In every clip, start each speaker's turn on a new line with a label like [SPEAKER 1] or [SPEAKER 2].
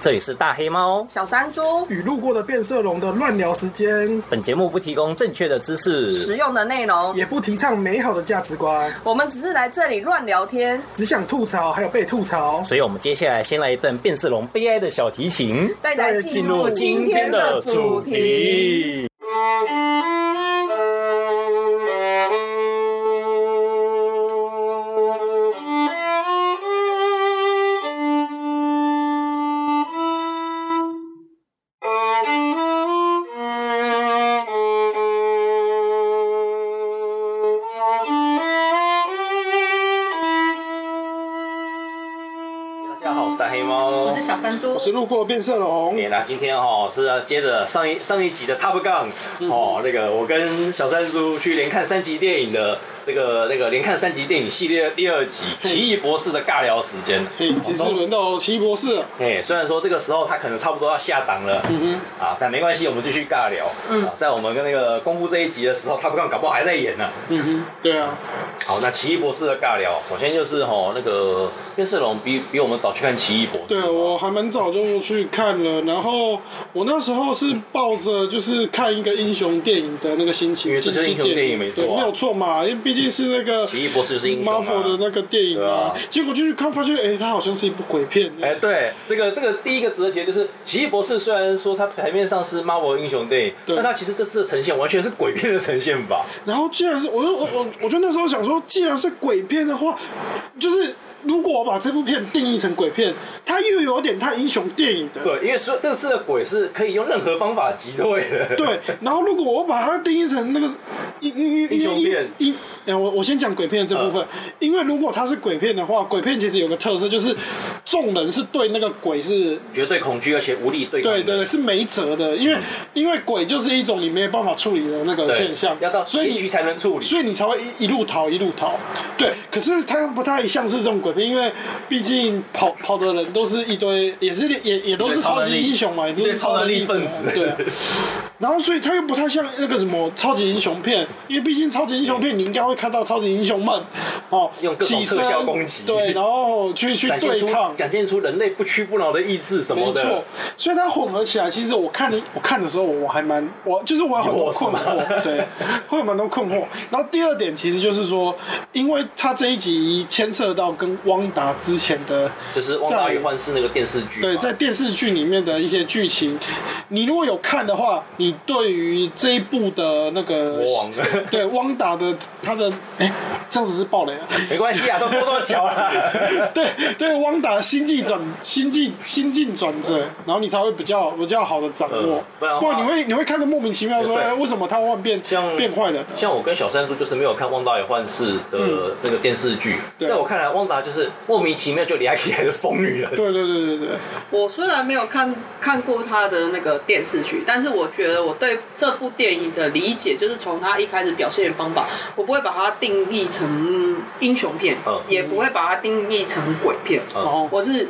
[SPEAKER 1] 这里是大黑猫。
[SPEAKER 2] 小山猪，
[SPEAKER 3] 与路过的变色龙的乱聊时间，
[SPEAKER 1] 本节目不提供正确的知识，
[SPEAKER 2] 实用的内容，
[SPEAKER 3] 也不提倡美好的价值观，
[SPEAKER 2] 我们只是来这里乱聊天。
[SPEAKER 3] 只想吐槽，还有被吐槽。
[SPEAKER 1] 所以我们接下来先来一段变色龙悲哀的小提琴，
[SPEAKER 2] 再来进入今天的主题。。
[SPEAKER 1] 大家好，我是大黑猫。
[SPEAKER 2] 小山猪
[SPEAKER 3] 我是路过的变色龙，
[SPEAKER 1] OK，那今天哦是要接着上一上一集的 Top Gun
[SPEAKER 2] 嗯
[SPEAKER 1] 哦，那个我跟小山猪去连看三集电影的这个那个连看三集电影系列第二集《奇异博士》的尬聊时间。哦
[SPEAKER 3] 嘿，这次轮到奇异博士了。
[SPEAKER 1] 哎，虽然说这个时候他可能差不多要下档了，
[SPEAKER 3] 嗯
[SPEAKER 1] 啊，但没关系，我们继续尬聊。嗯、在我们跟那个公布这一集的时候，Top Gun 搞不好还在演呢、
[SPEAKER 3] 哼，嗯哼，对啊，
[SPEAKER 1] 好，那奇异博士的尬聊，首先就是吼那个变色龙比比我们早去看奇异博士
[SPEAKER 3] 对，，啊我还蛮早就去看了，然后我那时候是抱着就是看一个英雄电影的那个心情，
[SPEAKER 1] 因为这就是英雄电影没错啊
[SPEAKER 3] 对没有错嘛，因为毕竟是那个
[SPEAKER 1] 奇异博士就是英雄
[SPEAKER 3] Marvel 的
[SPEAKER 1] 嘛。
[SPEAKER 3] 那个电影啊，
[SPEAKER 1] 对啊
[SPEAKER 3] 结果就去看，发现哎、它好像是一部鬼片，
[SPEAKER 1] 哎、对，这个这个第一个值得提的就是《奇异博士》，虽然说它台面上是 Marvel 英雄电影，
[SPEAKER 3] 对
[SPEAKER 1] 但它其实这次的呈现完全是鬼片的呈现吧？
[SPEAKER 3] 然后既然是，我就我我我就那时候想说，既然是鬼片的话，就是如果我把这部片定义成鬼片，它又有点太英雄电影的。
[SPEAKER 1] 对，因为说这次的鬼是可以用任何方法击退的。
[SPEAKER 3] 对，然后如果我把它定义成那个英英
[SPEAKER 1] 英雄片嗯
[SPEAKER 3] 英，哎，我我先讲鬼片这部分，因为如果它是鬼片的话，鬼片其实有个特色就是众人是对那个鬼是
[SPEAKER 1] 绝对恐惧，而且无力对抗的。嗯
[SPEAKER 3] 对对对，是没辙的，因为、因为鬼就是一种你没有办法处理的那个
[SPEAKER 1] 对
[SPEAKER 3] 现象，
[SPEAKER 1] 要到
[SPEAKER 3] 所以
[SPEAKER 1] 结
[SPEAKER 3] 你
[SPEAKER 1] 局才能处理。
[SPEAKER 3] 所以你才会一一路逃一路逃。对，可是它不太像是这种鬼片，因为毕竟跑跑的人都是一堆，也是也也都是超级英雄嘛，也都
[SPEAKER 1] 对
[SPEAKER 3] 是
[SPEAKER 1] 超能力
[SPEAKER 3] 者嘛
[SPEAKER 1] 分子。
[SPEAKER 3] 对啊。 然后所以它又不太像那个什么超级英雄片，因为毕竟超级英雄片你应该会看到超级英雄们哦，
[SPEAKER 1] 嗯用各种
[SPEAKER 3] 起身
[SPEAKER 1] 特效攻击
[SPEAKER 3] 对，然后去去
[SPEAKER 1] 展现
[SPEAKER 3] 对
[SPEAKER 1] 出
[SPEAKER 3] 抗。
[SPEAKER 1] 展现出人类不屈不挠的意志什么
[SPEAKER 3] 没
[SPEAKER 1] 的
[SPEAKER 3] 错。，所以它混合起来，其实我看你我看的时候，我还蛮我就是我有很多困
[SPEAKER 1] 疑惑是吗
[SPEAKER 3] 惑，对，会有蛮多困惑。然后第二点其实就是说，因为它这一集牵涉到跟汪达之前的
[SPEAKER 1] 就是《旺达
[SPEAKER 3] 在
[SPEAKER 1] 与幻视》那个电视剧嘛，
[SPEAKER 3] 对，在电视剧里面的一些剧情，你如果有看的话，你对于这一部的那个
[SPEAKER 1] 魔王
[SPEAKER 3] 对汪达的他的哎、这样子是暴雷啊。
[SPEAKER 1] 没关系啊，都跺跺脚啦。
[SPEAKER 3] 对对，汪达心际转心际心境转折，然后你才会比较比较好的掌握
[SPEAKER 1] 嗯，不然的话
[SPEAKER 3] 你会你会看得莫名其妙说，
[SPEAKER 1] 对
[SPEAKER 3] 哎，为什么他忽然变
[SPEAKER 1] 像
[SPEAKER 3] 变坏了？
[SPEAKER 1] 像我跟小山猪就是没有看《旺达与幻视》的那个电视剧，
[SPEAKER 3] 对
[SPEAKER 1] 在我看来，旺达就是莫名其妙就离开起来的疯女人。
[SPEAKER 3] 对对对对对，
[SPEAKER 2] 我虽然没有看看过他的那个电视剧，但是我觉得我对这部电影的理解，就是从他一开始表现的方法，我不会把它定义成英雄片，
[SPEAKER 1] 嗯
[SPEAKER 2] 也不会把它定义成鬼片，
[SPEAKER 1] 嗯
[SPEAKER 3] 哦，
[SPEAKER 2] 我是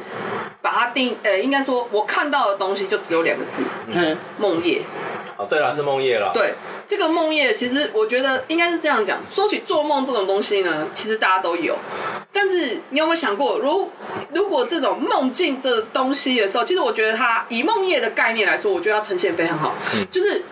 [SPEAKER 2] 把它定，呃，应该说我看到的东西就只有两个字：
[SPEAKER 3] 嘿，
[SPEAKER 2] 梦夜。
[SPEAKER 1] 啊，对啦，是梦叶啦。
[SPEAKER 2] 对，这个梦夜，其实我觉得应该是这样讲。说起做梦这种东西呢，其实大家都有，但是你有没有想过，如如果这种梦境这东西的时候，其实我觉得它以梦夜的概念来说，我觉得它呈现得非常好，就是。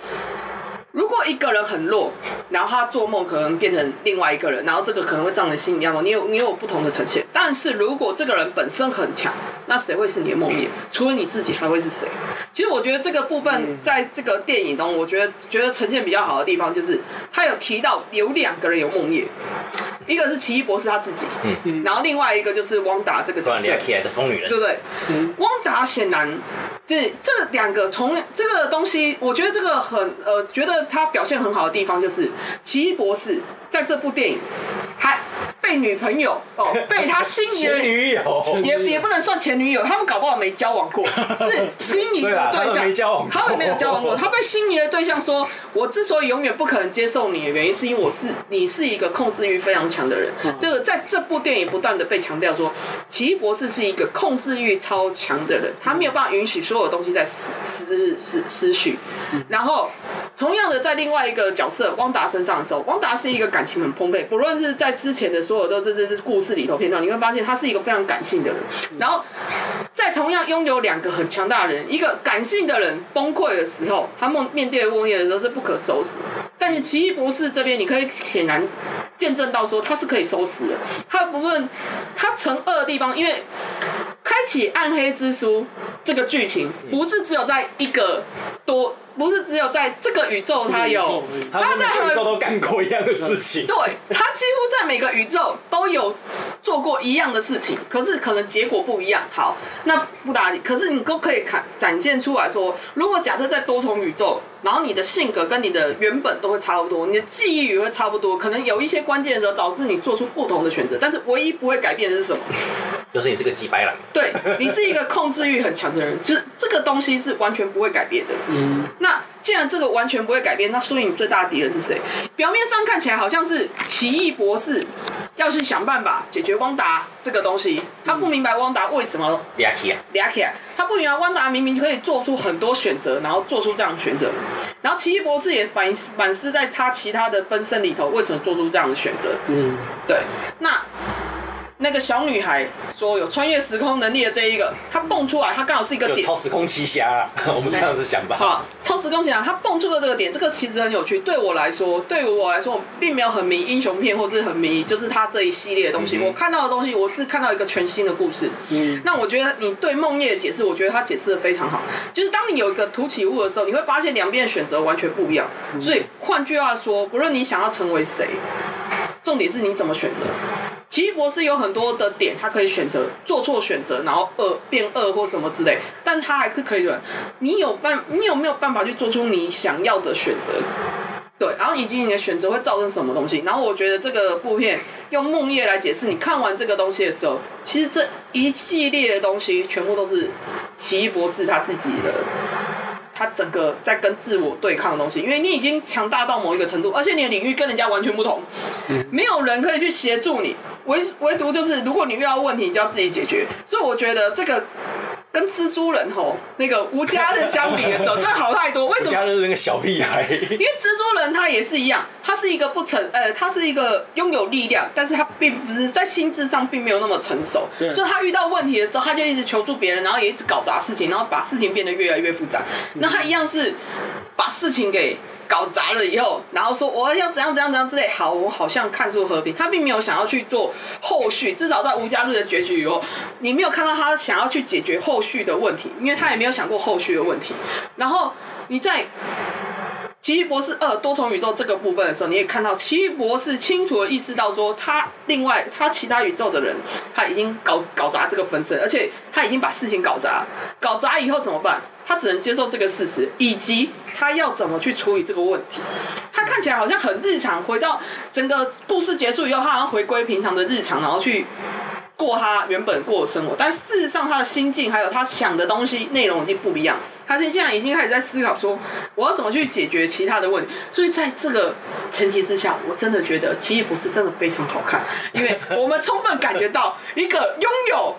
[SPEAKER 2] 如果一个人很弱，然后他做梦可能变成另外一个人，然后这个可能会造成心理压迫，你有你有不同的呈现。但是如果这个人本身很强，那谁会是你的梦魇？除了你自己，还会是谁？其实我觉得这个部
[SPEAKER 1] 嗯
[SPEAKER 2] 分在这个电影中，我觉得觉得呈现比较好的地方就是，他有提到有两个人有梦魇，一个是奇异博士他自己，
[SPEAKER 3] 嗯
[SPEAKER 2] 然后另外一个就是汪达这个
[SPEAKER 1] 突
[SPEAKER 2] 角
[SPEAKER 1] 然离
[SPEAKER 2] 色
[SPEAKER 1] 开，起来的疯女人
[SPEAKER 2] 对。不对？
[SPEAKER 3] 嗯
[SPEAKER 2] 汪达显然对这两个从这个东西，我觉得这个很呃，觉得他表现很好的地方就是奇异博士在这部电影还被女朋友哦，被他心仪
[SPEAKER 1] 前
[SPEAKER 2] 的。
[SPEAKER 1] 女友，
[SPEAKER 2] 也也不能算前女友，他们搞不好没交往 过，是心仪的
[SPEAKER 1] 对啦
[SPEAKER 2] 对
[SPEAKER 1] 他们
[SPEAKER 2] 象，
[SPEAKER 1] 没交往过
[SPEAKER 2] 他们没有交往过。他被心仪的对象说：“我之所以永远不可能接受你的原因，是因为我是你是一个控制欲非常强的人。
[SPEAKER 1] 嗯
[SPEAKER 2] 这个在这部电影不断的被强调说，奇异博士是一个控制欲超强的人，他没有办法允许所有东西在失失失失序。然后，同样的，在另外一个角色汪达身上的时候，汪达是一个感情很澎湃，不论是在之前的所有的这这这故事里头片段，你会发现他是一个非常感性的人。然后，在同样拥有两个很强大的人，一个感性的人崩溃的时候，他梦面对梦魇的时候是不可收拾。但是奇异博士这边，你可以显然见证到说他是可以收拾的。他不论他惩恶的地方，因为开启暗黑之书这个剧情，不是只有在一个多，不是只有在这个宇宙它有，
[SPEAKER 1] 他
[SPEAKER 2] 在
[SPEAKER 1] 每个宇宙都干过一样的事情，
[SPEAKER 2] 对他几乎在每个宇宙都有做过一样的事情，可是可能结果不一样。好，那不打理，可是你都可以看展现出来说，如果假设在多重宇宙，然后你的性格跟你的原本都会差不多，你的记忆也会差不多，可能有一些关键的时候导致你做出不同的选择，但是唯一不会改变的是什么？
[SPEAKER 1] 就是你是个几白狼。
[SPEAKER 2] 对你是一个控制欲很强的人，就是这个东西是完全不会改变的。
[SPEAKER 3] 嗯，
[SPEAKER 2] 那既然这个完全不会改变，那所以你最大的敌人是谁？表面上看起来好像是奇异博士要去想办法解决汪达这个东西，他不明白汪达为什么
[SPEAKER 1] 亚奇啊，
[SPEAKER 2] 俩起来，他不明白汪达明明可以做出很多选择，然后做出这样的选择，然后奇异博士也反反思在他其他的分身里头为什么做出这样的选择。
[SPEAKER 3] 嗯，
[SPEAKER 2] 对，那那个小女孩说有穿越时空能力的这一个，她蹦出来，她刚好是一个
[SPEAKER 1] 就
[SPEAKER 2] 点
[SPEAKER 1] 超。时空奇侠啊， 我们这样子想吧。
[SPEAKER 2] 好，超时空奇侠，它蹦出的这个点，这个其实很有趣。对我来说，对于我来说，我并没有很迷英雄片，或是很迷就是它这一系列的东西。
[SPEAKER 1] 嗯哼
[SPEAKER 2] 我看到的东西，我是看到一个全新的故事。
[SPEAKER 3] 嗯，
[SPEAKER 2] 那我觉得你对梦夜的解释，我觉得他解释的非常好。就是当你有一个突起物的时候，你会发现两边的选择完全不一样。
[SPEAKER 1] 嗯
[SPEAKER 2] 所以换句话说，不论你想要成为谁，重点是你怎么选择。奇异博士有很多的点，他可以选择做错选择，然后恶变恶或什么之类，但他还是可以的。你有办，你有没有办法去做出你想要的选择？对，然后以及你的选择会造成什么东西。然后我觉得这个部片用梦夜来解释，你看完这个东西的时候，其实这一系列的东西全部都是奇异博士他自己的，他整个在跟自我对抗的东西。因为你已经强大到某一个程度，而且你的领域跟人家完全不同，没有人可以去协助你，唯唯独就是如果你遇到问题，你就要自己解决。所以我觉得这个。跟蜘蛛人吼那个无家人相比的时候，真的好太多。为什
[SPEAKER 1] 我
[SPEAKER 2] 么
[SPEAKER 1] 家的那个小屁孩，
[SPEAKER 2] 因为蜘蛛人他也是一样，他是一个不成，呃，他是一个拥有力量，但是他并不是在心智上并没有那么成熟，
[SPEAKER 3] 对
[SPEAKER 2] 所以他遇到问题的时候，他就一直求助别人，然后也一直搞砸事情，然后把事情变得越来越复杂。那他一样是把事情给。搞砸了以后，然后说我要怎样怎样怎样之类，好，我好像看出和平，他并没有想要去做后续，至少在吴家路的结局以后，你没有看到他想要去解决后续的问题，因为他也没有想过后续的问题。然后你在奇异博士二多重宇宙这个部分的时候，你也看到奇异博士清楚的意识到说，他另外他其他宇宙的人，他已经搞搞砸这个分身，而且他已经把事情搞砸，搞砸以后怎么办？他只能接受这个事实，以及他要怎么去处理这个问题。他看起来好像很日常，回到整个故事结束以后，他好像回归平常的日常，然后去过他原本过的生活，但事实上他的心境还有他想的东西内容已经不一样。他现在已经开始在思考说，我要怎么去解决其他的问题。所以在这个前提之下，我真的觉得《奇异博士》真的非常好看，因为我们充分感觉到一个拥有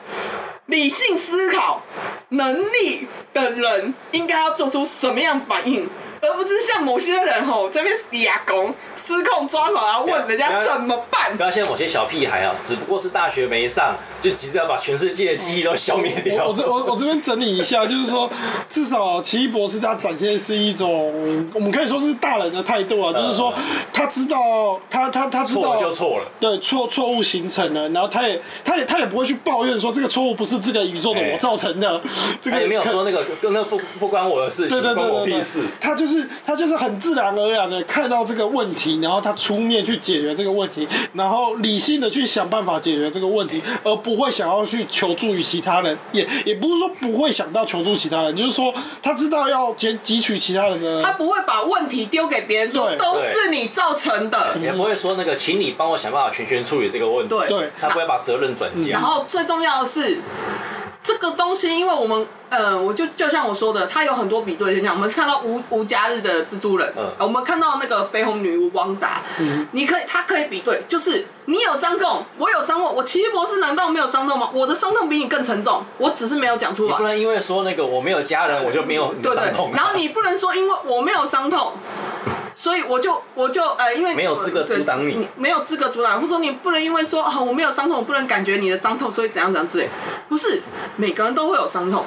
[SPEAKER 2] 理性思考能力的人应该要做出什么样反应。而不是像某些人吼这边俩拱失控抓狂，然后问 人家怎么办
[SPEAKER 1] 不。要像某些小屁孩啊，只不过是大学没上，就急着要把全世界的记忆都消灭
[SPEAKER 3] 我
[SPEAKER 1] 掉
[SPEAKER 3] 我。这我我这边整理一下，就是说，至少奇异博士他展现的是一种，我们可以说是大人的态度啊，就是说他知道他他他
[SPEAKER 1] 嗯
[SPEAKER 3] 知
[SPEAKER 1] 错
[SPEAKER 3] 道
[SPEAKER 1] 了就错了，
[SPEAKER 3] 对错错误形成了，然后他也他也他也不会去抱怨说这个错误不是这个宇宙的
[SPEAKER 1] 哎
[SPEAKER 3] 我造成的，这
[SPEAKER 1] 他
[SPEAKER 3] 个
[SPEAKER 1] 哎也没有
[SPEAKER 3] 可
[SPEAKER 1] 说那个 跟那不不关我的事情
[SPEAKER 3] 对，对对
[SPEAKER 1] 关我
[SPEAKER 3] 对
[SPEAKER 1] 屁
[SPEAKER 3] 对
[SPEAKER 1] 事。
[SPEAKER 3] 他就是他就是很自然而然的看到这个问题，然后他出面去解决这个问题，然后理性的去想办法解决这个问题，而不会想要去求助于其他人，也也不是说不会想到求助其他人，就是说他知道要捡汲取其他人
[SPEAKER 2] 他
[SPEAKER 3] 的。
[SPEAKER 2] 不会把问题丢给别人说
[SPEAKER 3] 对
[SPEAKER 2] 都是你造成的，
[SPEAKER 1] 也不会说那个，请你帮我想办法全权处理这个问题。
[SPEAKER 2] 对
[SPEAKER 3] 对嗯
[SPEAKER 1] 他不会把责任转
[SPEAKER 2] 然
[SPEAKER 1] 嫁。
[SPEAKER 2] 后最重要的是，这个东西，因为我们呃，我就就像我说的，它有很多比对现象。我们看到无无家日的蜘蛛人，
[SPEAKER 1] 嗯
[SPEAKER 2] 我们看到那个绯红女巫汪达，你可以，它可以比对，就是你有伤痛，我有伤痛，我奇异博士难道没有伤痛吗？我的伤痛比你更沉重，我只是没有讲出
[SPEAKER 1] 你
[SPEAKER 2] 来
[SPEAKER 1] 不。能因为说那个我没有家人，我就没有你的
[SPEAKER 2] 对
[SPEAKER 1] 伤
[SPEAKER 2] 对
[SPEAKER 1] 痛。，
[SPEAKER 2] 然后你不能说因为我没有伤痛，所以我就我就呃，因为
[SPEAKER 1] 没有资格阻挡你
[SPEAKER 2] 对没有资格阻挡，或者说你不能因为说啊我没有伤痛，我不能感觉你的伤痛，所以怎样怎样之类。不是每个人都会有伤痛，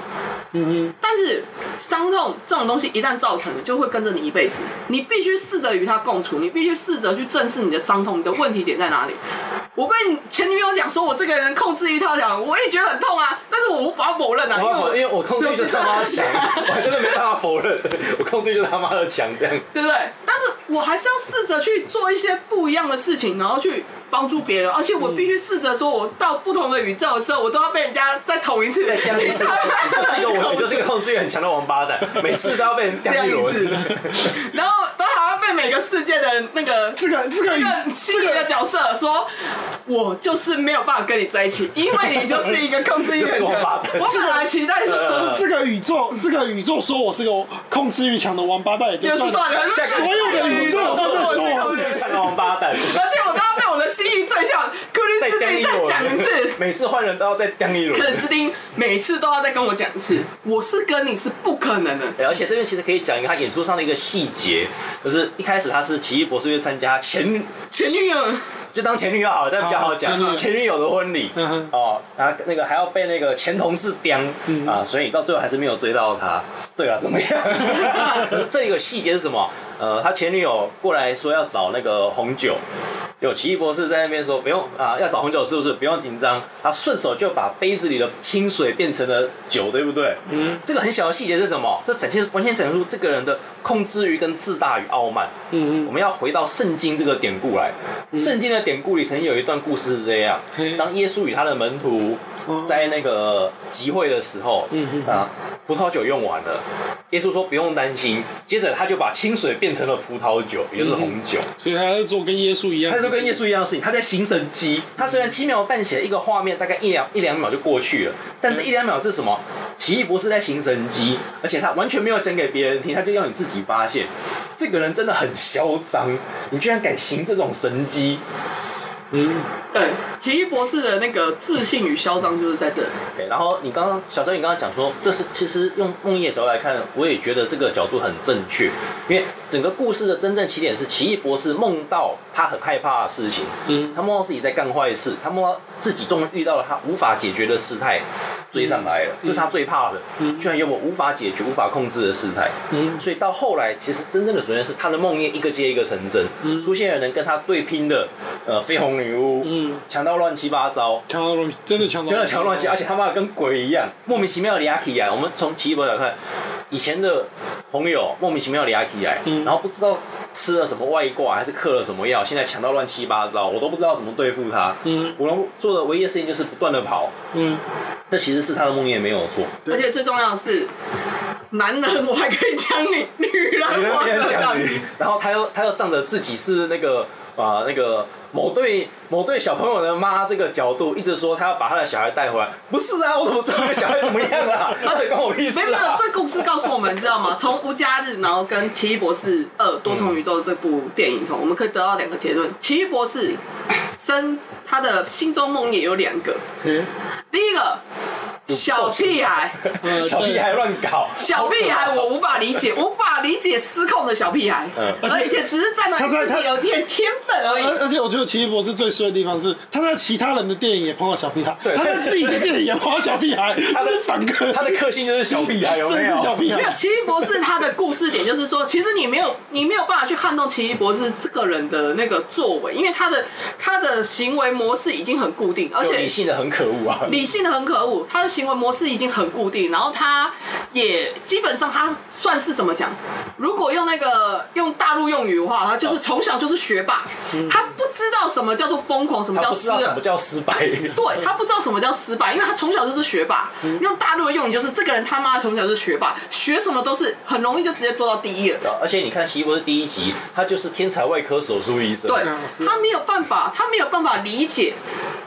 [SPEAKER 3] 嗯
[SPEAKER 2] 但是伤痛这种东西一旦造成了，就会跟着你一辈子。你必须试着与它共处，你必须试着去正视你的伤痛，你的问题点在哪里。我被前女友讲说我这个人控制欲超 强， 我也觉得很痛啊，但是我无法否认啊，
[SPEAKER 1] 我要否，因为 我控制欲
[SPEAKER 2] 对
[SPEAKER 1] 就他妈强， 我还真的没办法否 认，我控制欲就他妈的强，这样
[SPEAKER 2] 对不对？但是我还是要试着去做一些不一样的事情，然后去帮助别人，而且我必须试着说，我到不同的宇宙的时候，我都要被人家再捅 一次，
[SPEAKER 1] 再掉一次，你就是一个我，你就是一个控制欲很强的王八蛋，每次都要被人掉
[SPEAKER 2] 掉
[SPEAKER 1] 一
[SPEAKER 2] 一次
[SPEAKER 1] 轮。，
[SPEAKER 2] 然后都还要被每个世界的那个
[SPEAKER 3] 这个这个
[SPEAKER 2] 这个心理的角色说，我就是没有办法跟你在一起，因为你就是一个控制欲
[SPEAKER 1] 就是
[SPEAKER 2] 很
[SPEAKER 1] 个
[SPEAKER 2] 强
[SPEAKER 1] 王八蛋。
[SPEAKER 2] 我本来期 待说
[SPEAKER 1] 呃，
[SPEAKER 3] 这个宇宙，这个宇宙说我是个控制欲强的王八蛋也就
[SPEAKER 2] 也
[SPEAKER 3] 算
[SPEAKER 2] 是算了，
[SPEAKER 3] 下所有的宇宙都在说我
[SPEAKER 1] 控制欲强的王八蛋，
[SPEAKER 2] 而且我都要被我的心仪对象克里
[SPEAKER 1] 再
[SPEAKER 2] 斯
[SPEAKER 1] 掉
[SPEAKER 2] 汀
[SPEAKER 1] 一
[SPEAKER 2] 再讲一次
[SPEAKER 1] 轮，。每次换人都要再掉一
[SPEAKER 2] 克里
[SPEAKER 1] 轮。
[SPEAKER 2] 斯汀每次都要再跟我讲一次，我是跟你是不可能的。
[SPEAKER 1] 哎对而且这边其实可以讲一个他演出上的一个细节，就是一开始他是奇异博士去参加前
[SPEAKER 2] 前女友
[SPEAKER 1] 就当前女友好了，这样比较好讲
[SPEAKER 3] 啊好前女。友
[SPEAKER 1] 前女友的婚礼
[SPEAKER 3] 嗯哼，嗯
[SPEAKER 1] 哦，啊，那个还要被那个前同事刁啊，所以到最后还是没有追到他。对啊，怎么 样？可是这里有细节是什么？呃，他前女友过来说要找那个红酒，有奇异博士在那边说不用啊，要找红酒是不是？不用紧张，他顺手就把杯子里的清水变成了酒，对不对？嗯，这个很小的细节是什么？这展现完全展现出这个人的控制欲跟自大与傲慢。
[SPEAKER 3] 嗯
[SPEAKER 1] 我
[SPEAKER 3] 嗯，
[SPEAKER 1] 们要回到圣经这个典故来。圣经的典故里曾经有一段故事是这样
[SPEAKER 3] 嘿：
[SPEAKER 1] 当耶稣与他的门徒
[SPEAKER 3] 哦
[SPEAKER 1] 在那个集会的时候
[SPEAKER 3] 嗯，嗯
[SPEAKER 1] 啊，葡萄酒用完了，耶稣说不用担心，接着他就把清水变成了葡萄酒，也就是红酒。
[SPEAKER 3] 所以他在做跟耶稣一样
[SPEAKER 1] 他
[SPEAKER 3] 的事
[SPEAKER 1] 就
[SPEAKER 3] 情，
[SPEAKER 1] 跟耶稣一样的事情，他在行神机。他虽然轻描淡写一个画面，大概一两一两秒就过去了，但
[SPEAKER 3] 嗯
[SPEAKER 1] 这一两秒是什么？奇异博士在行神机，而且他完全没有讲给别人听，他就要你自己发现。这个人真的很嚣张，你居然敢行这种神机！
[SPEAKER 3] 嗯，
[SPEAKER 2] 对奇异博士的那个自信与嚣张就是在这里。
[SPEAKER 1] 对，然后你刚刚小周，你刚刚讲说，这是其实用梦叶角度来看，我也觉得这个角度很正确，因为整个故事的真正起点是奇异博士梦到他很害怕的事情，
[SPEAKER 3] 嗯
[SPEAKER 1] 他梦到自己在干坏事，他梦到自己终于遇到了他无法解决的事态，追上来了，这是他最怕的，
[SPEAKER 3] 嗯
[SPEAKER 1] 居然有我无法解决、无法控制的事态。
[SPEAKER 3] 嗯
[SPEAKER 1] 所以到后来，其实真正的主角是他的梦魇一个接一个成真，
[SPEAKER 3] 嗯
[SPEAKER 1] 出现了能跟他对拼的，呃，绯红女巫，
[SPEAKER 3] 嗯，
[SPEAKER 1] 强到乱七八糟，
[SPEAKER 3] 强到乱，真的强到
[SPEAKER 1] 真的强乱七，而且他妈的跟鬼一样，莫名其妙的压起来。我们从奇异博士来看，以前的朋友莫名其妙的压起来，
[SPEAKER 3] 嗯
[SPEAKER 1] 然后不知道吃了什么外挂，还是嗑了什么药，现在强到乱七八糟，我都不知道怎么对付他。
[SPEAKER 3] 嗯
[SPEAKER 1] 我能做的唯一的事情就是不断的跑，
[SPEAKER 3] 嗯，
[SPEAKER 1] 这其实是他的梦魇没有做，
[SPEAKER 2] 而且最重要的是，男人我还可以讲你，女
[SPEAKER 1] 有
[SPEAKER 2] 人
[SPEAKER 1] 人
[SPEAKER 2] 我
[SPEAKER 1] 别人
[SPEAKER 2] 只
[SPEAKER 1] 讲
[SPEAKER 2] 讲
[SPEAKER 1] 你， 然后他又他又仗着自己是那个啊、呃那个某对某对小朋友的妈这个角度，一直说他要把他的小孩带回来，不是啊，我怎么知道那个小孩怎么样啊？那得关我屁事
[SPEAKER 2] 没有没有
[SPEAKER 1] 啊，！
[SPEAKER 2] 这故事告诉我们，你知道吗？从《无家日》然后跟《奇异博士二：多重宇宙》这部电影中，我们可以得到两个结论：奇异博士生他的心中梦也有两个，
[SPEAKER 3] 嗯
[SPEAKER 2] 第一个小屁孩，
[SPEAKER 3] 呃
[SPEAKER 1] 小屁孩乱搞，
[SPEAKER 2] 小屁孩我无法理解，无法理解失控的小屁孩，
[SPEAKER 1] 嗯
[SPEAKER 2] 而且只是站在
[SPEAKER 3] 他在
[SPEAKER 2] 自己有点天分而
[SPEAKER 1] 呃
[SPEAKER 3] 而
[SPEAKER 2] 已。
[SPEAKER 3] 哎而且我觉得奇异博士最衰的地方是，他在其他人的电影也碰到小屁孩，
[SPEAKER 1] 对
[SPEAKER 3] 他在自己的电影也碰到小屁孩，
[SPEAKER 1] 他
[SPEAKER 3] 这
[SPEAKER 1] 的
[SPEAKER 3] 是反 客，
[SPEAKER 1] 他的克星就是小屁孩，有
[SPEAKER 3] 真
[SPEAKER 1] 没
[SPEAKER 3] 是小
[SPEAKER 1] 有？
[SPEAKER 3] 屁
[SPEAKER 2] 没有
[SPEAKER 3] 孩，
[SPEAKER 2] 奇异博士，他的故事点就是说，其实你没有你没有办法去撼动奇异博士这个人的那个作为，因为他的他的行为模式已经很固定，而
[SPEAKER 1] 就
[SPEAKER 2] 且
[SPEAKER 1] 理性的很可恶啊！
[SPEAKER 2] 理性的很可恶，他的行为模式已经很固定，然后他也基本上他算是怎么讲？如果用那个用大陆用语的话，他就是
[SPEAKER 1] 哦
[SPEAKER 2] 从小就是学霸，他不知道什么叫做疯狂，什
[SPEAKER 1] 嗯
[SPEAKER 2] 么
[SPEAKER 1] 他
[SPEAKER 2] 叫
[SPEAKER 1] 不知
[SPEAKER 2] 失
[SPEAKER 1] 道
[SPEAKER 2] 了
[SPEAKER 1] 什么叫失败，
[SPEAKER 2] 对他不知道什么叫失败，因为他从小就是学霸。用大陆的用语就是，这个人他妈从小就是学霸，学什么都是很容易就直接做到第一了。
[SPEAKER 1] 而且你看《奇异博士》第一集，他就是天才外科手术医生，
[SPEAKER 2] 对
[SPEAKER 3] 啊是
[SPEAKER 2] 他没有办法，他没有办法理解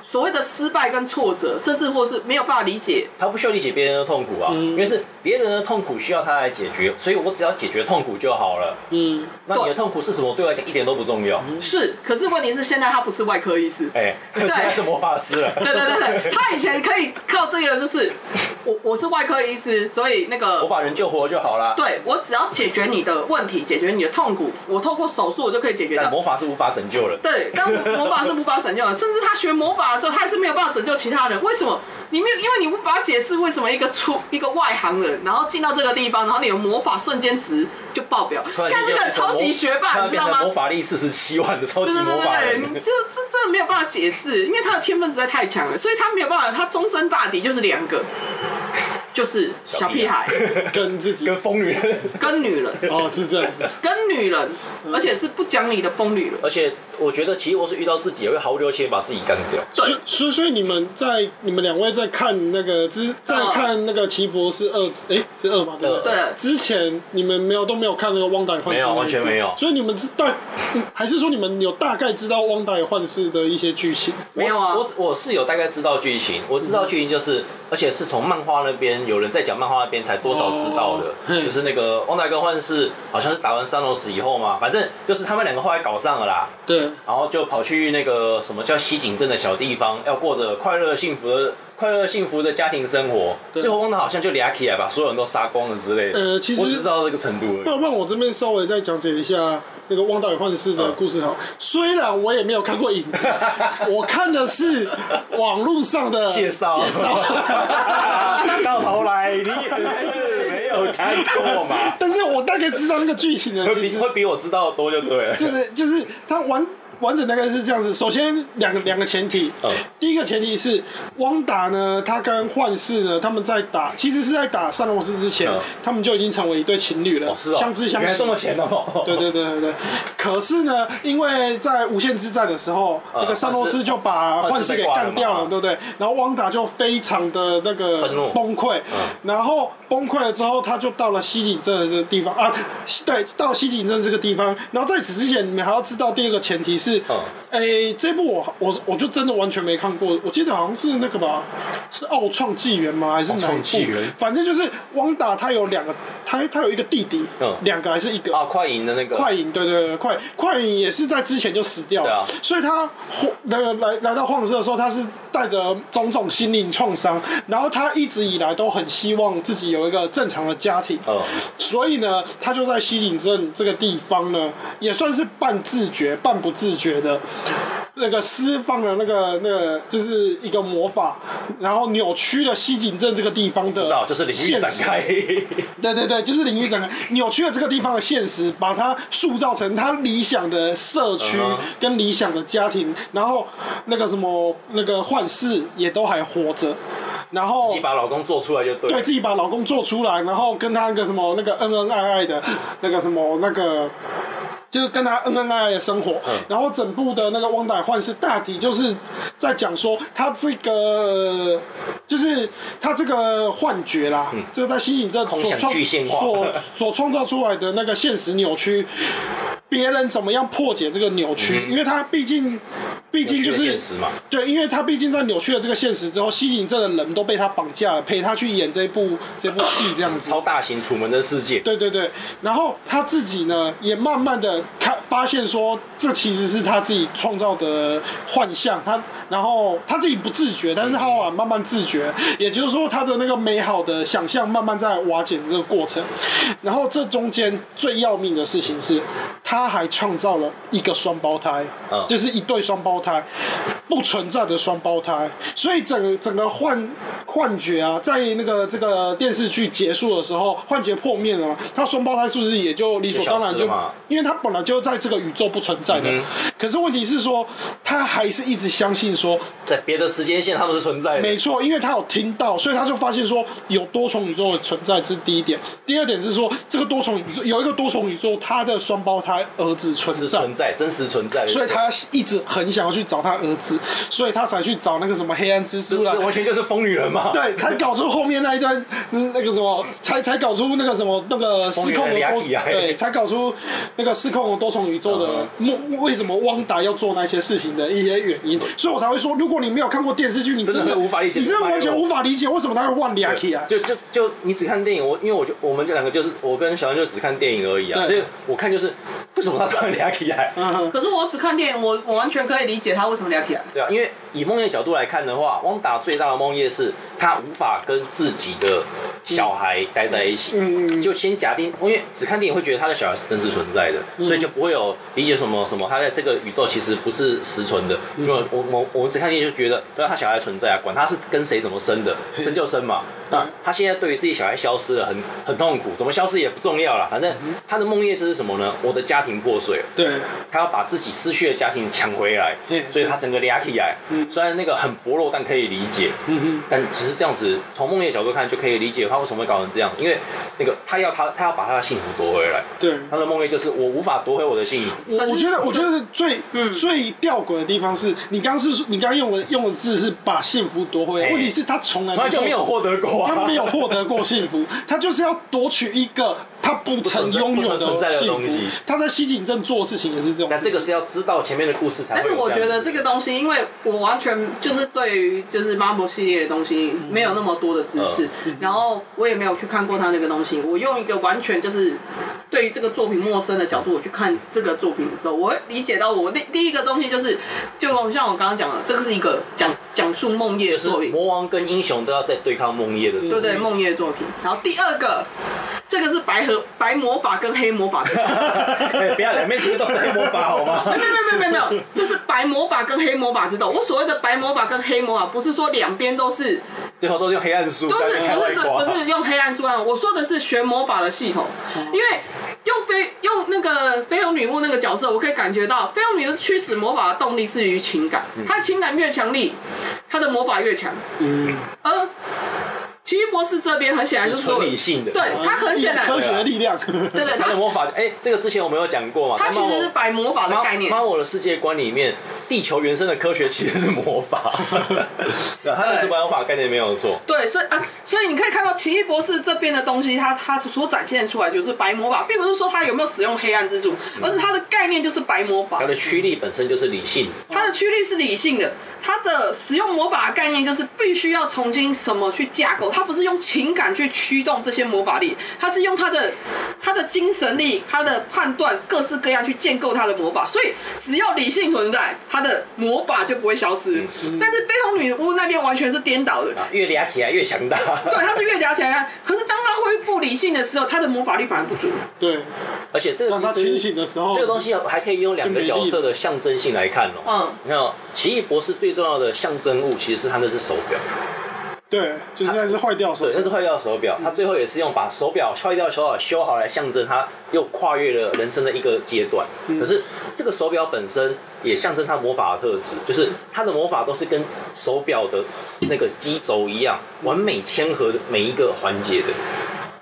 [SPEAKER 2] 所谓的失败跟挫折，甚至或是没有办法理解，
[SPEAKER 1] 他不需要理解别人的痛苦啊，
[SPEAKER 2] 嗯
[SPEAKER 1] 因为是别人的痛苦需要他来解决，所以我只要解决痛苦就好了。
[SPEAKER 3] 嗯，
[SPEAKER 1] 那你的痛苦是什么？对我来讲一点都不重要。
[SPEAKER 2] 是，可是问题是现在他不是外科医师，
[SPEAKER 1] 哎、
[SPEAKER 2] 嗯对
[SPEAKER 1] 现在是魔法师了。
[SPEAKER 2] 对对对对，他以前可以靠这个，就是我我是外科医师，所以那
[SPEAKER 1] 我
[SPEAKER 2] 个
[SPEAKER 1] 把人救活就好啦。
[SPEAKER 2] 对我只要解决你的问题，解决你的痛苦，我透过手术我就可以解决
[SPEAKER 1] 但
[SPEAKER 2] 掉。
[SPEAKER 1] 魔法是无法拯救了。
[SPEAKER 2] 对，但我魔法是无法拯救的，甚至他学魔法的时候，他还是没有办法拯救其他人。为什么？你没有，因为你无法解释为什么一个出一个外行人，然后进到这个地方，然后你的魔法瞬间值就爆表，
[SPEAKER 1] 突然
[SPEAKER 2] 看
[SPEAKER 1] 间
[SPEAKER 2] 这
[SPEAKER 1] 就
[SPEAKER 2] 个
[SPEAKER 1] 变成
[SPEAKER 2] 超级
[SPEAKER 1] 魔
[SPEAKER 2] 学
[SPEAKER 1] 突
[SPEAKER 2] 霸，
[SPEAKER 1] 然
[SPEAKER 2] 你知
[SPEAKER 1] 变
[SPEAKER 2] 道
[SPEAKER 1] 成
[SPEAKER 2] 吗
[SPEAKER 1] 魔？法力四十七万的超
[SPEAKER 2] 对
[SPEAKER 1] 级
[SPEAKER 2] 对
[SPEAKER 1] 魔法
[SPEAKER 2] 对对，
[SPEAKER 1] 人
[SPEAKER 2] 你。这这真的没有办法解释，因为他的天分实在太强了，所以他没有办法，他终身大敌就是两个，就是小屁孩
[SPEAKER 3] 跟自己
[SPEAKER 1] 跟疯女人，
[SPEAKER 2] 跟女人，
[SPEAKER 3] 哦是这样子，
[SPEAKER 2] 跟女人，而且是不讲理的疯女人。
[SPEAKER 1] 而且我觉得奇异博士遇到自己也会毫不留情地把自己干掉。
[SPEAKER 2] 对
[SPEAKER 3] 所以所以所以你们在你们两位在看那个之
[SPEAKER 1] 嗯
[SPEAKER 3] 在看那个奇异博士二，哎、是二吗？对不对
[SPEAKER 1] 二
[SPEAKER 2] 对，
[SPEAKER 3] 之前你们没有都没有看那个汪达与幻视，
[SPEAKER 1] 没有完全没有
[SPEAKER 3] 所以你们知大还是说你们有大概知道汪达与幻视的一些剧情？
[SPEAKER 2] 没有啊
[SPEAKER 1] 我我我是有大概知道剧情，我知道剧情
[SPEAKER 3] 嗯
[SPEAKER 1] 就是，而且是从漫画那边有人在讲漫画那边才多少知道的，
[SPEAKER 3] 哦嗯
[SPEAKER 1] 就是那个汪大哥幻视好像是打完三罗斯以后嘛，反正就是他们两个后来搞上了啦，
[SPEAKER 3] 对，
[SPEAKER 1] 然后就跑去那个什么叫西井镇的小地方，要过着快乐幸福的快乐幸福的家庭生活。
[SPEAKER 3] 对
[SPEAKER 1] 最后汪达好像就俩起来把所有人都杀光了之类的。
[SPEAKER 3] 呃其实
[SPEAKER 1] 我只知道到这个程度而
[SPEAKER 3] 那
[SPEAKER 1] 已。
[SPEAKER 3] 让我这边稍微再讲解一下那个《汪大与幻视》的故事好，虽然我也没有看过 影集，我看的是网络上的
[SPEAKER 1] 介绍
[SPEAKER 3] 介绍。
[SPEAKER 1] 到头来你也是没有看过嘛，
[SPEAKER 3] 但是我大概知道那个剧情的，
[SPEAKER 1] 会
[SPEAKER 3] 其实
[SPEAKER 1] 比会比我知道的多就对了。
[SPEAKER 3] 就是就是它完完整大概是这样子。首先两个两个前提，
[SPEAKER 1] 嗯
[SPEAKER 3] 第一个前提是汪达呢，他跟幻视呢，他们在打，其实是在打三龙师之前，
[SPEAKER 1] 嗯
[SPEAKER 3] 他们就已经成为一对情侣了，
[SPEAKER 1] 哦，是哦，
[SPEAKER 3] 相知相
[SPEAKER 1] 原
[SPEAKER 3] 惜
[SPEAKER 1] 来。这么浅的哦吗？
[SPEAKER 3] 对对对对对，可是呢，因为在无限之战的时候，
[SPEAKER 1] 嗯
[SPEAKER 3] 那个萨诺斯就把幻视给干掉了，
[SPEAKER 1] 幻视被挂了嘛
[SPEAKER 3] 对不对？然后汪达就非常的那个
[SPEAKER 1] 愤怒嗯
[SPEAKER 3] 崩溃，然后崩溃了之后，他就到了西井镇的这个地方啊，对，到了西井镇这个地方。然后在此之前，你们还要知道第二个前提是
[SPEAKER 1] 嗯，
[SPEAKER 3] 哎，这部我我我就真的完全没看过，我记得好像是那个吧，是《奥创纪元》吗？还是哪一
[SPEAKER 1] 奥创纪
[SPEAKER 3] 部
[SPEAKER 1] 元？
[SPEAKER 3] 反正就是汪达他有两个，他他有一个弟弟
[SPEAKER 1] 嗯，
[SPEAKER 3] 两个还是一个？
[SPEAKER 1] 啊，快银的那个，
[SPEAKER 3] 快银，对对对，快快银也是在之前就死掉了，
[SPEAKER 1] 对啊
[SPEAKER 3] 所以他晃那个来来到晃社的时候，他是带着种种心灵创伤，然后他一直以来都很希望自己有一个正常的家庭，
[SPEAKER 1] 嗯，
[SPEAKER 3] 所以呢，他就在西井镇这个地方呢，也算是半自觉、半不自觉的，那个释放了那个那个就是一个魔法，然后扭曲了西井镇这个地方的
[SPEAKER 1] 知道，就是领域展
[SPEAKER 3] 现实
[SPEAKER 1] 开。
[SPEAKER 3] 对对对，就是领域整个扭曲了这个地方的现实，把它塑造成他理想的社区
[SPEAKER 1] 嗯哼
[SPEAKER 3] 跟理想的家庭，然后那个什么那个幻视也都还活着，然后
[SPEAKER 1] 自己把老公做出来就对
[SPEAKER 3] 对
[SPEAKER 1] 了。
[SPEAKER 3] 自己把老公做出来，然后跟他那个什么那个恩恩爱爱的那个什么那个。就是跟他恩恩爱爱的生活，
[SPEAKER 1] 嗯
[SPEAKER 3] 然后整部的那个《汪达与幻视》大体就是在讲说他这个，就是他这个幻觉啦，这个在吸引这
[SPEAKER 1] 嗯空
[SPEAKER 3] 所
[SPEAKER 1] 想
[SPEAKER 3] 创
[SPEAKER 1] 具现化
[SPEAKER 3] 所 所创造出来的那个现实扭曲，别人怎么样破解这个扭
[SPEAKER 1] 嗯
[SPEAKER 3] 曲？因为他毕竟，毕竟就
[SPEAKER 1] 扭曲的
[SPEAKER 3] 是
[SPEAKER 1] 现实嘛
[SPEAKER 3] 对，因为他毕竟在扭曲了这个现实之后，西井镇的人都被他绑架了，陪他去演这部这部戏这样 子。
[SPEAKER 1] 超大型《楚门的世界》
[SPEAKER 3] 对对对，然后他自己呢，也慢慢的看发现说，这其实是他自己创造的幻象。他然后他自己不自觉，但是他后来慢慢自觉，也就是说他的那个美好的想象慢慢在瓦解的这个过程。然后这中间最要命的事情是，他还创造了一个双胞胎，
[SPEAKER 1] 嗯
[SPEAKER 3] 就是一对双胞胎，不存在的双胞胎。所以整整个幻幻觉啊，在那个这个电视剧结束的时候，幻觉破灭了嘛，他双胞胎是不是也就理所当然
[SPEAKER 1] 就消失
[SPEAKER 3] 就
[SPEAKER 1] 了嘛嗯
[SPEAKER 3] 因为他本来就在这个宇宙不存在的。可是问题是说，他还是一直相信说，
[SPEAKER 1] 在别的时间线他们是存在的
[SPEAKER 3] 没。错，因为他有听到，所以他就发现说有多重宇宙的存在，这是第一点。第二点是说，这个多重宇宙有一个多重宇宙，它的双胞胎他儿子存
[SPEAKER 1] 是
[SPEAKER 3] 在，
[SPEAKER 1] 存在真实存在的，
[SPEAKER 3] 所以他一直很想要去找他儿子，所以他才去找那个什么黑暗之
[SPEAKER 1] 这
[SPEAKER 3] 书啦
[SPEAKER 1] 这。完全就是疯女人嘛，
[SPEAKER 3] 对，才搞出后面那一段，嗯那个什么，才才搞出那个什么，那个
[SPEAKER 1] 风
[SPEAKER 3] 失
[SPEAKER 1] 云
[SPEAKER 3] 控的
[SPEAKER 1] 人
[SPEAKER 3] 多
[SPEAKER 1] 俩起来
[SPEAKER 3] 对，才搞出那个失控的多重宇宙的
[SPEAKER 1] 嗯
[SPEAKER 3] 梦，为什么汪达要做那些事情的一些原因，所以我才会说，如果你没有看过电视剧，你
[SPEAKER 1] 真的
[SPEAKER 3] 真的
[SPEAKER 1] 会无法理解
[SPEAKER 3] 你真的完全
[SPEAKER 1] 马里奥
[SPEAKER 3] 无法理解为什么他会忘俩起来。
[SPEAKER 1] 就就就你只看电影，我因为我就我们这两个就是我跟小安就只看电影而已啊，
[SPEAKER 3] 对
[SPEAKER 1] 所以我看就是为什么他突然聊起来？
[SPEAKER 3] 嗯哼，
[SPEAKER 2] 可是我只看电影，我我完全可以理解他为什么聊起来。
[SPEAKER 1] 对啊，因为以梦魇角度来看的话，汪达最大的梦魇是他无法跟自己的小孩待在一起。
[SPEAKER 3] 嗯嗯嗯
[SPEAKER 1] 就先假定，因为只看电影会觉得他的小孩是真实存在的，嗯所以就不会有理解什么什么他在这个宇宙其实不是实存的。嗯就我我我们只看电影就觉得，对啊，他小孩存在啊，管他是跟谁怎么生的，生就生嘛。那他现在对于自己小孩消失了，很很痛苦，怎么消失也不重要了，反正他的梦魇就是什么呢？我的家庭破碎了。
[SPEAKER 3] 对，
[SPEAKER 1] 他要把自己失去的家庭抢回来，
[SPEAKER 3] 嗯
[SPEAKER 1] 所以他整个俩起来。
[SPEAKER 3] 嗯
[SPEAKER 1] 虽然那个很薄弱，但可以理解。
[SPEAKER 3] 嗯
[SPEAKER 1] 但其实这样子，从梦魇角度看就可以理解他为什么会搞成这样，因为那个他要他他要把他的幸福夺回来，
[SPEAKER 3] 哼，对。
[SPEAKER 1] 他的梦魇就是我无法夺回我的幸福。
[SPEAKER 3] 我
[SPEAKER 2] 可是
[SPEAKER 3] 我觉得，我觉得最、
[SPEAKER 2] 嗯
[SPEAKER 3] 最吊诡的地方是你刚刚是说你刚刚用的用的字是把幸福夺回来，
[SPEAKER 1] 哎
[SPEAKER 3] 问题是他从来
[SPEAKER 1] 从来就没有获得过啊！
[SPEAKER 3] 他没有获得过幸福，他就是要夺取一个他不曾拥有
[SPEAKER 1] 不存在
[SPEAKER 3] 的
[SPEAKER 1] 的
[SPEAKER 3] 幸
[SPEAKER 1] 东
[SPEAKER 3] 福
[SPEAKER 1] 西。
[SPEAKER 3] 他在西井镇做事情也是这种
[SPEAKER 1] 那
[SPEAKER 3] 事情。
[SPEAKER 1] 这个是要知道前面的故事才
[SPEAKER 2] 但
[SPEAKER 1] 会
[SPEAKER 2] 是
[SPEAKER 1] 有
[SPEAKER 2] 我
[SPEAKER 1] 这样子。
[SPEAKER 2] 觉得这个东西，因为我完全就是对于就是 Marvel 系列的东西
[SPEAKER 1] 嗯
[SPEAKER 2] 没有那么多的知识，然后我也没有去看过他那个东西。我用一个完全就是对于这个作品陌生的角度，我去看这个作品的时候，我会理解到我第第一个东西就是，就像我刚刚讲的，这个是一个讲讲述梦夜
[SPEAKER 1] 就
[SPEAKER 2] 的
[SPEAKER 1] 是
[SPEAKER 2] 作品，
[SPEAKER 1] 魔王跟英雄都要在对抗梦魇的，
[SPEAKER 2] 对不对？梦夜的作品。然后第二个，这个是白和白魔法跟黑魔法的。
[SPEAKER 1] 哎不要两面其实都是黑魔法好 吗？
[SPEAKER 2] 没有没有没有没有没有，这是白魔法跟黑魔法之斗。我所谓的白魔法跟黑魔法，不是说两边都是，
[SPEAKER 1] 最后都是用黑暗术，
[SPEAKER 2] 都是
[SPEAKER 1] 在开
[SPEAKER 2] 不
[SPEAKER 1] 外
[SPEAKER 2] 是
[SPEAKER 1] 挂
[SPEAKER 2] 不是用黑暗术啊。我说的是学魔法的系统，因为用飞用那个飞龙女巫那个角色，我可以感觉到飞龙女巫驱使魔法的动力是于情感，她的情感越强力，她的魔法越强。
[SPEAKER 3] 嗯，
[SPEAKER 2] 而奇异博士这边很显然
[SPEAKER 1] 是
[SPEAKER 2] 就是
[SPEAKER 1] 纯
[SPEAKER 2] 说，
[SPEAKER 1] 理性的。
[SPEAKER 2] 对他很显然
[SPEAKER 3] 有，科学的力量。
[SPEAKER 2] 对对，
[SPEAKER 1] 他的
[SPEAKER 2] 他
[SPEAKER 1] 魔法，哎、这个之前我们有讲过嘛？
[SPEAKER 2] 他
[SPEAKER 1] 在
[SPEAKER 2] 其
[SPEAKER 1] 漫
[SPEAKER 2] 实
[SPEAKER 1] 我
[SPEAKER 2] 是白魔法的概念
[SPEAKER 1] 妈。我的世界观里面，地球原生的科学其实是魔法， 对，它就是魔法概念没有错。
[SPEAKER 2] 对，所以啊，所以你可以看到奇异博士这边的东西，它它所展现出来就是白魔法，并不是说它有没有使用黑暗之术，而是它的概念就是白魔法
[SPEAKER 1] 它，的驱力本身就是理性，
[SPEAKER 2] 它的驱力是理性的，它的使用魔法的概念就是必须要重新什么去架构，它不是用情感去驱动这些魔法力，它是用它的它的精神力、它的判断各式各样去建构它的魔法，所以只要理性存在，它的魔法就不会消失。但是绯红女巫那边完全是颠倒的，
[SPEAKER 1] 啊越俩起来越强大。
[SPEAKER 2] 对，他是越聊起来，可是当他恢复理性的时候，他的魔法力反而不足。
[SPEAKER 3] 对，
[SPEAKER 1] 而且这个
[SPEAKER 3] 当他
[SPEAKER 1] 其
[SPEAKER 3] 清
[SPEAKER 1] 实
[SPEAKER 3] 醒的时候，
[SPEAKER 1] 这个东西还可以用两个角色的象征性来看哦、
[SPEAKER 2] 嗯
[SPEAKER 1] 你看、哦，奇异博士最重要的象征物其实是他那只手表，
[SPEAKER 3] 对，就是那是坏掉手
[SPEAKER 1] 对，。那只坏掉的手表，他最后也是用把手表坏掉的手表修好来象征他又跨越了人生的一个阶段。可是这个手表本身也象征他魔法的特质，就是他的魔法都是跟手表的那个机轴一样，完美嵌合每一个环节的。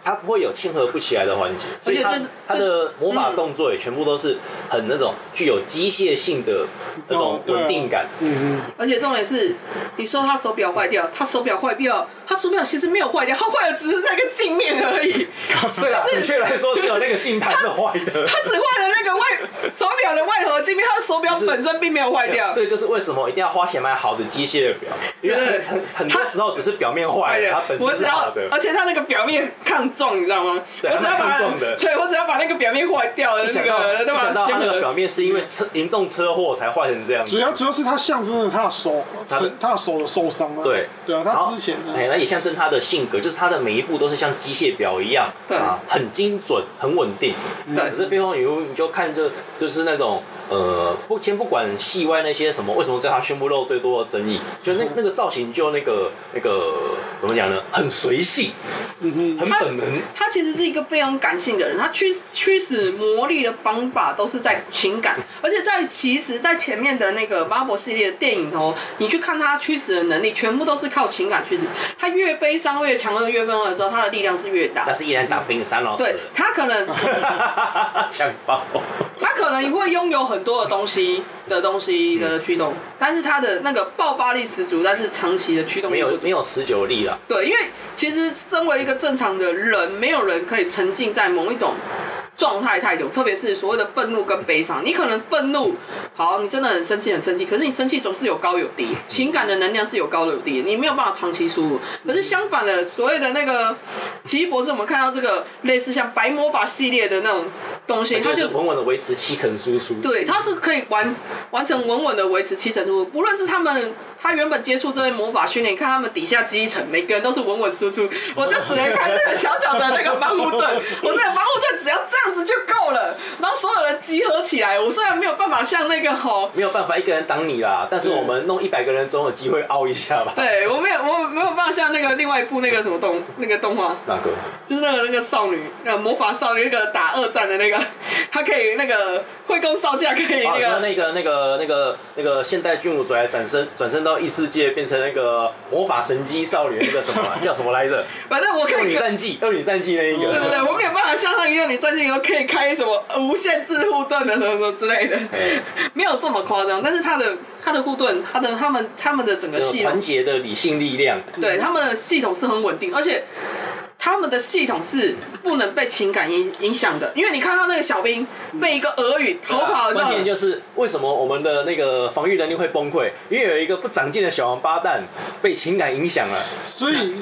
[SPEAKER 1] 它不会有嵌合不起来的环节，所以
[SPEAKER 2] 而且
[SPEAKER 1] 它它
[SPEAKER 2] 这
[SPEAKER 1] 的魔法动作也全部都是很那种具有机械性的那种
[SPEAKER 3] 哦对啊
[SPEAKER 1] 稳定感。
[SPEAKER 3] 嗯嗯，
[SPEAKER 2] 而且重点是，你说他手表坏掉，他手表坏掉，他手表其实没有坏掉，他坏的只是那个镜面而已，
[SPEAKER 1] 对啊，
[SPEAKER 2] 就是
[SPEAKER 1] 准确来说，只有那个镜盘是坏的。
[SPEAKER 2] 他只坏了那个外手表的外核镜面，他的手表
[SPEAKER 1] 就是
[SPEAKER 2] 本身并没有坏掉。
[SPEAKER 1] 这就是为什么一定要花钱买好的机械表，因为
[SPEAKER 2] 对哎
[SPEAKER 1] 很很多时候只是表面坏了，啊它本
[SPEAKER 2] 我
[SPEAKER 1] 身
[SPEAKER 2] 只
[SPEAKER 1] 是
[SPEAKER 2] 要
[SPEAKER 1] 好的，。
[SPEAKER 2] 而且他那个表面抗撞，你知道吗？
[SPEAKER 1] 对
[SPEAKER 2] 我只要
[SPEAKER 1] 它
[SPEAKER 2] 把
[SPEAKER 1] 蛮抗撞的
[SPEAKER 2] 对我只要把那个表面坏掉的
[SPEAKER 1] 一
[SPEAKER 2] 那
[SPEAKER 1] 想到
[SPEAKER 2] 个，
[SPEAKER 1] 一
[SPEAKER 2] 对吧
[SPEAKER 1] 想？到它
[SPEAKER 2] 先
[SPEAKER 1] 那个
[SPEAKER 2] 合
[SPEAKER 1] 表面是因为车严重车祸才坏成这样
[SPEAKER 3] 主
[SPEAKER 1] 子，
[SPEAKER 3] 要主要是他象征了他的手，
[SPEAKER 1] 他的
[SPEAKER 3] 是他的手的受伤啊。
[SPEAKER 1] 对
[SPEAKER 3] 对啊，
[SPEAKER 1] 然
[SPEAKER 3] 他
[SPEAKER 1] 后
[SPEAKER 3] 之前呢，
[SPEAKER 1] 哎，那也象征他的性格，就是他的每一步都是像机械表一样，
[SPEAKER 2] 对
[SPEAKER 1] 啊，很精准，很稳定。
[SPEAKER 2] 对
[SPEAKER 1] 可是飞鸿女巫，你就看这就是那种呃，不先不管戏外那些什么，为什么叫他胸部肉最多的争议，就
[SPEAKER 2] 嗯
[SPEAKER 1] 那那个造型就那个那个怎么讲呢？很随性，
[SPEAKER 3] 嗯哼，
[SPEAKER 1] 很本能。
[SPEAKER 2] 他其实是一个非常感性的人，他驱驱使魔力的方法都是在情感，而且在其实，在前面的那个 Marvel 系列的电影哦，你去看他驱使的能力，全部都是靠情感驱使。他越悲伤、越强硬、越愤怒的时候，他的力量是越大
[SPEAKER 1] 但。是依然打冰山老师
[SPEAKER 2] 对他可能，
[SPEAKER 1] 强暴，
[SPEAKER 2] 他可能会拥有很多的东西的东西的驱动，但是他的那个爆发力十足，但是长期的驱动力
[SPEAKER 1] 没
[SPEAKER 2] 不
[SPEAKER 1] 有
[SPEAKER 2] 足
[SPEAKER 1] 没有持久力了。啊
[SPEAKER 2] 对，因为其实身为一个正常的人，没有人可以沉浸在某一种状态太久，特别是所谓的愤怒跟悲伤。你可能愤怒，好，你真的很生气，很生气，可是你生气总是有高有低，情感的能量是有高有低的，你没有办法长期输入。可是相反的，所谓的那个奇异博士，我们看到这个类似像白魔法系列的那种东西，它
[SPEAKER 1] 就
[SPEAKER 2] 就是
[SPEAKER 1] 稳稳的维持七成输出。
[SPEAKER 2] 对，他是可以完完成稳稳的维持七成输出，不论是他们他原本接触这些魔法训练，你看他们底下基层每个人都是稳稳输出，我就只能看这个小小的那个防护盾，我这个防护盾只要这样子就够了，然后所有人集合起来，我虽然没有办法像那个吼。
[SPEAKER 1] 没有办法一个人挡你啦，但是我们弄一百个人总有机会凹一下吧。
[SPEAKER 2] 对，我没有，我没有办法像那个另外一部那个什么动那个动画，
[SPEAKER 1] 那个
[SPEAKER 2] 就是那个那个少女，那个魔法少女那个打二战的那个，她可以那个会攻少将，可以
[SPEAKER 1] 啊，说
[SPEAKER 2] 哎那个
[SPEAKER 1] 那个那个那个那个现代军武转转身转身到异世界，变成那个魔法神机少女那个什么 啊叫什么来着？
[SPEAKER 2] 反正我可
[SPEAKER 1] 恶
[SPEAKER 2] 以
[SPEAKER 1] 女
[SPEAKER 2] 跟
[SPEAKER 1] 战记，恶女战记那一
[SPEAKER 2] 对对
[SPEAKER 1] 个。
[SPEAKER 2] 对，我没有办法像上一样，你钻进以后可以开什么呃无限制护盾的什么什么之类的，
[SPEAKER 1] 哎
[SPEAKER 2] 没有这么夸张。但是他的他的护盾，他的他们他们的整个
[SPEAKER 1] 有
[SPEAKER 2] 系
[SPEAKER 1] 团
[SPEAKER 2] 统，
[SPEAKER 1] 结的理性力量，
[SPEAKER 2] 对他们的系统是很稳定，而且他们的系统是不能被情感影影响的。因为你看到那个小兵被一个俄语 逃跑
[SPEAKER 1] 嗯啊关
[SPEAKER 2] 到，
[SPEAKER 1] 键就是为什么我们的那个防御能力会崩溃？因为有一个不长进的小王八蛋被情感影响了。
[SPEAKER 3] 所以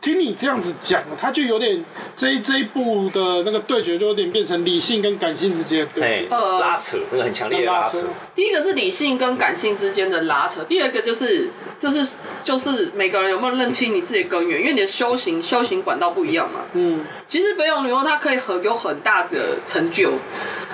[SPEAKER 3] 听你这样子讲，他就有点这一这一部的那个对决，就有点变成理性跟感性之间的对
[SPEAKER 1] 哎
[SPEAKER 3] 决，，
[SPEAKER 2] 呃
[SPEAKER 1] 拉扯，那个很强烈的拉扯。
[SPEAKER 2] 第一个是理性跟感性之间的拉扯，第二个就是就是就是每个人有没有认清你自己的根源，因为你的修行修行管道不一样嘛。
[SPEAKER 3] 嗯，
[SPEAKER 2] 其实北永女巫她可以很有很大的成就，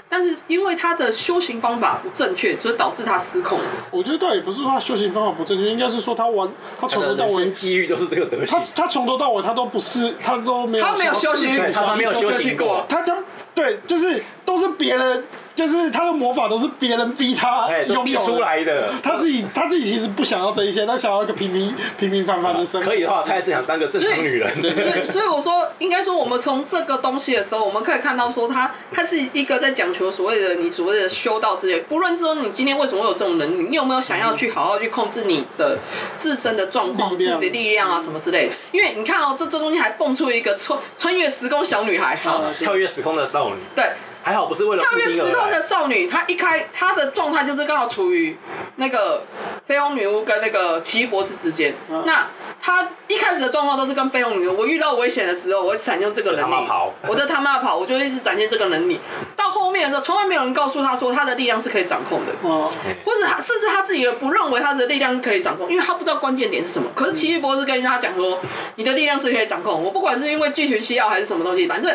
[SPEAKER 2] 但是因为她的修行方法不正确，所以导致她失控了。
[SPEAKER 3] 我觉得倒也不是说他修行方法不正确，应该是说他玩他
[SPEAKER 1] 他
[SPEAKER 3] 从头
[SPEAKER 1] 的
[SPEAKER 3] 到
[SPEAKER 1] 人
[SPEAKER 3] 尾
[SPEAKER 1] 生，际遇都是这个德
[SPEAKER 3] 他
[SPEAKER 1] 行，
[SPEAKER 3] 他从头到尾他都不是，他都没有
[SPEAKER 2] 她没有
[SPEAKER 3] 想要
[SPEAKER 2] 修行
[SPEAKER 3] 试
[SPEAKER 1] 对，
[SPEAKER 3] 图
[SPEAKER 1] 他
[SPEAKER 3] 想
[SPEAKER 1] 他
[SPEAKER 3] 要
[SPEAKER 1] 没有
[SPEAKER 3] 去
[SPEAKER 1] 修
[SPEAKER 2] 休息
[SPEAKER 1] 行
[SPEAKER 2] 过
[SPEAKER 1] 过。
[SPEAKER 3] 他他对，就是都是别人，就是他的魔法都是别人逼他
[SPEAKER 1] 哎，都
[SPEAKER 3] 拥
[SPEAKER 1] 逼
[SPEAKER 3] 有
[SPEAKER 1] 出
[SPEAKER 3] 的。
[SPEAKER 1] 来的。
[SPEAKER 3] 他自己他自己其实不想要这一些，他想要一个平平平平凡凡的生活。
[SPEAKER 1] 可以的话，他还是想当个正常女人。
[SPEAKER 2] 所以，所以我说，应该说，我们从这个东西的时候，我们可以看到说它，它是一个在讲求所谓的你所谓的修道之类。不论是说你今天为什么会有这种能力，你有没有想要去好好去控制你的自身的状况、
[SPEAKER 3] 力
[SPEAKER 2] 自己
[SPEAKER 3] 量
[SPEAKER 2] 的力量啊什么之类的。因为你看哦，这这中间还蹦出一个穿穿越时空小女孩，好，
[SPEAKER 3] 嗯
[SPEAKER 1] 跳跃时空的少女，
[SPEAKER 2] 对，
[SPEAKER 1] 还好不是为了
[SPEAKER 2] 跳
[SPEAKER 1] 布
[SPEAKER 2] 跃
[SPEAKER 1] 丁
[SPEAKER 2] 时空
[SPEAKER 1] 而
[SPEAKER 2] 的
[SPEAKER 1] 来。
[SPEAKER 2] 少女，她一开她的状态就是刚好处于那个菲佣女巫跟那个奇异博士之间。
[SPEAKER 1] 嗯
[SPEAKER 2] 那她一开始的状况都是跟菲佣女巫，我遇到危险的时候，我会闪用这个能
[SPEAKER 1] 就他妈
[SPEAKER 2] 力
[SPEAKER 1] 跑，
[SPEAKER 2] 我就他妈跑，我就一直展现这个能力。到后面的时候，从来没有人告诉她说她的力量是可以掌控的。
[SPEAKER 3] 哦，
[SPEAKER 2] 或者他甚至他自己也不认为他的力量是可以掌控，因为他不知道关键点是什么。可是奇异博士跟他讲说，你的力量是可以掌控。我不管是因为剧情需要还是什么东西，反正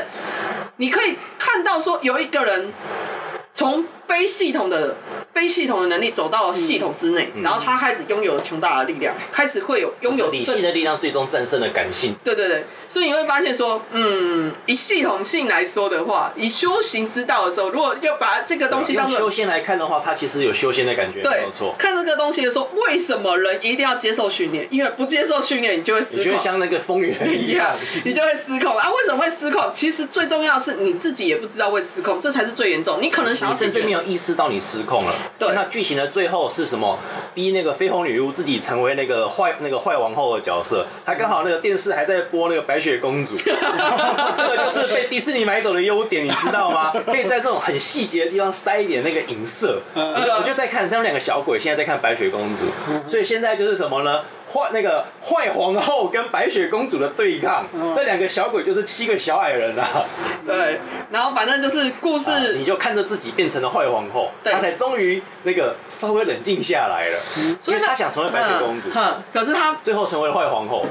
[SPEAKER 2] 你可以看到说有一个人从非系统的非系统的能力走到了系统之内，然后他开始拥有了强大的力量，开始会有拥有
[SPEAKER 1] 理
[SPEAKER 2] 正
[SPEAKER 1] 性的力量最终战胜了感性，
[SPEAKER 2] 对对对，所以你会发现说，嗯，以系统性来说的话，以修行之道的时候，如果要把这个东西
[SPEAKER 1] 用
[SPEAKER 2] 当做
[SPEAKER 1] 修仙来看的话，它其实有修仙的感觉，没
[SPEAKER 2] 对
[SPEAKER 1] 有错，。
[SPEAKER 2] 看这个东西的时候，为什么人一定要接受训练？因为不接受训练，你就会失
[SPEAKER 1] 你觉得
[SPEAKER 2] 控。
[SPEAKER 1] 像那个风云人一
[SPEAKER 2] 一
[SPEAKER 1] 样
[SPEAKER 2] 样，，你就会失控啊！为什么会失控？其实最重要的是你自己也不知道会失控，这才是最严重。你可能想
[SPEAKER 1] 你
[SPEAKER 2] 要
[SPEAKER 1] 甚
[SPEAKER 2] 解
[SPEAKER 1] 至没
[SPEAKER 2] 决，
[SPEAKER 1] 有意识到你失控了。
[SPEAKER 2] 对
[SPEAKER 1] 那剧情的最后是什么？逼那个绯红女巫自己成为那个坏那个坏王后的角色。她刚好那个电视还在播那个白雪公 主，这个就是被迪士尼买走的优点，你知道吗？可以在这种很细节的地方塞一点那个
[SPEAKER 2] 嗯
[SPEAKER 1] 影射。我就在看他们两个小鬼，现在在看白雪公主，所以现在就是什么呢？坏那个坏皇后跟白雪公主的对抗，
[SPEAKER 2] 嗯
[SPEAKER 1] 这两个小鬼就是七个小矮人啊！
[SPEAKER 2] 对，然后反正就是故事，
[SPEAKER 1] 你就看着自己变成了坏皇后，
[SPEAKER 2] 对
[SPEAKER 1] 她才终于那个稍微冷静下来了，
[SPEAKER 2] 所以
[SPEAKER 1] 因为她想成为白雪公主
[SPEAKER 2] 嗯， 哼可是他
[SPEAKER 1] 最后成为了坏皇后。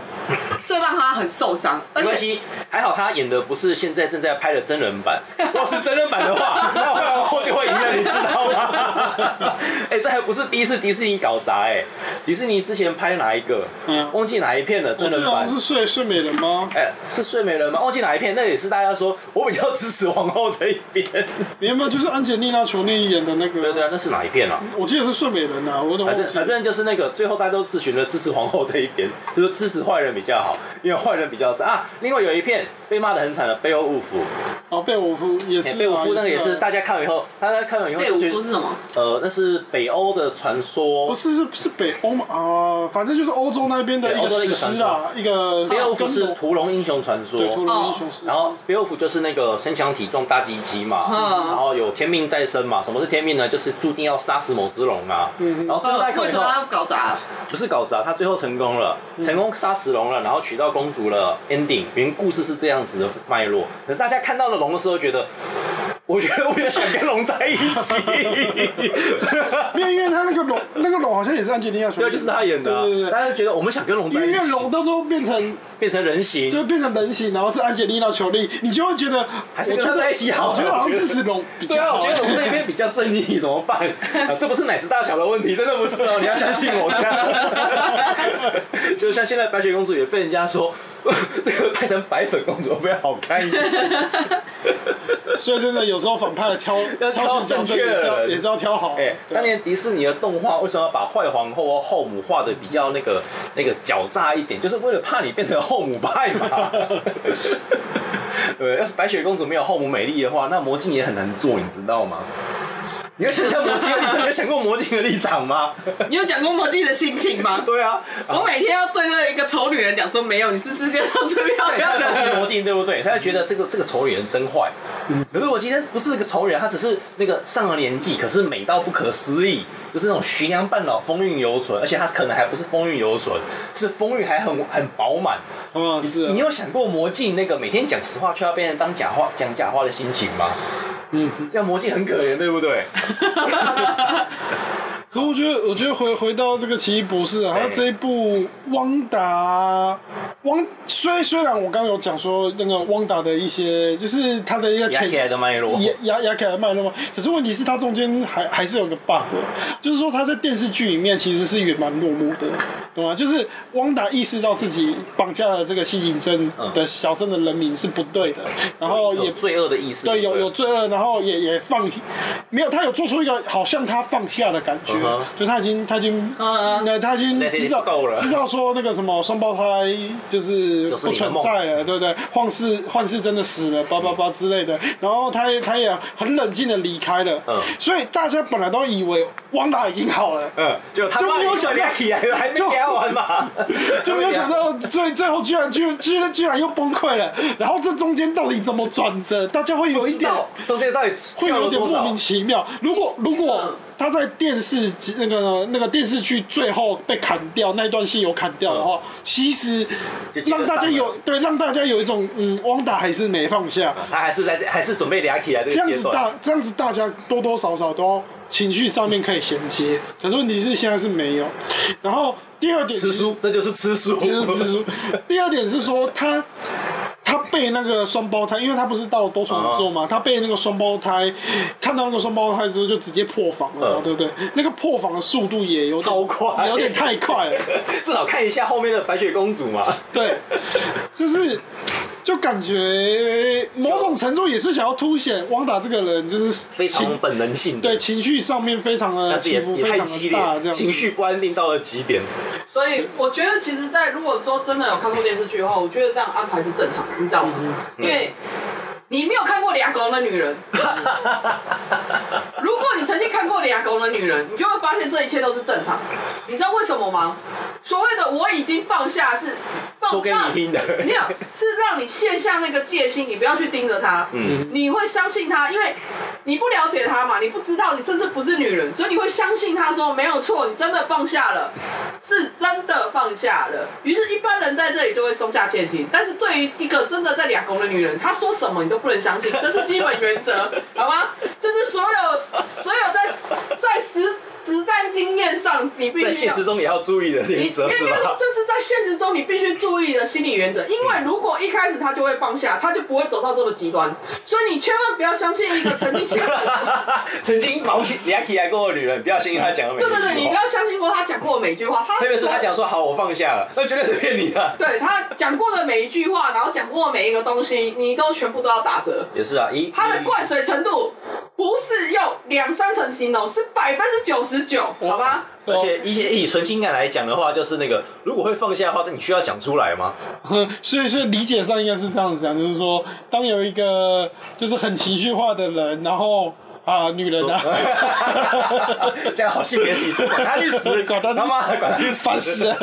[SPEAKER 2] 这让他很受伤，而
[SPEAKER 1] 没关
[SPEAKER 2] 且
[SPEAKER 1] 系，还好她演的不是现在正在拍的真人 版。如果是真人版的话，那坏皇后就会赢了，你知道 吗？哎、这还不是第一次迪士尼搞砸哎、迪士尼之前拍哪一个？
[SPEAKER 3] 嗯
[SPEAKER 1] 忘记哪一片了，真
[SPEAKER 3] 我记
[SPEAKER 1] 人
[SPEAKER 3] 得好
[SPEAKER 1] 版
[SPEAKER 3] 像。是睡睡美人吗？
[SPEAKER 1] 哎、是睡美人吗？忘记哪一片，那也是大家说我比较支持皇后这一边。
[SPEAKER 3] 你有没有就是安吉丽娜·裘丽演的那个？
[SPEAKER 1] 对对啊，那是哪一片啊？
[SPEAKER 3] 我记得是睡美人啊，我有点忘
[SPEAKER 1] 反
[SPEAKER 3] 记
[SPEAKER 1] 正反正就是那个，最后大家都自寻了支持皇后这一边， 就是支持坏人比较好，因为坏人比较惨啊。另外有一片被骂的很惨的贝欧武夫，
[SPEAKER 3] 哦，贝五夫也
[SPEAKER 1] 哎
[SPEAKER 3] 是，
[SPEAKER 1] 贝欧夫那个也是
[SPEAKER 3] 啊
[SPEAKER 1] 大家看完以后，大家看完以后
[SPEAKER 2] 被
[SPEAKER 1] 就
[SPEAKER 2] 五
[SPEAKER 1] 觉
[SPEAKER 2] 夫是
[SPEAKER 1] 得，
[SPEAKER 2] 什么？
[SPEAKER 1] 呃，那是北欧的传
[SPEAKER 3] 不
[SPEAKER 1] 说，
[SPEAKER 3] 是是是北欧嘛啊，反正就是欧洲那边的
[SPEAKER 1] 对
[SPEAKER 3] 一
[SPEAKER 1] 欧
[SPEAKER 3] 个
[SPEAKER 1] 洲的
[SPEAKER 3] 史
[SPEAKER 1] 一个
[SPEAKER 3] 诗啊，一个
[SPEAKER 1] 贝欧武夫
[SPEAKER 3] 跟
[SPEAKER 1] 是
[SPEAKER 3] 龙
[SPEAKER 1] 屠龙英雄传说，
[SPEAKER 3] 对《屠龙英雄史诗》，
[SPEAKER 1] 然后 b e o f 就是那个身强体壮大鸡鸡嘛，
[SPEAKER 2] 嗯
[SPEAKER 1] 然后有天命在身嘛。什么是天命呢？就是注定要杀死某只龙啊。
[SPEAKER 3] 嗯
[SPEAKER 1] 然后最后他
[SPEAKER 2] 呃
[SPEAKER 1] 可
[SPEAKER 2] 为什
[SPEAKER 1] 能
[SPEAKER 3] 啊
[SPEAKER 2] 么要搞砸？
[SPEAKER 1] 不是搞砸，他最后成功了，
[SPEAKER 3] 嗯
[SPEAKER 1] 成功杀死龙了，然后娶到公主了。ending 原故事是这样子的脉络，可是大家看到了龙的时候，觉得，我觉得我也想跟龙在一 起。
[SPEAKER 3] 没有，因为他那个龙， 那个龙好像也是安吉丽娜·裘
[SPEAKER 1] 对，
[SPEAKER 3] 丽，
[SPEAKER 1] 就是他演的啊、
[SPEAKER 3] 对对对
[SPEAKER 1] 大。家就觉得我们想跟龙
[SPEAKER 3] 因
[SPEAKER 1] 在
[SPEAKER 3] 为
[SPEAKER 1] 一起
[SPEAKER 3] 因为，龙到最后变成
[SPEAKER 1] 变成人形，
[SPEAKER 3] 就变成人形，然后是安吉丽娜·裘丽，你就会觉得
[SPEAKER 1] 还是
[SPEAKER 3] 我
[SPEAKER 1] 跟他
[SPEAKER 3] 觉得
[SPEAKER 1] 在一起好啊
[SPEAKER 3] 我觉得好像
[SPEAKER 1] 我觉得
[SPEAKER 3] 支持龙比
[SPEAKER 1] 对
[SPEAKER 3] 较
[SPEAKER 1] 啊，
[SPEAKER 3] 好。
[SPEAKER 1] 我觉得龙这边比较正义，怎么办？啊、这不是奶子大小的问题，真的不 是哦，你要相信我。 就像现在白雪公主也被人家说， 这个拍成白粉公主会不会好看一点？
[SPEAKER 3] 所以真的有时候反派的挑
[SPEAKER 1] 要挑
[SPEAKER 3] 选角
[SPEAKER 1] 正
[SPEAKER 3] 色
[SPEAKER 1] 确
[SPEAKER 3] 也是
[SPEAKER 1] 的
[SPEAKER 3] 要
[SPEAKER 1] 人
[SPEAKER 3] 也是要挑好。
[SPEAKER 1] 哎、
[SPEAKER 3] 对啊
[SPEAKER 1] 当年迪士尼的动画为什么要把坏皇后、后母画的比较那个那个狡诈一点？就是为了怕你变成后母派嘛。 对，要是白雪公主没有后母美丽的话，那魔镜也很难做，你知道吗？你有想象魔镜的立场？你有想过魔镜的立场吗？
[SPEAKER 2] 你有讲过魔镜的心情吗？
[SPEAKER 1] 对啊，
[SPEAKER 2] 我每天要对着一个丑女人讲说没有，你是世界上最漂
[SPEAKER 1] 对，
[SPEAKER 2] 亮
[SPEAKER 1] 他
[SPEAKER 2] 的
[SPEAKER 1] 同情
[SPEAKER 2] 人
[SPEAKER 1] 魔。镜，对不对？他就觉得这个这个仇女人真坏。
[SPEAKER 3] 嗯
[SPEAKER 1] 可是我今天不是个仇人，他只是那个上了年纪，可是美到不可思议，就是那种徐娘半老、风韵犹存，而且他可能还不是风韵犹存，是风韵还很很饱满。
[SPEAKER 3] 嗯是啊
[SPEAKER 1] 你有想过魔镜那个每天讲实话却要被人当假话、讲假话的心情吗？
[SPEAKER 3] 嗯。
[SPEAKER 1] 这样魔镜很可怜，对不对？
[SPEAKER 3] 可我觉得，我觉得回回到这个奇异博士啊，
[SPEAKER 1] 对
[SPEAKER 3] 他这一部汪达，汪虽虽然我刚刚有讲说那个汪达的一些，就是他的一个
[SPEAKER 1] 压
[SPEAKER 3] 潜
[SPEAKER 1] 起来的脉络，
[SPEAKER 3] 雅雅雅凯的脉络吗？可是问题是，它中间还还是有个 bug，就是说他在电视剧里面其实是也蛮落幕的，懂吗？就是汪达意识到自己绑架了这个西井镇的小镇的人民是不对的，然后
[SPEAKER 1] 嗯有
[SPEAKER 3] 哦也
[SPEAKER 1] 罪恶的意思。
[SPEAKER 3] 对有有
[SPEAKER 1] 不
[SPEAKER 3] 罪恶，然后也也放没有，他有做出一个好像他放下的感觉
[SPEAKER 1] 嗯哼，
[SPEAKER 3] 就他已经他已经
[SPEAKER 2] 嗯
[SPEAKER 3] 那他已经
[SPEAKER 1] Let it
[SPEAKER 3] 知道
[SPEAKER 1] go 了
[SPEAKER 3] 知道说那个什么双胞胎就是
[SPEAKER 1] 就是
[SPEAKER 3] 不
[SPEAKER 1] 你的
[SPEAKER 3] 存
[SPEAKER 1] 梦
[SPEAKER 3] 在了，对不对？幻视幻视真的死了，叭叭叭之类的。然后他也他也很冷静的离开了，
[SPEAKER 1] 嗯
[SPEAKER 3] 所以大家本来都以为汪达已经好了，
[SPEAKER 1] 嗯，就他
[SPEAKER 3] 就
[SPEAKER 1] 妈
[SPEAKER 3] 没有想到
[SPEAKER 1] 压起来了，还没
[SPEAKER 3] 就
[SPEAKER 1] 压完嘛，
[SPEAKER 3] 就没有想到最最后居然居居然居然又崩溃了。然后这中间到底怎么转折，大家会有一
[SPEAKER 1] 知
[SPEAKER 3] 点。
[SPEAKER 1] 道中间到底
[SPEAKER 3] 会
[SPEAKER 1] 跳
[SPEAKER 3] 有
[SPEAKER 1] 了
[SPEAKER 3] 点
[SPEAKER 1] 多少
[SPEAKER 3] 莫名其妙。如果如果
[SPEAKER 2] 嗯
[SPEAKER 3] 他在电视集那个那个电视剧最后被砍掉那一段戏有砍掉的话，其实
[SPEAKER 1] 嗯就基本
[SPEAKER 3] 让
[SPEAKER 1] 上
[SPEAKER 3] 大家
[SPEAKER 1] 了
[SPEAKER 3] 有对让大家有一种嗯，汪达还是没放下，
[SPEAKER 1] 他还是在还是准备俩起来这
[SPEAKER 3] 这
[SPEAKER 1] 个啊
[SPEAKER 3] 样
[SPEAKER 1] 阶
[SPEAKER 3] 子
[SPEAKER 1] 段。
[SPEAKER 3] 大这样子大家多多少少都情绪上面可以衔接，可是问题是现在是没有。然后第二点
[SPEAKER 1] 吃
[SPEAKER 3] 是
[SPEAKER 1] 书，这就是吃书，
[SPEAKER 3] 就是蜘蛛第二点是说他。他被那个双胞胎，因为他不是到多重宇宙
[SPEAKER 1] 啊
[SPEAKER 3] 嘛，他被那个双胞胎看到那个双胞胎之后就直接破防了
[SPEAKER 1] 嗯
[SPEAKER 3] 嘛，对不对？那个破防的速度也有点
[SPEAKER 1] 超快
[SPEAKER 3] 有点太快了。
[SPEAKER 1] 至少看一下后面的白雪公主嘛。
[SPEAKER 3] 对，就是就感觉某种程度也是想要凸显汪达这个人就是
[SPEAKER 1] 非常
[SPEAKER 3] 情
[SPEAKER 1] 本能性的，
[SPEAKER 3] 对，情绪上面非常的
[SPEAKER 1] 但是
[SPEAKER 3] 起
[SPEAKER 1] 也
[SPEAKER 3] 伏
[SPEAKER 1] 也
[SPEAKER 3] 非
[SPEAKER 1] 太
[SPEAKER 3] 常
[SPEAKER 1] 激
[SPEAKER 3] 的大，这
[SPEAKER 1] 烈，
[SPEAKER 3] 样
[SPEAKER 1] 情绪不安定到了极 点。
[SPEAKER 2] 所以我觉得，其实，在如果说真的有看过电视剧的话，我觉得这样安排是正常的，你知道
[SPEAKER 1] 嗯
[SPEAKER 2] 吗？因 为你没有看过《俩狗的女人》，如果你曾经看看过俩狗的女人，你就会发现这一切都是正常的。你知道为什么吗？所谓的我已经放下是放
[SPEAKER 1] 说给你
[SPEAKER 2] 放
[SPEAKER 1] 听的。
[SPEAKER 2] 没有，是让你卸下那个戒心，你不要去盯着他，
[SPEAKER 1] 嗯
[SPEAKER 2] 你会相信他，因为你不了解他嘛，你不知道，你甚至不是女人，所以你会相信他说没有错，你真的放下了，是真的放下了。于是，一般人在这里就会松下戒心，但是对于一个真的在两公的女人，她说什么你都不能相信，这是基本原则，好吗？这是所有所有在在实实战经验上，你必须要
[SPEAKER 1] 在现实中也要注意的
[SPEAKER 2] 你
[SPEAKER 1] 原则是
[SPEAKER 2] 因为
[SPEAKER 1] 吧？
[SPEAKER 2] 这是在现实中你必须注意的心理原则，因为如果一开始他就会放下，他就不会走到这么极端。所以你千万不要相信一个曾经信 任，
[SPEAKER 1] 曾经毛起牙起来过的女人，不要信他讲的每一
[SPEAKER 2] 对
[SPEAKER 1] 句话。
[SPEAKER 2] 对对，你不要相信过他讲过的每一句话，他
[SPEAKER 1] 特别是他
[SPEAKER 2] 说
[SPEAKER 1] 讲说好，我放下了，那绝对是骗你的。
[SPEAKER 2] 对他讲过的每一句话，然后讲过的每一个东西，你都全部都要打折。
[SPEAKER 1] 也是啊，一
[SPEAKER 2] 他的
[SPEAKER 1] 一
[SPEAKER 2] 灌水程度不是用两三成形容，是百分之九十九，好吗？
[SPEAKER 3] 啊
[SPEAKER 1] 而且以前以纯情感来讲的话，就是那个如果会放下的话，那你需要讲出来吗？
[SPEAKER 3] 哼所以，所以理解上应该是这样子讲，就是说，当有一个就是很情绪化的人，然后啊，女人啊，
[SPEAKER 1] 这样好性别歧视，管他去死，
[SPEAKER 3] 管他去死
[SPEAKER 1] 他妈的管他去死，
[SPEAKER 3] 烦死了！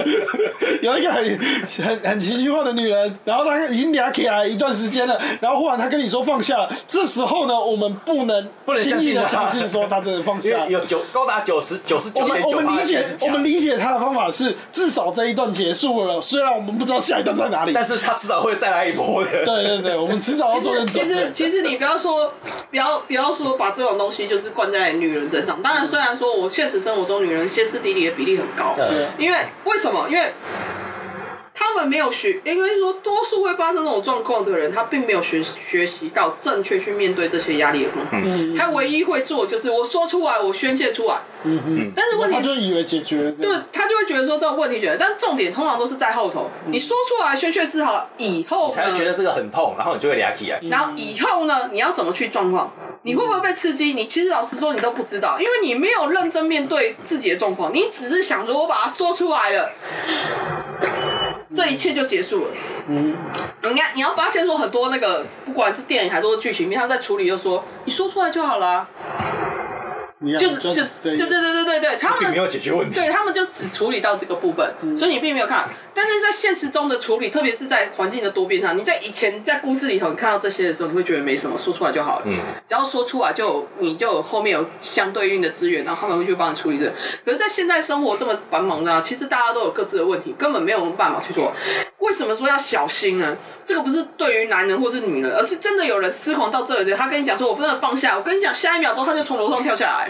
[SPEAKER 3] 有一个很很很情绪化的女人，然后她已经俩起来一段时间了，然后忽然她跟你说放下了，这时候呢，我们不能
[SPEAKER 1] 不能
[SPEAKER 3] 轻易
[SPEAKER 1] 相信
[SPEAKER 3] 的
[SPEAKER 1] 她
[SPEAKER 3] 相信说她真的放
[SPEAKER 1] 因
[SPEAKER 3] 下了
[SPEAKER 1] 为。有九高达九十九十
[SPEAKER 3] 我
[SPEAKER 1] 九
[SPEAKER 3] 们
[SPEAKER 1] 点
[SPEAKER 3] 啊我
[SPEAKER 1] 九啊
[SPEAKER 3] 们理解我们
[SPEAKER 1] 理，
[SPEAKER 3] 理解他的方法是，至少这一段结束了，虽然我们不知道下一段在哪里。
[SPEAKER 1] 但是他迟早会再来一波的。
[SPEAKER 3] 对对对，我们迟早要
[SPEAKER 2] 其
[SPEAKER 3] 哦做
[SPEAKER 2] 实
[SPEAKER 3] 点
[SPEAKER 2] 其
[SPEAKER 3] 准
[SPEAKER 2] 实
[SPEAKER 3] 备。
[SPEAKER 2] 其实你不要说，不要不要说把这种东西就是灌在女人身上。当然，虽然说我现实生活中女人歇斯底里的比例很高，
[SPEAKER 3] 对
[SPEAKER 1] 对
[SPEAKER 3] 啊，
[SPEAKER 2] 因为为什么？因为他们没有学，应该说多数会发生这种状况的人，他并没有学学习到正确去面对这些压力的方法。
[SPEAKER 3] 嗯
[SPEAKER 2] 他唯一会做就是我说出来，我宣泄出来。
[SPEAKER 3] 嗯哼，
[SPEAKER 2] 但是问
[SPEAKER 3] 他
[SPEAKER 2] 题，
[SPEAKER 3] 就是以为解决了这
[SPEAKER 2] 对
[SPEAKER 3] 样，
[SPEAKER 2] 他就会觉得说这种问题觉得，但重点通常都是在后头。你说出来宣泄治好以后呢，
[SPEAKER 1] 才会觉得这个很痛，然后你就会俩起来。
[SPEAKER 3] 嗯
[SPEAKER 2] 然后以后呢，你要怎么去状况？你会不会被刺激？你其实老实说，你都不知道，因为你没有认真面对自己的状况，你只是想说，我把它说出来了，这一切就结束了。
[SPEAKER 3] 嗯，
[SPEAKER 2] 你看，你要发现说很多那个，不管是电影还是剧情片，他在处理就说，你说出来就好了啊，
[SPEAKER 3] 你
[SPEAKER 2] 就
[SPEAKER 3] 看
[SPEAKER 2] 就就
[SPEAKER 3] 就是
[SPEAKER 2] 对对对对对对，他
[SPEAKER 1] 并
[SPEAKER 2] 们
[SPEAKER 1] 没有嗯解决问题。
[SPEAKER 2] 对他们就只处理到这个部分，所以你并没有看。但是在现实中的处理，特别是在环境的多变上，你在以前在故事里头你看到这些的时候，你会觉得没什么，说出来就好了。
[SPEAKER 1] 嗯，
[SPEAKER 2] 只要说出来就有，你就有后面有相对应的资源，然后他们会去帮你处理这个可是，在现在生活这么繁忙的、啊，其实大家都有各自的问题，根本没有办法去做。为什么说要小心呢？这个不是对于男人或是女人，而是真的有人失控到这里，他跟你讲说：“我不能放下。”我跟你讲，下一秒钟他就从楼上跳下来，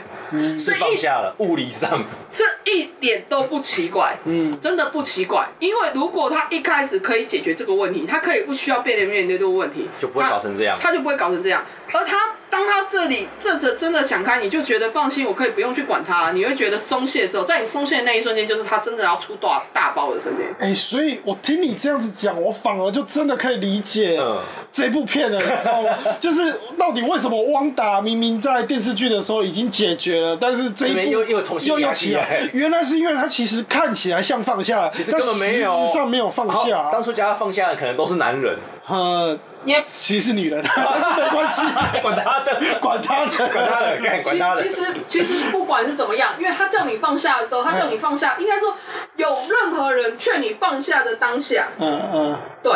[SPEAKER 1] 是嗯放下了，物理上
[SPEAKER 2] 这一点都不奇怪。
[SPEAKER 3] 嗯，
[SPEAKER 2] 真的不奇怪，因为如果他一开始可以解决这个问题，他可以不需要被人面对这个问题，
[SPEAKER 1] 就不会
[SPEAKER 2] 那
[SPEAKER 1] 搞成这样。
[SPEAKER 2] 他就不会搞成这样。而他当他这里这这真的想开，你就觉得放心，我可以不用去管他，你会觉得松懈的时候，在你松懈的那一瞬间，就是他真的要出大大包的瞬间。
[SPEAKER 3] 哎、所以我听你这样子讲，我反而就真的可以理解
[SPEAKER 1] 嗯
[SPEAKER 3] 这部片了，你知道吗？就是到底为什么汪达明明在电视剧的时候已经解决了，但是这一
[SPEAKER 1] 这边
[SPEAKER 3] 部
[SPEAKER 1] 又又重新
[SPEAKER 3] 又
[SPEAKER 1] 压
[SPEAKER 3] 又
[SPEAKER 1] 起
[SPEAKER 3] 起
[SPEAKER 1] 来
[SPEAKER 3] 来，原来是因为他其实看起来像放下了，
[SPEAKER 1] 其实
[SPEAKER 3] 但
[SPEAKER 1] 根本没有
[SPEAKER 3] 实质上没有放
[SPEAKER 1] 然后
[SPEAKER 3] 下、
[SPEAKER 1] 当初叫他放下的可能都是男人，
[SPEAKER 3] 呃，
[SPEAKER 2] 因为
[SPEAKER 3] 其实 是女人， 没关系，
[SPEAKER 1] 管他的，
[SPEAKER 3] 管他的，
[SPEAKER 1] 管他的，干管他的
[SPEAKER 2] 其。实其实不管是怎么样，因为他叫你放下的时候，他叫你放下，应该说有任何人劝你放下的当下，
[SPEAKER 3] 嗯嗯，
[SPEAKER 2] 对，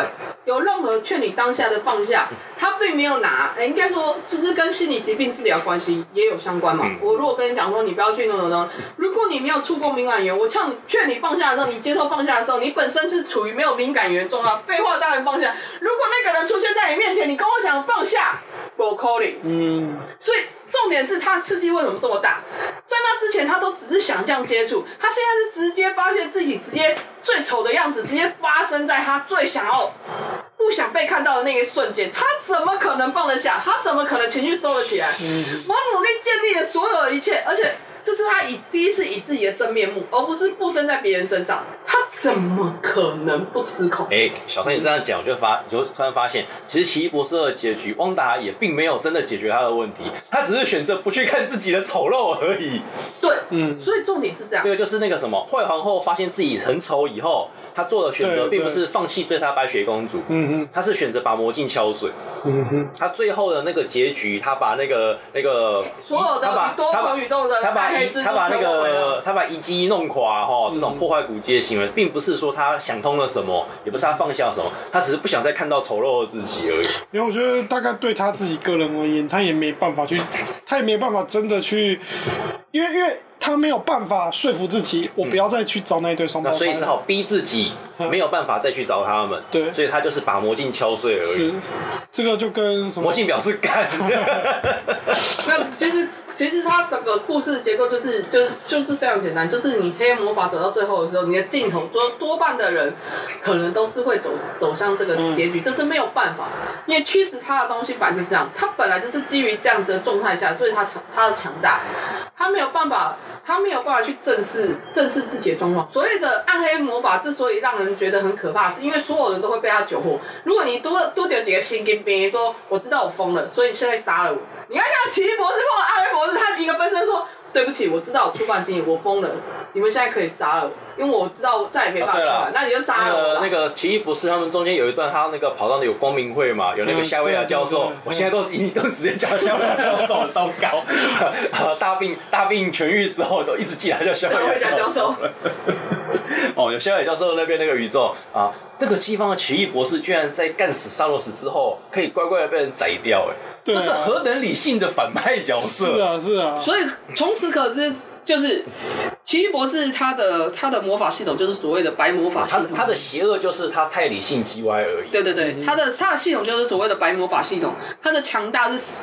[SPEAKER 2] 有任何劝你当下的放下，他并没有拿，哎应该说就是跟心理疾病治疗关系也有相关嘛。
[SPEAKER 1] 嗯
[SPEAKER 2] 我如果跟你讲说你不要去弄弄弄，如果你没有触过敏感源，我劝你劝你放下的时候，你接受放下的时候，你本身是处于没有敏感源状态，废话当然放下。如果那个人出现在你面前，你跟我讲放下，我 calling。
[SPEAKER 3] 嗯，
[SPEAKER 2] 所以重点是他刺激为什么这么大？在那之前他都只是想象接触，他现在是直接发现自己直接最丑的样子，直接发生在他最想要、不想被看到的那个瞬间，他怎么可能放得下？他怎么可能情绪收得起来？
[SPEAKER 1] 嗯
[SPEAKER 2] 我努力建立了所有的一切，而且这是他以第一次以自己的真面目，而不是附身在别人身上，他怎么可能不失控？
[SPEAKER 1] 哎、小三你这样讲，我就发，你就突然发现，其实《奇异博士二》的结局，汪达也并没有真的解决他的问题，他只是选择不去看自己的丑陋而已。
[SPEAKER 2] 对，
[SPEAKER 3] 嗯
[SPEAKER 2] 所以重点是这样
[SPEAKER 1] 这。个就是那个什么，坏皇后发现自己很丑以后，他做的选择
[SPEAKER 3] 对
[SPEAKER 1] 并不是放弃追杀白雪公主，
[SPEAKER 3] 嗯
[SPEAKER 1] 他是选择把魔镜敲碎。
[SPEAKER 3] 哼，嗯哼，
[SPEAKER 1] 他最后的那个结局，他把那个那个
[SPEAKER 2] 所有的
[SPEAKER 1] 他把
[SPEAKER 2] 宇多
[SPEAKER 1] 他把
[SPEAKER 2] 重宇宙的
[SPEAKER 1] 他把
[SPEAKER 2] 呃暗黑
[SPEAKER 1] 遗
[SPEAKER 2] 之路
[SPEAKER 1] 他把那
[SPEAKER 2] 全部毁
[SPEAKER 1] 个
[SPEAKER 2] 了嗯
[SPEAKER 1] 他把遗迹弄垮哈，这种破坏古迹的行为，并不是说他想通了什么，也不是他放下什么，他只是不想再看到丑陋的自己而已。
[SPEAKER 2] 嗯
[SPEAKER 3] 因为我觉得大概对他自己个人而言，他也没办法去，他也没办法真的去，因为因为他没有办法说服自己，我不要再去找那一对双胞
[SPEAKER 1] 那
[SPEAKER 3] 胎，
[SPEAKER 1] 所以只好逼自己
[SPEAKER 3] 嗯
[SPEAKER 1] 没有办法再去找他们，
[SPEAKER 3] 对
[SPEAKER 1] 所以他就是把魔镜敲碎而
[SPEAKER 3] 是
[SPEAKER 1] 已。
[SPEAKER 3] 这个就跟什么
[SPEAKER 1] 魔镜表示 干，
[SPEAKER 2] 那其实其实它整个故事的结构就是就是就是非常简单，就是你黑魔法走到最后的时候，你的尽头多多半的人可能都是会走走向这个
[SPEAKER 1] 嗯
[SPEAKER 2] 结局，这是没有办法，因为驱使他的东西本来就是这样，他本来就是基于这样的状态下，所以他强他的强大，他没有办法。他没有办法去正视正视自己的状况。所谓的暗黑魔法之所以让人觉得很可怕，是因为所有人都会被他酒获。如果你多多丢几个心跟别人说，我知道我疯了，所以你现在杀了我。你看，看奇异博士碰到暗黑博士，他一个分身说：“对不起，我知道我触犯禁忌，我疯了，你们现在可以杀了我，因为我知道我再也没办法
[SPEAKER 1] 啊
[SPEAKER 2] 触
[SPEAKER 1] 对了
[SPEAKER 2] 犯，那你就杀
[SPEAKER 1] 那
[SPEAKER 2] 了我
[SPEAKER 1] 个
[SPEAKER 2] 吧。
[SPEAKER 1] 呃那个奇异博士他们中间有一段，他那个跑到那有光明会嘛，有那个
[SPEAKER 3] 嗯
[SPEAKER 1] 夏威夷教
[SPEAKER 3] 对啊
[SPEAKER 1] 授
[SPEAKER 3] 对啊对啊，
[SPEAKER 1] 我现在都已经都直接叫他夏威夷教授了，糟 糕！呃大病大病痊愈之后，都一直记得他叫夏威夷教授了。哦，有夏威夷教授那边那个宇宙啊，那个西方的奇异博士居然在干死沙罗斯之后，可以乖乖的被人宰掉，哎，
[SPEAKER 3] 对
[SPEAKER 1] 这
[SPEAKER 3] 啊
[SPEAKER 1] 是何等理性的反派角色！
[SPEAKER 3] 是啊是啊，
[SPEAKER 4] 所以从此可知，就是奇异博士他的他的魔法系统就是所谓的白魔法系
[SPEAKER 1] 他
[SPEAKER 4] 统。
[SPEAKER 1] 哦他的嗯邪恶就是他太理性叽歪而已。
[SPEAKER 4] 对对对，他的他的系统就是所谓的白魔法系统，他的强大是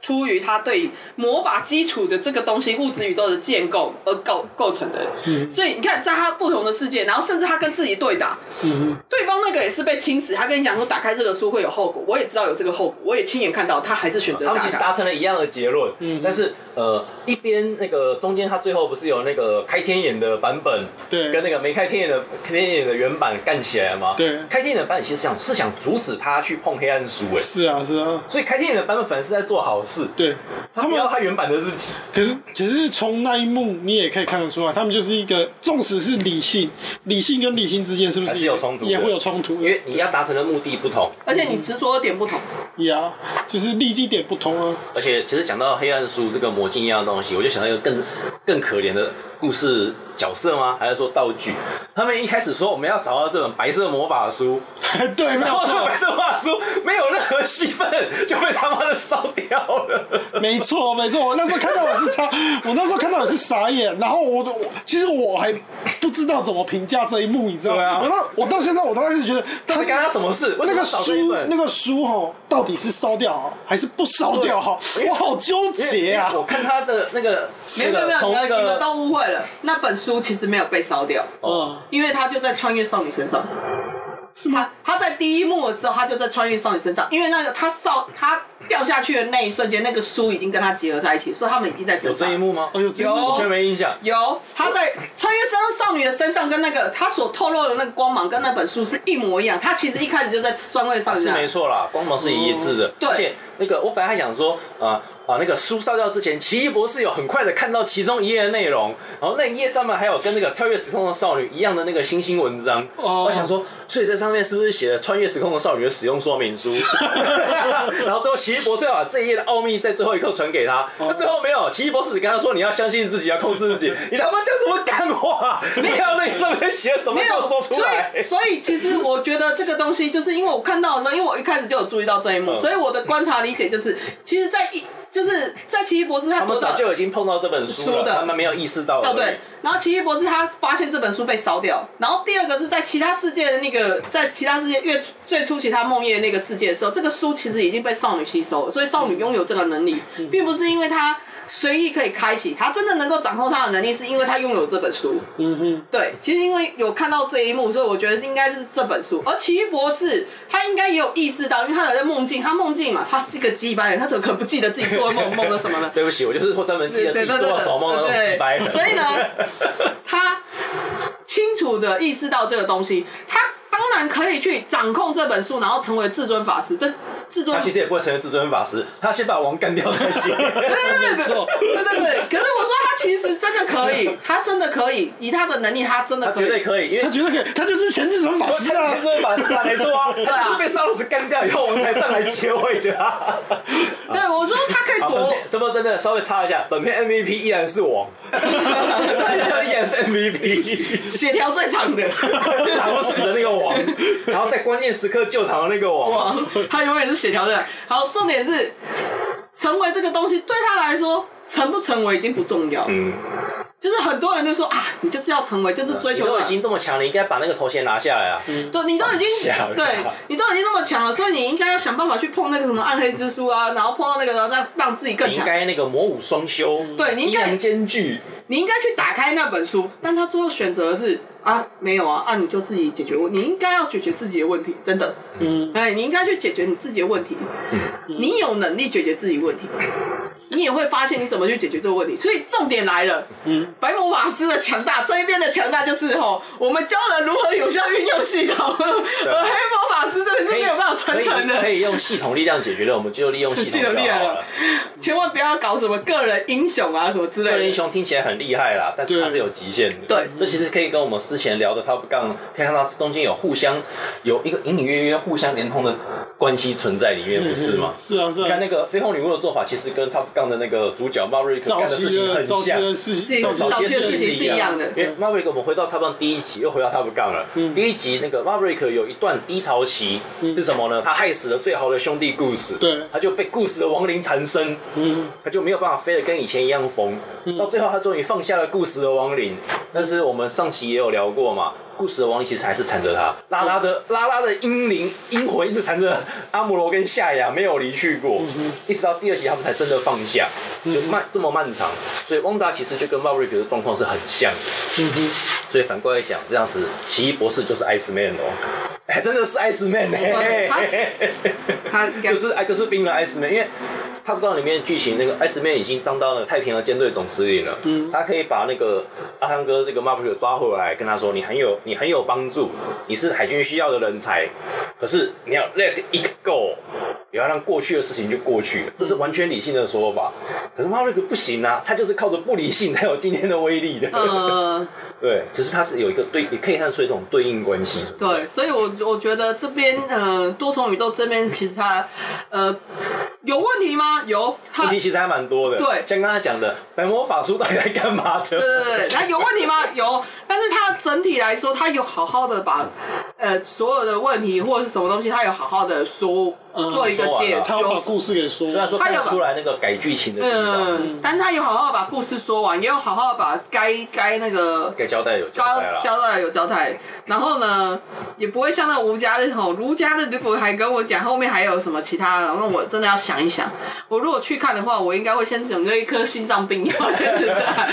[SPEAKER 4] 出于他对魔法基础的这个东西物质宇宙的建构而构构成的。
[SPEAKER 1] 嗯
[SPEAKER 4] 所以你看，在他不同的世界，然后甚至他跟自己对打，
[SPEAKER 3] 嗯
[SPEAKER 4] 对方那个也是被侵蚀。他跟你讲说，打开这个书会有后果，我也知道有这个后果，我也亲眼看到，他还是选择
[SPEAKER 1] 哦他
[SPEAKER 4] 打
[SPEAKER 1] 们其实
[SPEAKER 4] 开。
[SPEAKER 1] 达成了一样的结论，嗯，但是呃，一边那个中间他最后不是有那个开天眼的版本，
[SPEAKER 3] 对
[SPEAKER 1] 跟那个没开天眼的开天眼的原版干起来吗？
[SPEAKER 3] 对
[SPEAKER 1] 开天眼的版本其实想是想阻止他去碰黑暗书，哎，
[SPEAKER 3] 是啊是啊，
[SPEAKER 1] 所以开天眼的版本反而是在做好事，
[SPEAKER 3] 对
[SPEAKER 1] 他
[SPEAKER 3] 他
[SPEAKER 1] 不
[SPEAKER 3] 们
[SPEAKER 1] 要他原版的自己，
[SPEAKER 3] 可是，可是从那一幕你也可以看得出来，他们就是一个，纵使是理性，理性跟理性之间是不
[SPEAKER 1] 还
[SPEAKER 3] 是
[SPEAKER 1] 是
[SPEAKER 3] 也
[SPEAKER 1] 有冲突的
[SPEAKER 3] 也会有冲突的？
[SPEAKER 1] 因为你要达成的目的不同，
[SPEAKER 4] 而且你执着的点不同，
[SPEAKER 3] 呀就是利基点不同啊。
[SPEAKER 1] 而且其实讲到黑暗书这个魔镜一样的东西，我就想到一个更更可怜的故事角色吗？还是说道具？他们一开始说我们要找到这本白色魔法书，
[SPEAKER 3] 对，没
[SPEAKER 1] 然
[SPEAKER 3] 有
[SPEAKER 1] 后他
[SPEAKER 3] 错
[SPEAKER 1] 白，色画书没有任何戏份，就被他妈的烧掉了。
[SPEAKER 3] 没错，没错。我那时候看到我是差，我那时候看到我是傻眼，然后我我其实我还不知道怎么评价这一幕，你知道
[SPEAKER 1] 对啊
[SPEAKER 3] 吗？我到我到现在我都还是觉得
[SPEAKER 1] 到
[SPEAKER 3] 他
[SPEAKER 1] 底干他什么事？为什么
[SPEAKER 3] 那个
[SPEAKER 1] 要找这一
[SPEAKER 3] 书
[SPEAKER 1] 本
[SPEAKER 3] 那个书哈，到底是烧掉好还是不烧掉好？我好纠结啊
[SPEAKER 1] 因为！我看他的那个，
[SPEAKER 2] 没有没有没有，
[SPEAKER 1] 从
[SPEAKER 2] 你
[SPEAKER 1] 那
[SPEAKER 2] 们你们
[SPEAKER 1] 个
[SPEAKER 2] 都误会了。那本书其实没有被烧掉，
[SPEAKER 1] 哦，
[SPEAKER 2] 因为它就在穿越少女身上。
[SPEAKER 3] 是吗？
[SPEAKER 2] 他在第一幕的时候，他就在穿越少女身上，因为那个他少他掉下去的那一瞬间，那个书已经跟他结合在一起，所以他们已经在
[SPEAKER 1] 有
[SPEAKER 2] 身
[SPEAKER 1] 这
[SPEAKER 2] 上
[SPEAKER 1] 一。幕吗？
[SPEAKER 3] 哎呦，真的
[SPEAKER 2] 有
[SPEAKER 1] 我全没印象。
[SPEAKER 2] 有，他在穿越身少女的身上，跟那个他所透露的那个光芒，跟那本书是一模一样。他其实一开始就在穿越少女
[SPEAKER 1] 是
[SPEAKER 2] 身
[SPEAKER 1] 没
[SPEAKER 2] 上，嗯
[SPEAKER 1] 错啦，光芒是一致的。
[SPEAKER 2] 对
[SPEAKER 1] 而且那个我本来还想说，啊、啊，那个书烧掉之前，奇异博士有很快的看到其中一页的内容，然后那一页上面还有跟那个跳跃时空的少女一样的那个星星文章。
[SPEAKER 3] 哦
[SPEAKER 1] 我想说，所以这上面是不是写了穿越时空的少女的使用说 明书？然后最后奇异博士要把这一页的奥秘在最后一刻传给他，
[SPEAKER 2] 哦
[SPEAKER 1] 那最后没有，奇异博士只跟他说你要相信自己，要控制自己。你他妈讲什么干话？你看到那一页上面写什么
[SPEAKER 2] 没
[SPEAKER 1] 给
[SPEAKER 2] 有
[SPEAKER 1] 我说出来
[SPEAKER 2] 所以，。所以其实我觉得这个东西，就是因为我看到的时候，因为我一开始就有注意到这一幕，
[SPEAKER 1] 嗯
[SPEAKER 2] 所以我的观察理解就是，其实，在一就是在奇异博士他
[SPEAKER 1] 他们
[SPEAKER 2] 得
[SPEAKER 1] 早
[SPEAKER 2] 到
[SPEAKER 1] 就已经碰到这本书了，
[SPEAKER 2] 书的
[SPEAKER 1] 他们没有意识到而已。
[SPEAKER 2] 哦对，然后奇异博士他发现这本书被烧掉，然后第二个是在其他世界的那个，在其他世界越最初期他梦魇那个世界的时候，这个书其实已经被少女吸收了，所以少女拥有这个能力，
[SPEAKER 3] 嗯
[SPEAKER 2] 并不是因为她随意可以开启，她真的能够掌控她的能力，是因为她拥有这本书。
[SPEAKER 3] 嗯哼，
[SPEAKER 2] 对，其实因为有看到这一幕，所以我觉得应该是这本书。而奇异博士他应该也有意识到，因为他有在梦境，他梦境嘛，他是一个鸡巴人，他怎么可能不记得自己做的梦梦了什么呢？
[SPEAKER 1] 对不起，我就是专门记得自己做了什么梦的那种几百人。
[SPEAKER 2] 所 以呢，他清楚的意识到这个东西，他当然可以去掌控这本书，然后成为至尊法师，这自尊
[SPEAKER 1] 他其实也不会成为至尊法师，他先把王干掉才 行。
[SPEAKER 3] 没错，
[SPEAKER 2] 对对对，可是我说他其实真的可 以，他真的可以，以他的能力，他真
[SPEAKER 1] 他
[SPEAKER 2] 的可
[SPEAKER 1] 绝对
[SPEAKER 2] 以。
[SPEAKER 1] 可以，因为
[SPEAKER 3] 他觉得可以，他就是前置转法
[SPEAKER 1] 我
[SPEAKER 3] 师
[SPEAKER 1] 看
[SPEAKER 3] 啊
[SPEAKER 1] 至。尊法师啊，没错 啊，他就是被沙鲁斯干掉以后，我们才上来结尾的啊。
[SPEAKER 2] 对，我说他可以
[SPEAKER 1] 好，本
[SPEAKER 2] 夺
[SPEAKER 1] 片，这波真的稍微插一下，本片 MVP 依然是 我，依然是 MVP，
[SPEAKER 2] 协调最长的
[SPEAKER 1] 打不死的那个王，然后在关键时刻救场的那个王，
[SPEAKER 2] 哇，他永远是协调的。好，重点是成为这个东西对他来说。成不成为已经不重要，
[SPEAKER 1] 嗯，
[SPEAKER 2] 就是很多人就说啊，你就是要成为，就是追
[SPEAKER 1] 你
[SPEAKER 2] 求嗯
[SPEAKER 1] 都
[SPEAKER 2] 那
[SPEAKER 1] 已经这么强了，你应该把那个头衔拿下来啊。
[SPEAKER 2] 对，你都已经
[SPEAKER 1] 吓人
[SPEAKER 2] 对
[SPEAKER 1] 啊，
[SPEAKER 2] 你都已经那么强了，所以你应该要想办法去碰那个什么暗黑之书啊，然后碰到那个，然后再让自己更
[SPEAKER 1] 你应
[SPEAKER 2] 强。
[SPEAKER 1] 该那个魔武双修，
[SPEAKER 2] 对你应该
[SPEAKER 1] 阴阳兼具，
[SPEAKER 2] 你应该去打开那本书，但他最后选择的是啊，没有啊，啊，你就自己解决问，你应该要解决自己的问题，真的，
[SPEAKER 3] 嗯，
[SPEAKER 2] 哎，你应该去解决你自己的问题，
[SPEAKER 1] 嗯
[SPEAKER 2] 你有能力解决自己问题，你也会发现你怎么去解决这个问题。所以重点来了，
[SPEAKER 3] 嗯，
[SPEAKER 2] 白魔法师的强大，这一边的强大就是吼，我们教人如何有效运用系统，而 黑魔法师这边是没有办法传承
[SPEAKER 1] 可以可
[SPEAKER 2] 的。
[SPEAKER 1] 以用系统力量解决的，我们就利用系统
[SPEAKER 2] 系
[SPEAKER 1] 就
[SPEAKER 2] 统
[SPEAKER 1] 好
[SPEAKER 2] 力量
[SPEAKER 1] 了
[SPEAKER 2] 了。，千万不要搞什么个人英雄啊什么之类
[SPEAKER 1] 个
[SPEAKER 2] 的。
[SPEAKER 1] 人英雄听起来很厉害啦，但是它
[SPEAKER 3] 对
[SPEAKER 1] 是有极限的。
[SPEAKER 2] 对
[SPEAKER 1] 这其实可以跟我们之前聊的 Top Gun 可以看到中间有互相有一个隐隐约约互相连通的关系存在里面，不是
[SPEAKER 2] 嗯
[SPEAKER 1] 吗？
[SPEAKER 3] 是啊，是
[SPEAKER 1] 你看
[SPEAKER 3] 啊。
[SPEAKER 1] 那个绯红女巫的做法，其实跟 Top Gun 的那个主角 Maverick 干
[SPEAKER 3] 早
[SPEAKER 1] 的事
[SPEAKER 3] 期
[SPEAKER 1] 情
[SPEAKER 3] 的
[SPEAKER 1] 很
[SPEAKER 3] 早期
[SPEAKER 1] 像。
[SPEAKER 3] 啊的事情，
[SPEAKER 2] 早
[SPEAKER 1] 早
[SPEAKER 2] 期
[SPEAKER 1] 期
[SPEAKER 2] 的
[SPEAKER 1] 的
[SPEAKER 2] 事情
[SPEAKER 1] 是
[SPEAKER 2] 是一样的
[SPEAKER 1] 因为 Maverick 我们回到 Top Gun 第一期，又回到 Top Gun 了。
[SPEAKER 3] 嗯
[SPEAKER 1] 第一集那个 Maverick 有一段低潮期是什么呢？他害死了最好的兄弟故事，
[SPEAKER 3] 对
[SPEAKER 1] 他就被故事的亡灵缠身，
[SPEAKER 3] 嗯，
[SPEAKER 1] 他就没有办法飞得跟以前一样疯。到最后，他终于放下了故事的亡灵。但是我们上期也有聊过嘛，故事的亡灵其实还是缠着他，拉拉
[SPEAKER 3] 嗯
[SPEAKER 1] 的拉拉的英灵阴魂一直缠着阿姆罗跟夏雅，没有离去
[SPEAKER 3] 嗯
[SPEAKER 1] 过。一直到第二集，他们才真的放下，就漫这么漫长。所以汪达其实就跟 Maverick 的状况是很像的。所以反过来讲，这样子奇异博士就是 Ice Man 哦，哎、真的是 Ice Man 哎、
[SPEAKER 2] 对他是他应 该
[SPEAKER 1] 就是哎，就是冰了 Ice Man，因为 Top Gun 里面剧情那个 Ice Man 已经当到了太平洋舰队总司令了，嗯，他可以把那个阿汤哥这个 Maverick 抓回来，跟他说你很有你很有帮助，你是海军需要的人才，可是你要 let it go，不要让过去的事情就过去了，这是完全理性的说法。可是 Maverick 不行啊，他就是靠着不理性才有今天的威力的，
[SPEAKER 2] 呃，
[SPEAKER 1] 对，只是他是有一个对，也可以看出一种对应关系。
[SPEAKER 2] 对，所以我我觉得这边呃多重宇宙这边其实它呃有问题吗？有，它
[SPEAKER 1] 问
[SPEAKER 2] 对
[SPEAKER 1] 题其实还蛮多的，
[SPEAKER 2] 对
[SPEAKER 1] 像刚才讲的，白魔法术到底在干嘛的？
[SPEAKER 2] 对对，它有问题吗？有，但是它整体来说，它有好好的把呃所有的问题或者是什么东西，它有好好的说
[SPEAKER 3] 嗯
[SPEAKER 2] 做一个
[SPEAKER 1] 说完
[SPEAKER 2] 解
[SPEAKER 1] 了
[SPEAKER 2] 说。
[SPEAKER 3] 他要把故事给说完。
[SPEAKER 1] 虽然说看得出来那个改剧情的地方，
[SPEAKER 2] 嗯，但是他有好好把故事说完，也有好好把该该那个
[SPEAKER 1] 该交代有交
[SPEAKER 2] 交
[SPEAKER 1] 代了。
[SPEAKER 2] 交代有交代，然后呢，也不会像那吴家的吼，吴家的如果还跟我讲后面还有什么其他的，那我真的要想一想。我如果去看的话，我应该会先准备一颗心脏病药。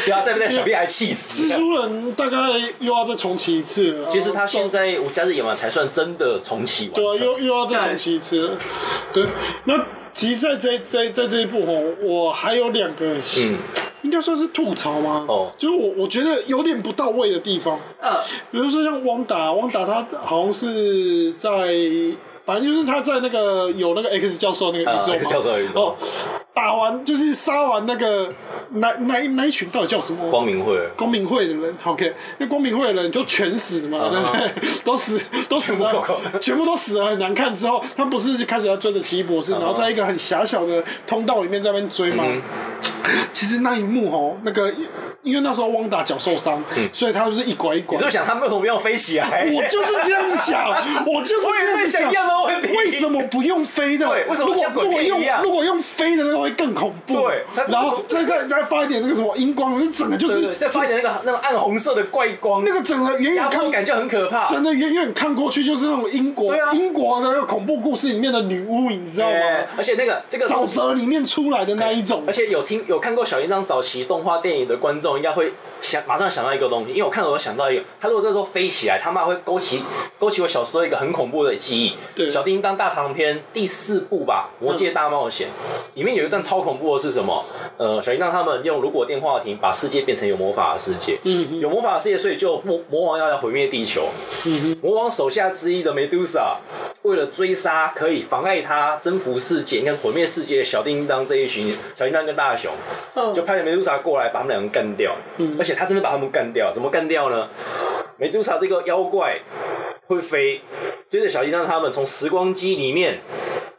[SPEAKER 1] 不要再被那小屁孩气死
[SPEAKER 3] 蜘。蛛人大概又要再重启一次了。
[SPEAKER 1] 其实他现
[SPEAKER 3] 在。
[SPEAKER 1] 在无家日演完才算真的重启完
[SPEAKER 3] 对啊，
[SPEAKER 1] 成。
[SPEAKER 3] 又又要再重启一次了。对，那其实在这在在这一部哦，我还有两个，
[SPEAKER 1] 嗯，
[SPEAKER 3] 应该算是吐槽吗？
[SPEAKER 1] 哦
[SPEAKER 3] 就是我我觉得有点不到位的地方，
[SPEAKER 2] 呃，
[SPEAKER 3] 比如说像汪达，汪达他好像是在。反正就是他在那个有那个 X 教授那个宇宙
[SPEAKER 1] 啊
[SPEAKER 3] 嘛，
[SPEAKER 1] ，X 教授的宇宙
[SPEAKER 3] 哦，打完就是杀完那个那那一那一群到底叫什么？
[SPEAKER 1] 光明会
[SPEAKER 3] 光明会的人，OK，那光明会的人就全死嘛，
[SPEAKER 1] 嗯
[SPEAKER 3] 对不对？都死，都死
[SPEAKER 1] 全部
[SPEAKER 3] 了
[SPEAKER 1] 扣扣，
[SPEAKER 3] 全部都死了，啊很难看。之后他不是就开始要追着奇异博
[SPEAKER 1] 啊
[SPEAKER 3] 士，然后在一个很狭小的通道里面在那边追嘛。
[SPEAKER 1] 嗯
[SPEAKER 3] 其实那一幕哦，那个因为那时候汪达脚受伤，所以他就是一拐一
[SPEAKER 1] 嗯你
[SPEAKER 3] 拐
[SPEAKER 1] 是。不是想他们为什么不用飞起来？
[SPEAKER 3] 我就是这样子 想，我就是
[SPEAKER 1] 我
[SPEAKER 3] 这
[SPEAKER 1] 也
[SPEAKER 3] 样
[SPEAKER 1] 在
[SPEAKER 3] 子
[SPEAKER 1] 想一样的问题。
[SPEAKER 3] 为什么不用飞的？
[SPEAKER 1] 对为什么
[SPEAKER 3] 如果
[SPEAKER 1] 像
[SPEAKER 3] 如
[SPEAKER 1] 鬼
[SPEAKER 3] 果
[SPEAKER 1] 片
[SPEAKER 3] 用
[SPEAKER 1] 一样
[SPEAKER 3] 如果用飞的那个会更恐怖？
[SPEAKER 1] 对他怎么
[SPEAKER 3] 然后
[SPEAKER 1] 说
[SPEAKER 3] 再再再发一点那个什么荧光，那整个就
[SPEAKER 1] 对？对
[SPEAKER 3] 是
[SPEAKER 1] 对，再发一点那个那个暗红色的怪光，
[SPEAKER 3] 那个整个远远
[SPEAKER 1] 压迫
[SPEAKER 3] 看
[SPEAKER 1] 感就很可怕。
[SPEAKER 3] 真的远远看过去就是那种英国、
[SPEAKER 1] 对啊
[SPEAKER 3] 英国的那个恐怖故事里面的女巫，你知道
[SPEAKER 1] 哎
[SPEAKER 3] 吗？
[SPEAKER 1] 而且那个这个
[SPEAKER 3] 沼泽里面出来的那一种
[SPEAKER 1] 而，且有听有看过小叮当早期动画电影的观众，应该会想马上想到一个东西，因为我看到我想到一个，他如果这时候飞起来，他妈会勾起勾起我小时候一个很恐怖的记忆。
[SPEAKER 3] 对嗯
[SPEAKER 1] 小叮当大长篇第四部吧，《魔界大冒险》里面有一段超恐怖的是什么？呃，小叮当他们用如果电话亭把世界变成有魔法的世界，
[SPEAKER 3] 嗯
[SPEAKER 1] 有魔法的世界，所以就魔魔王要来毁灭地球。魔王手下之一的梅杜莎，为了追杀可以妨碍他征服世界、应该是毁灭世界的小叮当这一群小叮当跟大熊，
[SPEAKER 3] 嗯
[SPEAKER 1] 就派了梅杜莎过来把他们两个干掉。而且他真的把他们干掉，怎么干掉呢？梅杜莎这个妖怪会飞，追着小叮当他们从时光机里面，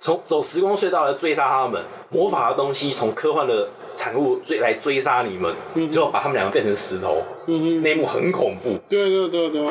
[SPEAKER 1] 从走时光隧道来追杀他们，魔法的东西从科幻的产物追来追杀你们，最后把他们两个变成石头，
[SPEAKER 3] 嗯哼，
[SPEAKER 1] 那一幕很恐怖。
[SPEAKER 3] 对对对对，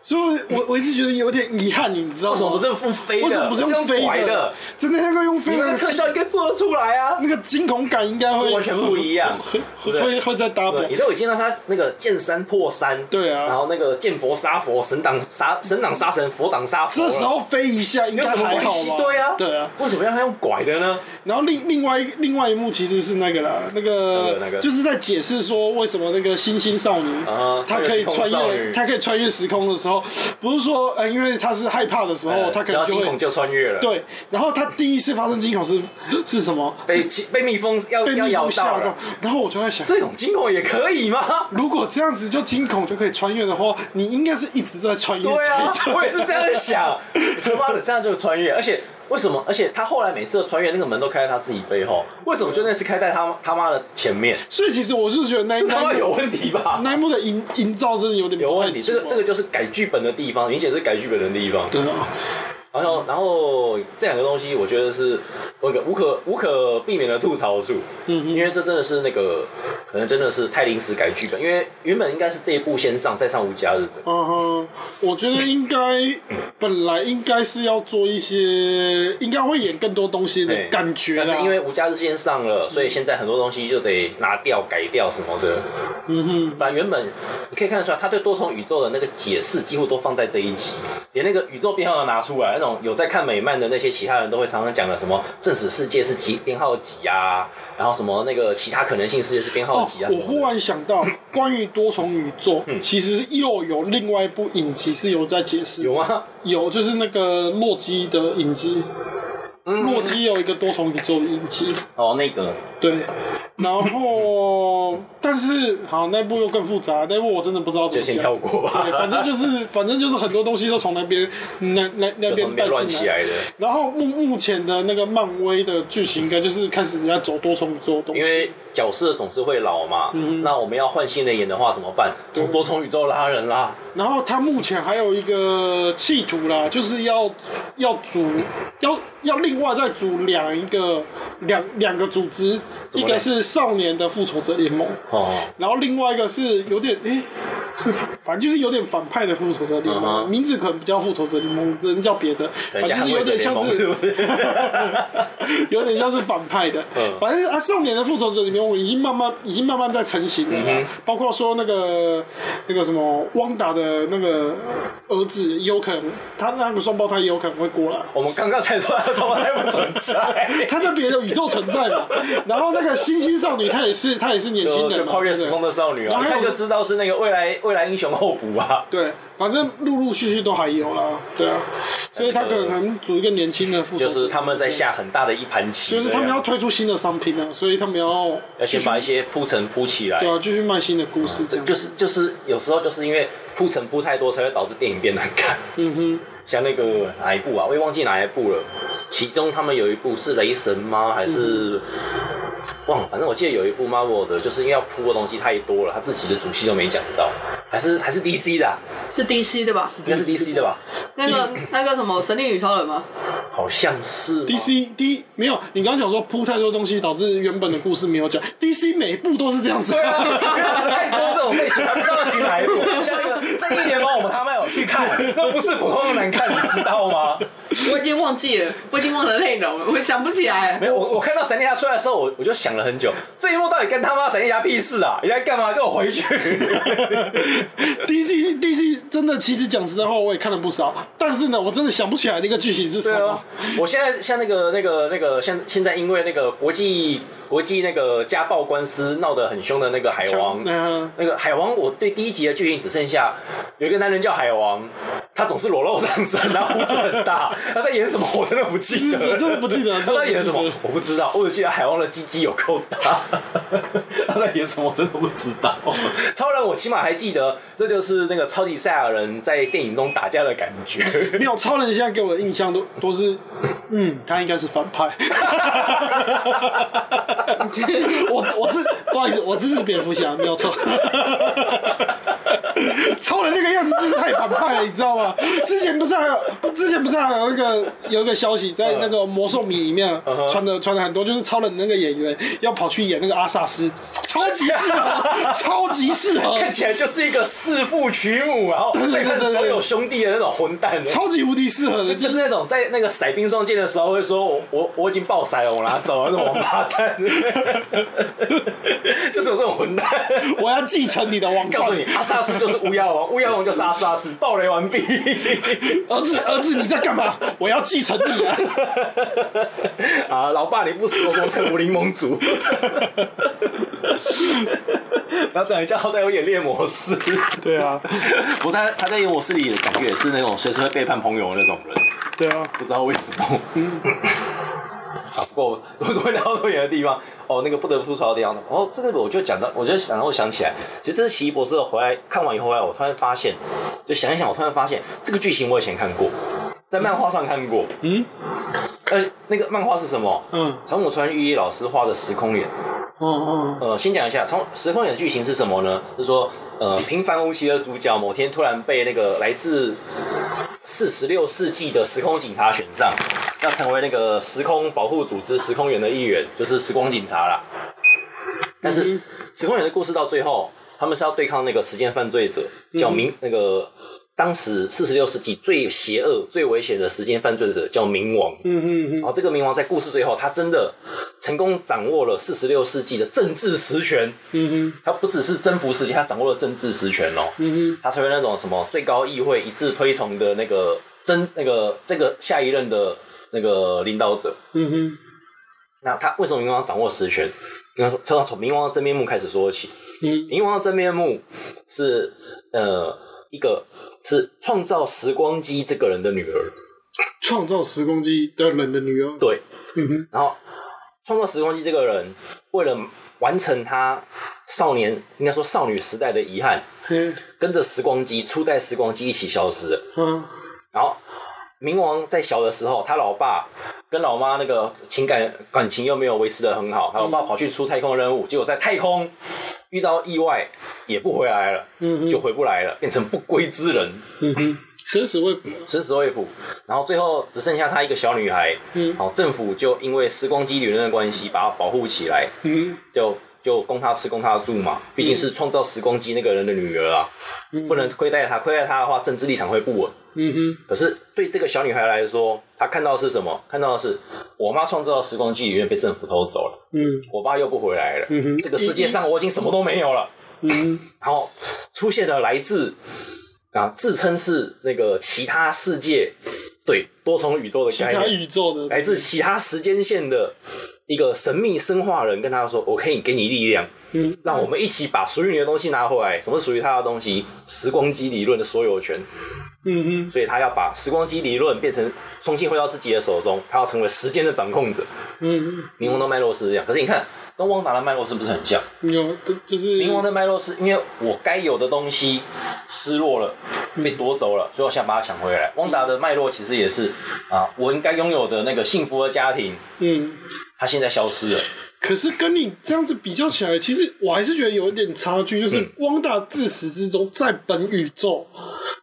[SPEAKER 3] 所以我我一直觉得有点遗憾，你知道吗？
[SPEAKER 1] 为什么不是用飞的？
[SPEAKER 3] 为什么不是
[SPEAKER 1] 用
[SPEAKER 3] 用飞
[SPEAKER 1] 拐
[SPEAKER 3] 的？真的那个用
[SPEAKER 1] 你
[SPEAKER 3] 飞的
[SPEAKER 1] 们的
[SPEAKER 3] 那个
[SPEAKER 1] 特
[SPEAKER 3] 惊
[SPEAKER 1] 效应该做得出来啊！
[SPEAKER 3] 那个惊恐感应该会
[SPEAKER 1] 完全不一样
[SPEAKER 3] 会
[SPEAKER 1] 对不对
[SPEAKER 3] 会会再搭
[SPEAKER 1] 对，
[SPEAKER 3] 配
[SPEAKER 1] 你。都已经让他那个见山破山，
[SPEAKER 3] 对啊
[SPEAKER 1] 然后那个见佛杀佛，神挡杀神挡杀神，佛挡杀佛了，
[SPEAKER 3] 这时候飞一下应
[SPEAKER 1] 你有
[SPEAKER 3] 该
[SPEAKER 1] 什么
[SPEAKER 3] 还
[SPEAKER 1] 关
[SPEAKER 3] 好
[SPEAKER 1] 系
[SPEAKER 3] 吧？？
[SPEAKER 1] 对啊，
[SPEAKER 3] 对啊。
[SPEAKER 1] 为什么要他用拐的呢？
[SPEAKER 3] 然后另另外一另外一幕其实是那个啦，那个
[SPEAKER 1] 哪个哪个
[SPEAKER 3] 就是在解释说为什么那个星星少女
[SPEAKER 1] 啊哈
[SPEAKER 3] 她可以穿
[SPEAKER 1] 穿越时空少
[SPEAKER 3] 越，
[SPEAKER 1] 女
[SPEAKER 3] 她可以穿越时空的时候，不是说呃，因为她是害怕的时候，哦她可
[SPEAKER 1] 呃只要
[SPEAKER 3] 能就
[SPEAKER 1] 惊恐
[SPEAKER 3] 会
[SPEAKER 1] 就穿越了，，
[SPEAKER 3] 对。然后她第一次发生惊恐是是什么？
[SPEAKER 1] 被
[SPEAKER 3] 是
[SPEAKER 1] 其被蜜蜂要
[SPEAKER 3] 被
[SPEAKER 1] 要
[SPEAKER 3] 蜜
[SPEAKER 1] 咬到
[SPEAKER 3] 蜂吓
[SPEAKER 1] 了
[SPEAKER 3] 到，。然后我就在想，
[SPEAKER 1] 这种惊恐也可以 吗？
[SPEAKER 3] 如果这样子就惊恐就可以穿越的话，你应该是一直在穿越
[SPEAKER 1] 对
[SPEAKER 3] 才
[SPEAKER 1] 啊，我也是这样 想。他妈的，这样就穿越，而且为什么？而且他后来每次的穿越那个门都开在他自己背后，为什么就那次开在他他妈的前面？
[SPEAKER 3] 所以其实我就觉得那一
[SPEAKER 1] 这他
[SPEAKER 3] 那
[SPEAKER 1] 妈
[SPEAKER 3] 一幕
[SPEAKER 1] 有问题吧？
[SPEAKER 3] 那一幕的营营造真的有点
[SPEAKER 1] 有
[SPEAKER 3] 不太
[SPEAKER 1] 问题，这
[SPEAKER 3] 足
[SPEAKER 1] 个
[SPEAKER 3] 啊
[SPEAKER 1] 这个就是改剧本的地方，明显是改剧本的地方。
[SPEAKER 3] 对啊，
[SPEAKER 1] 然后，然后这两个东西，我觉得是那个无可无可避免的吐槽处，
[SPEAKER 3] 嗯
[SPEAKER 1] 因为这真的是那个可能真的是太临时改剧本，因为原本应该是这一部先上，再上无家日本。
[SPEAKER 3] 嗯哼，我觉得应 该本来应该是要做一些，应该会演更多东西的
[SPEAKER 1] 对
[SPEAKER 3] 感觉
[SPEAKER 1] 但
[SPEAKER 3] 啦。
[SPEAKER 1] 是因为无家日先上了，所以现在很多东西就得拿掉、改掉什么的。
[SPEAKER 3] 嗯
[SPEAKER 1] 把原本你可以看得出来，他对多重宇宙的那个解释几乎都放在这一集，连那个宇宙编号都拿出来。那种有在看美漫的那些其他人都会常常讲的什么正史世界是几编号几啊，然后什么那个其他可能性世界是编
[SPEAKER 3] 哼，
[SPEAKER 1] 号
[SPEAKER 3] 哦
[SPEAKER 1] 几啊，什
[SPEAKER 3] 我
[SPEAKER 1] 么的
[SPEAKER 3] 忽然想到，关于多重宇宙，其实又有另外一部影集是有在解释，
[SPEAKER 1] 有吗？
[SPEAKER 3] 有就是那个洛基的影集，
[SPEAKER 1] 嗯
[SPEAKER 3] 洛基有一个多重宇宙的影集，
[SPEAKER 1] 哦，那个
[SPEAKER 3] 对。然后，但是好，那部又更复杂，那部我真的不知道
[SPEAKER 1] 就
[SPEAKER 3] 怎么
[SPEAKER 1] 先
[SPEAKER 3] 讲。
[SPEAKER 1] 跳过吧
[SPEAKER 3] 对，，反正就是，反正就是很多东西都从那边那那那
[SPEAKER 1] 就从
[SPEAKER 3] 边
[SPEAKER 1] 那
[SPEAKER 3] 带
[SPEAKER 1] 边乱
[SPEAKER 3] 进
[SPEAKER 1] 起
[SPEAKER 3] 来。
[SPEAKER 1] 来的。
[SPEAKER 3] 然后目目前的那个漫威的剧情，应该就是开始在走多重宇宙的东西。
[SPEAKER 1] 因为角色总是会老嘛，
[SPEAKER 3] 嗯
[SPEAKER 1] 那我们要换新的演的话怎么办？从多重宇宙拉人啦，
[SPEAKER 3] 然后他目前还有一个企图啦，就是要要组要要另外再组两一个两两个组织，
[SPEAKER 1] 怎
[SPEAKER 3] 一
[SPEAKER 1] 么嘞
[SPEAKER 3] 个是少年的复仇者联盟，
[SPEAKER 1] 哦，
[SPEAKER 3] 然后另外一个是有点诶、是反正就是有点反派的复仇者联
[SPEAKER 1] 嗯
[SPEAKER 3] 盟，
[SPEAKER 1] 哼
[SPEAKER 3] 名字可能不叫复仇者联盟，人叫别的，
[SPEAKER 1] 可
[SPEAKER 3] 反
[SPEAKER 1] 能加
[SPEAKER 3] 正
[SPEAKER 1] 捍
[SPEAKER 3] 有
[SPEAKER 1] 卫者
[SPEAKER 3] 点
[SPEAKER 1] 联
[SPEAKER 3] 像
[SPEAKER 1] 盟是不是？
[SPEAKER 3] 有点像是反派的，
[SPEAKER 1] 嗯
[SPEAKER 3] 反正啊，少年的复仇者里面，我已经慢慢已经慢慢在成型了啦、
[SPEAKER 1] 嗯
[SPEAKER 3] 包括说那个那个什么汪达的那个儿子，有可能他那个双胞胎也有可能会过 来，
[SPEAKER 1] 我们刚刚才说他从来不存 在。
[SPEAKER 3] 他在别的宇宙存在嘛。然后那个星星少女，她也是她也是年轻
[SPEAKER 1] 就
[SPEAKER 3] 人
[SPEAKER 1] 就
[SPEAKER 3] 嘛，
[SPEAKER 1] 跨越
[SPEAKER 3] 对不对
[SPEAKER 1] 时空的少女
[SPEAKER 3] 然
[SPEAKER 1] 啊，
[SPEAKER 3] 后
[SPEAKER 1] 一
[SPEAKER 3] 还有
[SPEAKER 1] 看就知道是那个未来未来英雄候补啊。
[SPEAKER 3] 对，反正陆陆续续都还有啦，对啊，所以他可能组一个年轻的复仇
[SPEAKER 1] 就
[SPEAKER 3] 者，
[SPEAKER 1] 是他们在下很大的一盘棋，
[SPEAKER 3] 就是他们
[SPEAKER 1] 这
[SPEAKER 3] 要
[SPEAKER 1] 样
[SPEAKER 3] 推出新的商品啊，所以他们要
[SPEAKER 1] 要先把一些铺陈铺起来
[SPEAKER 3] 对。啊，继续卖新的故事这
[SPEAKER 1] 这
[SPEAKER 3] 样，
[SPEAKER 1] 就是就是有时候就是因为铺陈铺太多，才会导致电影变难看。
[SPEAKER 3] 嗯哼。
[SPEAKER 1] 像那个哪一部啊，我也忘记哪一部了。其中他们有一部是雷神吗？还是忘了？反正我记得有一部 Marvel 的，就是因为要铺的东西太多了，他自己的主戏都没讲到。还是还是 DC 的啊、
[SPEAKER 5] 是 DC 的吧？
[SPEAKER 1] 应该是 DC 的吧？
[SPEAKER 5] 那个那个什么神力女超人吗？
[SPEAKER 1] 好像是吧
[SPEAKER 3] DC D 没有，你刚刚讲说铺太多东西，导致原本的故事没有讲。DC 每一部都是这样子，
[SPEAKER 1] 啊 对啊，太多这种类型，还不知道举哪一部。像那个《正义联盟》，我们他妈有有去 看，那不是普通的难看，你知道吗？
[SPEAKER 5] 我已经忘记了，我已经忘了内容了，我想不起来
[SPEAKER 1] 没。有，我我看到闪电侠出来的时候，我我就想了很久，这一幕到底跟他妈闪电侠屁事啊？你在干嘛？跟我回去！
[SPEAKER 3] DC DC 真的，其实讲实在话，我也看了不少，但是呢，我真的想不起来那个剧情是什
[SPEAKER 1] 对
[SPEAKER 3] 么
[SPEAKER 1] 啊。，我现在像那个那个那个，像现在因为那个国际国际那个家暴官司闹得很凶的那个海王，
[SPEAKER 3] 嗯，
[SPEAKER 1] 那个海王，我对第一集的剧情只剩下有一个男人叫海王，他总是裸露上身，然后胡子很大，他在演什么我真的不记得了，
[SPEAKER 3] 真的不记得
[SPEAKER 1] 他在演什
[SPEAKER 3] 真的不
[SPEAKER 1] 么
[SPEAKER 3] 记得
[SPEAKER 1] 我不知道，我只记得海王的鸡鸡有够大，他在演什么我真的不知道。超人我起码还记得，这就是那个超级赛亚人在电影中打架的感觉。
[SPEAKER 3] 没有超人现在给我的印象都都是，嗯，他应该是反派。 我我支不好意思，我支持蝙蝠侠，没有错。超人那个样子真是太反派了，你知道吗？之前不是还有，之前不是还有那个有一个消息，在那个魔兽迷里面
[SPEAKER 1] 嗯哼
[SPEAKER 3] 传的传的很多，就是超人那个演员要跑去演那个阿萨斯，超级适合，超级适合，
[SPEAKER 1] 看起来就是一个弑父娶母，然后背叛所有兄弟的那种混蛋，
[SPEAKER 3] 超级无敌适合的，
[SPEAKER 1] 就就是那种在那个甩冰霜剑的时候会说我我我已经爆塞了，我拿走了那种王八蛋， 就是有这种混蛋。
[SPEAKER 3] 我要继承你的王
[SPEAKER 1] 告
[SPEAKER 3] 冠
[SPEAKER 1] 诉。你，阿萨斯就是乌鸦王，乌鸦王就是阿萨斯，暴雷完毕。
[SPEAKER 3] 儿子，儿子，你在 干嘛？我要继承你啊！
[SPEAKER 1] 啊，老爸你不死我怎么成武林盟主？然后这样叫好歹有演猎魔师，
[SPEAKER 3] 对啊，
[SPEAKER 1] 不是他他在猎魔师里的感觉也是那种随时会背叛朋友的那种人。
[SPEAKER 3] 对啊，
[SPEAKER 1] 不知道为什么。 啊，不过我怎么会聊到这么远的地方？哦，那个不得不吐槽的地方。哦，这个我就讲到，我就想到，我想起来，其实这是奇异博士的回来看完以后啊，我突然发现，就想一想，我突然发现这个剧情我以前看过，在漫画上看过。
[SPEAKER 3] 嗯
[SPEAKER 1] 而且那个漫画是什么？
[SPEAKER 3] 嗯
[SPEAKER 1] 长谷川裕一老师画的《时空眼》。
[SPEAKER 3] 嗯嗯，
[SPEAKER 1] 呃，先讲一下，从时空眼的剧情是什么呢？就是说，呃，平凡无奇的主角某天突然被那个来自四十六世纪的时空警察选上，要成为那个时空保护组织时空员的一员，就是时光警察啦。但是时空员的故事到最后，他们是要对抗那个时间犯罪者，叫明、那个。当时四十六世纪最邪恶、最危险的时间犯罪者叫冥王，
[SPEAKER 3] 嗯嗯
[SPEAKER 1] 然后这个冥王在故事最后，他真的成功掌握了四十六世纪的政治实权。
[SPEAKER 3] 嗯
[SPEAKER 1] 他不只是征服世界，他掌握了政治实权哦。
[SPEAKER 3] 嗯
[SPEAKER 1] 他成为那种什么最高议会一致推崇的那个真那个这个下一任的那个领导者。
[SPEAKER 3] 嗯嗯
[SPEAKER 1] 那他为什么冥王掌握实权？应该说，从从冥王的真面目开始说起。
[SPEAKER 3] 嗯
[SPEAKER 1] 冥王的真面目是呃一个是创造时光机这个人的女儿。
[SPEAKER 3] 创造时空机的人的女儿，
[SPEAKER 1] 对，
[SPEAKER 3] 嗯哼，
[SPEAKER 1] 然后创作时光机这个人，为了完成他少年应该说少女时代的遗憾，
[SPEAKER 3] 嘿，
[SPEAKER 1] 跟着时光机初代时光机一起消失了。
[SPEAKER 3] 嗯
[SPEAKER 1] 然后冥王在小的时候，他老爸跟老妈那个情感感情又没有维持的很好，他老
[SPEAKER 3] 嗯
[SPEAKER 1] 爸跑去出太空任务，结果在太空遇到意外，也不回来了，
[SPEAKER 3] 嗯哼
[SPEAKER 1] 就回不来了，变成不归之人，
[SPEAKER 3] 嗯哼，生死未卜，
[SPEAKER 1] 生死未卜。然后最后只剩下他一个小女孩，
[SPEAKER 3] 嗯
[SPEAKER 1] 好，政府就因为时光机理论的关系，把她保护起来，
[SPEAKER 3] 嗯
[SPEAKER 1] 就就供她吃，供她住嘛。毕竟是创造时光机那个人的女儿啊，
[SPEAKER 3] 嗯
[SPEAKER 1] 不能亏待她，亏待她的话，政治立场会不稳。
[SPEAKER 3] 嗯
[SPEAKER 1] 可是对这个小女孩来说，她看到的是什么？看到的是我妈创造的时光机里面被政府偷走了，
[SPEAKER 3] 哼，嗯
[SPEAKER 1] 我爸又不回来了，
[SPEAKER 3] 嗯哼
[SPEAKER 1] 这个世界上我已经什么都没有了。
[SPEAKER 3] 嗯
[SPEAKER 1] 然后出现了来自啊自称是那个其他世界，对多重宇宙的
[SPEAKER 3] 其
[SPEAKER 1] 概
[SPEAKER 3] 他
[SPEAKER 1] 念，
[SPEAKER 3] 宇宙的
[SPEAKER 1] 来自其他时间线的一个神秘生化人跟他说：“我可以给你力量，
[SPEAKER 3] 嗯
[SPEAKER 1] 让我们一起把属于你的东西拿回来。什么是属于他的东西？时光机理论的所有权。
[SPEAKER 3] 嗯
[SPEAKER 1] 所以他要把时光机理论变成重新回到自己的手中，他要成为时间的掌控者。
[SPEAKER 3] 哼嗯，
[SPEAKER 1] 冥王的脉络是这样，可是你看跟汪达的脉络是不是很像？
[SPEAKER 3] 有就是
[SPEAKER 1] 冥王的脉络是因为我该有的东西失落了，被夺走了，所以我想把它抢回来。汪达的脉络其实也是啊，我应该拥有的那个幸福的家庭，
[SPEAKER 3] 嗯。
[SPEAKER 1] 它现在消失了。”
[SPEAKER 3] 可是跟你这样子比较起来，其实我还是觉得有一点差距，就是
[SPEAKER 1] 嗯
[SPEAKER 3] 汪大自始至终在本宇宙，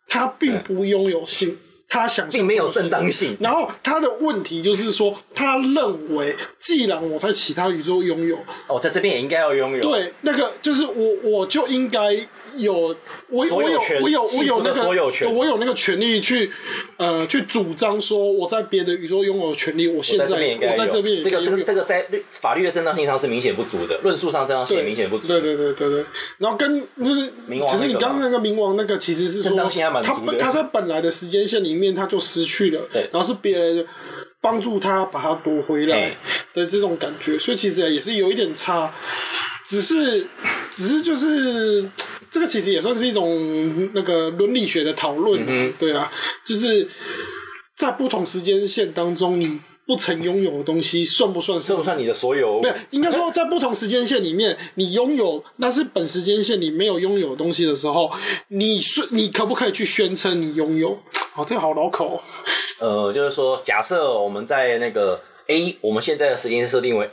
[SPEAKER 3] 他并不拥有幸，他想象
[SPEAKER 1] 并没有正当 性
[SPEAKER 3] 然后他的问题就是说，他认为既然我在其他宇宙拥有，
[SPEAKER 1] 哦，在这边也应该要拥有。
[SPEAKER 3] 对，那个就是我，我就应该有我
[SPEAKER 1] 所有
[SPEAKER 3] 我有
[SPEAKER 1] 权
[SPEAKER 3] 我有
[SPEAKER 1] 幸福
[SPEAKER 3] 我有
[SPEAKER 1] 的
[SPEAKER 3] 那个
[SPEAKER 1] 所有权
[SPEAKER 3] 我有那个权利去呃去主张说我在别的宇宙拥有的权利，我现
[SPEAKER 1] 我在
[SPEAKER 3] 在
[SPEAKER 1] 这边也应该
[SPEAKER 3] 我在
[SPEAKER 1] 有
[SPEAKER 3] 这边也
[SPEAKER 1] 这个
[SPEAKER 3] 应
[SPEAKER 1] 这
[SPEAKER 3] 该
[SPEAKER 1] 个
[SPEAKER 3] 有
[SPEAKER 1] 这个在律法律的正当性上是明显不足的，论述上正当性也
[SPEAKER 3] 对
[SPEAKER 1] 明显不足。
[SPEAKER 3] 对对对对对，然后跟就是
[SPEAKER 1] 冥王那个嘛
[SPEAKER 3] 其实你刚刚那个冥王那个其实是说
[SPEAKER 1] 正当性还蛮
[SPEAKER 3] 他
[SPEAKER 1] 足的
[SPEAKER 3] 本他在本来的时间线里面他就失去了
[SPEAKER 1] 对，
[SPEAKER 3] 然后是别人帮助他把他夺回来
[SPEAKER 1] 嘿
[SPEAKER 3] 的这种感觉，所以其实也是有一点差，只是只是就是。这个其实也算是一种那个伦理学的讨论、
[SPEAKER 1] 嗯
[SPEAKER 3] 对啊，就是在不同时间线当中，你不曾拥有的东西，算不算是
[SPEAKER 1] 算不算你的所有物
[SPEAKER 3] 不？是，应该说在不同时间线里面，你拥有那是本时间线你没有拥有的东西的时候，你是你可不可以去宣称你拥有？哦，这个好老口哦、
[SPEAKER 1] 呃，就是说，假设我们在那个 A，我们现在的时间设定为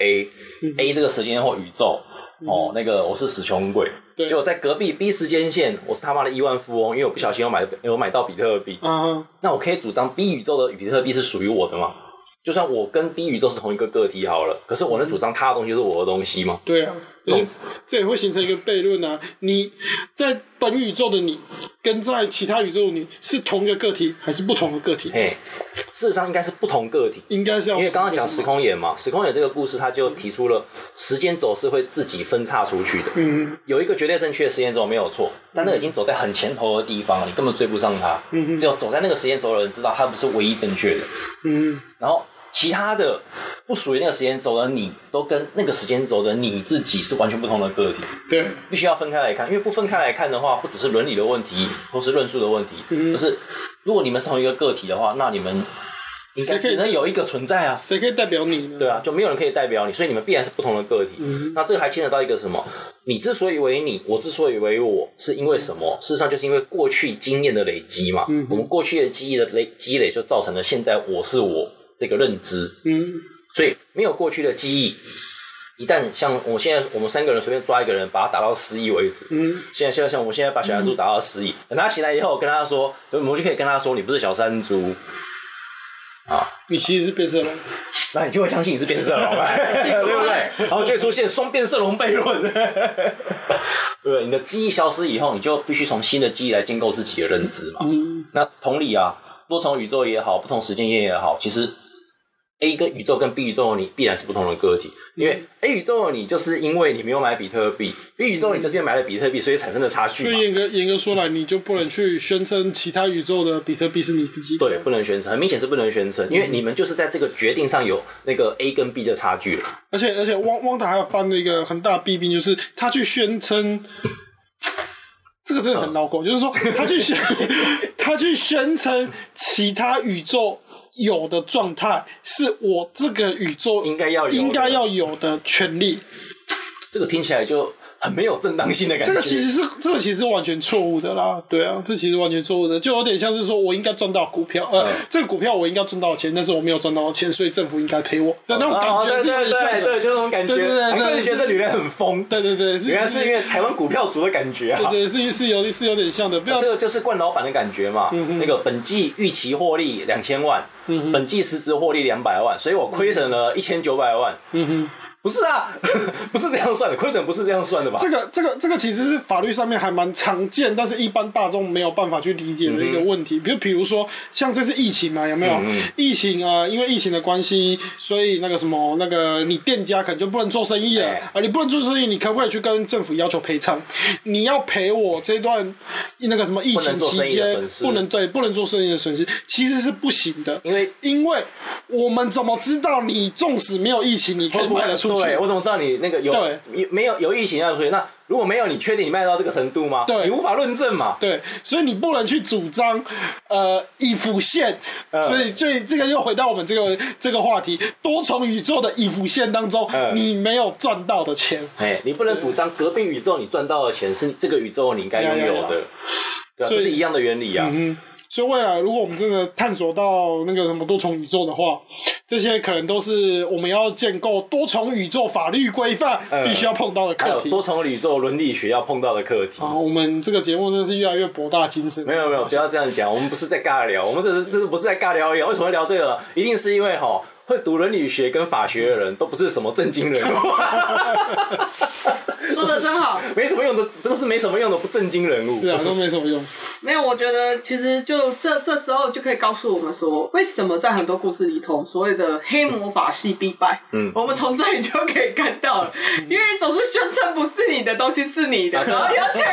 [SPEAKER 3] 嗯
[SPEAKER 1] A，A、这个时间或宇宙，哦，那个我是死穷鬼。
[SPEAKER 3] 对
[SPEAKER 1] 结果在隔壁 B 时间线，我是他妈的亿万富翁，因为我不小心我买我买到比特币。
[SPEAKER 3] 啊，
[SPEAKER 1] 那我可以主张 B 宇宙的比特币是属于我的吗？就算我跟 B 宇宙是同一个个体好了，可是
[SPEAKER 3] 嗯
[SPEAKER 1] 我能主张他的东西是我的东西吗？
[SPEAKER 3] 对啊，这这也会形成一个悖论啊。你在本宇宙的你，跟在其他宇宙的你是同一个个体还是不同的个体？
[SPEAKER 1] 嘿，事实上应该是不同个体。
[SPEAKER 3] 应该是要
[SPEAKER 1] 因为刚刚讲时，空眼嘛，时空眼这个故事，它就提出了时间轴是会自己分叉出去的。
[SPEAKER 3] 嗯
[SPEAKER 1] 有一个绝对正确的时间轴没有错，但那已经走在很前头的地方了，你根本追不上它。
[SPEAKER 3] 嗯
[SPEAKER 1] 只有走在那个时间轴的人知道它不是唯一正确的，
[SPEAKER 3] 嗯，
[SPEAKER 1] 然后其他的不属于那个时间轴的你，都跟那个时间轴的你自己是完全不同的个体，
[SPEAKER 3] 对，
[SPEAKER 1] 必须要分开来看。因为不分开来看的话，不只是伦理的问题，或是论述的问题，
[SPEAKER 3] 嗯
[SPEAKER 1] 而是如果你们是同一个个体的话，那你们应该
[SPEAKER 3] 谁可以
[SPEAKER 1] 只能有一个存在啊。
[SPEAKER 3] 谁可以代表你呢？
[SPEAKER 1] 对啊，，就没有人可以代表你，所以你们必然是不同的个体。
[SPEAKER 3] 嗯
[SPEAKER 1] 那这个还牵扯到一个什么？你之所以为你，我之所以为我，是因为什么？事实上就是因为过去经验的累积嘛。
[SPEAKER 3] 嗯嗯哼
[SPEAKER 1] 我们过去的记忆的累积累，就造成了现在我是我这个认知。
[SPEAKER 3] 嗯
[SPEAKER 1] 所以没有过去的记忆，一旦像我现在我们三个人随便抓一个人，把他打到失忆为止。
[SPEAKER 3] 嗯
[SPEAKER 1] 现在，现在像我们现在把小山猪打到失忆，等他醒来以后，跟他说，我们就可以跟他说，你不是小山猪啊，
[SPEAKER 3] 你其实是变色龙。
[SPEAKER 1] 嗯那你就会相信你是变色龙， 对不对？然后就会出现双变色龙悖论， 对不对？你的记忆消失以后，你就必须从新的记忆来建构自己的认知嘛。
[SPEAKER 3] 嗯
[SPEAKER 1] 那同理啊，多重宇宙也好，不同时间线也好，其实 A 跟宇宙跟 B 宇宙的你必然是不同的个体，因为 A 宇宙的你就是因为你没有买比特币，B 宇宙你就是因为买了比特币，所以产生的差距
[SPEAKER 3] 所以
[SPEAKER 1] 嘛。
[SPEAKER 3] 严格严格说来，你就不能去宣称其他宇宙的比特币是你自己的。
[SPEAKER 1] 对，不能宣称，很明显是不能宣称，因为你们就是在这个决定上有那个 A 跟 B 的差距了。
[SPEAKER 3] 而且而且汪汪达还有犯了一个很大的弊病，就是他去宣称。这个真
[SPEAKER 1] 嗯
[SPEAKER 3] 的很脑狗，就是说他去宣他去宣称其他宇宙有的状态是我这个宇宙
[SPEAKER 1] 应该要有的
[SPEAKER 3] 应该要有的权利，
[SPEAKER 1] 这个听起来就很没有正当性的感觉。
[SPEAKER 3] 这个其实是这个其实是完全错误的啦，对啊，这其实完全错误的，就有点像是说我应该赚到股票，呃，
[SPEAKER 1] 嗯
[SPEAKER 3] 这个股票我应该赚到钱，但是我没有赚到钱，所以政府应该赔我的那种感
[SPEAKER 1] 哦
[SPEAKER 3] 觉
[SPEAKER 1] 对
[SPEAKER 3] 是有
[SPEAKER 1] 对
[SPEAKER 3] 点像的，
[SPEAKER 1] 对对，就这种感觉。
[SPEAKER 3] 对对对
[SPEAKER 1] 难怪
[SPEAKER 3] 对
[SPEAKER 1] 你觉得这女人很疯，
[SPEAKER 3] 对对对，是
[SPEAKER 1] 原来是因为台湾股票族的感觉啊。
[SPEAKER 3] 对对是是有是有点像的，不要
[SPEAKER 1] 这个就是冠老板的感觉
[SPEAKER 3] 嗯
[SPEAKER 1] 嘛，那个本季预期获利两千万，本季实值获利两百万，所以我亏损了一千九百万。
[SPEAKER 3] 嗯哼，
[SPEAKER 1] 不是啊， 不是这样算的，亏损不是这样算的吧？
[SPEAKER 3] 这个这个这个其实是法律上面还蛮常见，但是一般大众没有办法去理解的一
[SPEAKER 1] 嗯
[SPEAKER 3] 个问题。比如比如说像这次疫情嘛，有没有？疫情啊、呃因为疫情的关系，所以那个什么那个你店家可能就不能做生意了、
[SPEAKER 1] 哎
[SPEAKER 3] 啊，你不能做生意，你可不可以去跟政府要求赔偿？你要赔我这段那个什么疫
[SPEAKER 1] 不能
[SPEAKER 3] 情
[SPEAKER 1] 做
[SPEAKER 3] 期
[SPEAKER 1] 生意的
[SPEAKER 3] 间
[SPEAKER 1] 损失
[SPEAKER 3] 不能对不能做生意的损失，其实是不行的。
[SPEAKER 1] 因为
[SPEAKER 3] 因为我们怎么知道你纵使没有疫情，你可以卖得出去？
[SPEAKER 1] 对我怎么知道你那个有
[SPEAKER 3] 对
[SPEAKER 1] 有没有有疫情要出去？那如果没有，你确定你卖到这个程度吗？
[SPEAKER 3] 对
[SPEAKER 1] 你无法论证嘛。
[SPEAKER 3] 对，所以你不能去主张呃以浮现，
[SPEAKER 1] 嗯
[SPEAKER 3] 所以所以这个又回到我们这个这个话题，多重宇宙的以浮现当中，
[SPEAKER 1] 嗯
[SPEAKER 3] 你没有赚到的钱，
[SPEAKER 1] 哎，你不能主张隔壁宇宙你赚到的钱是这个宇宙你应该拥有
[SPEAKER 3] 有有
[SPEAKER 1] 的，对啊，这
[SPEAKER 3] 所以嗯
[SPEAKER 1] 是一样的原理啊。
[SPEAKER 3] 嗯，所以未来如果我们真的探索到那个什么多重宇宙的话，这些可能都是我们要建构多重宇宙法律规范
[SPEAKER 1] 嗯
[SPEAKER 3] 必须要碰到的
[SPEAKER 1] 还
[SPEAKER 3] 课
[SPEAKER 1] 有
[SPEAKER 3] 题。
[SPEAKER 1] 多重宇宙伦理学要碰到的课题。
[SPEAKER 3] 啊，我们这个节目真的是越来越博大精深。
[SPEAKER 1] 没有没有，不要这样讲，我们不是在尬聊，我们这是这是不是在尬聊一样？为什么会聊这个？一定是因为哈，会读伦理学跟法学的人都不是什么正经人，
[SPEAKER 2] 说的真好。
[SPEAKER 1] 没什么用的，都是没什么用的不正经人物。
[SPEAKER 3] 是啊，都没什么用。
[SPEAKER 2] 没有，我觉得其实就这这时候就可以告诉我们说，为什么在很多故事里头，所谓的黑魔法系必败，
[SPEAKER 1] 嗯
[SPEAKER 2] 我们从这里就可以看到了，因为总是宣称不是你的东西是你的，然后你要建，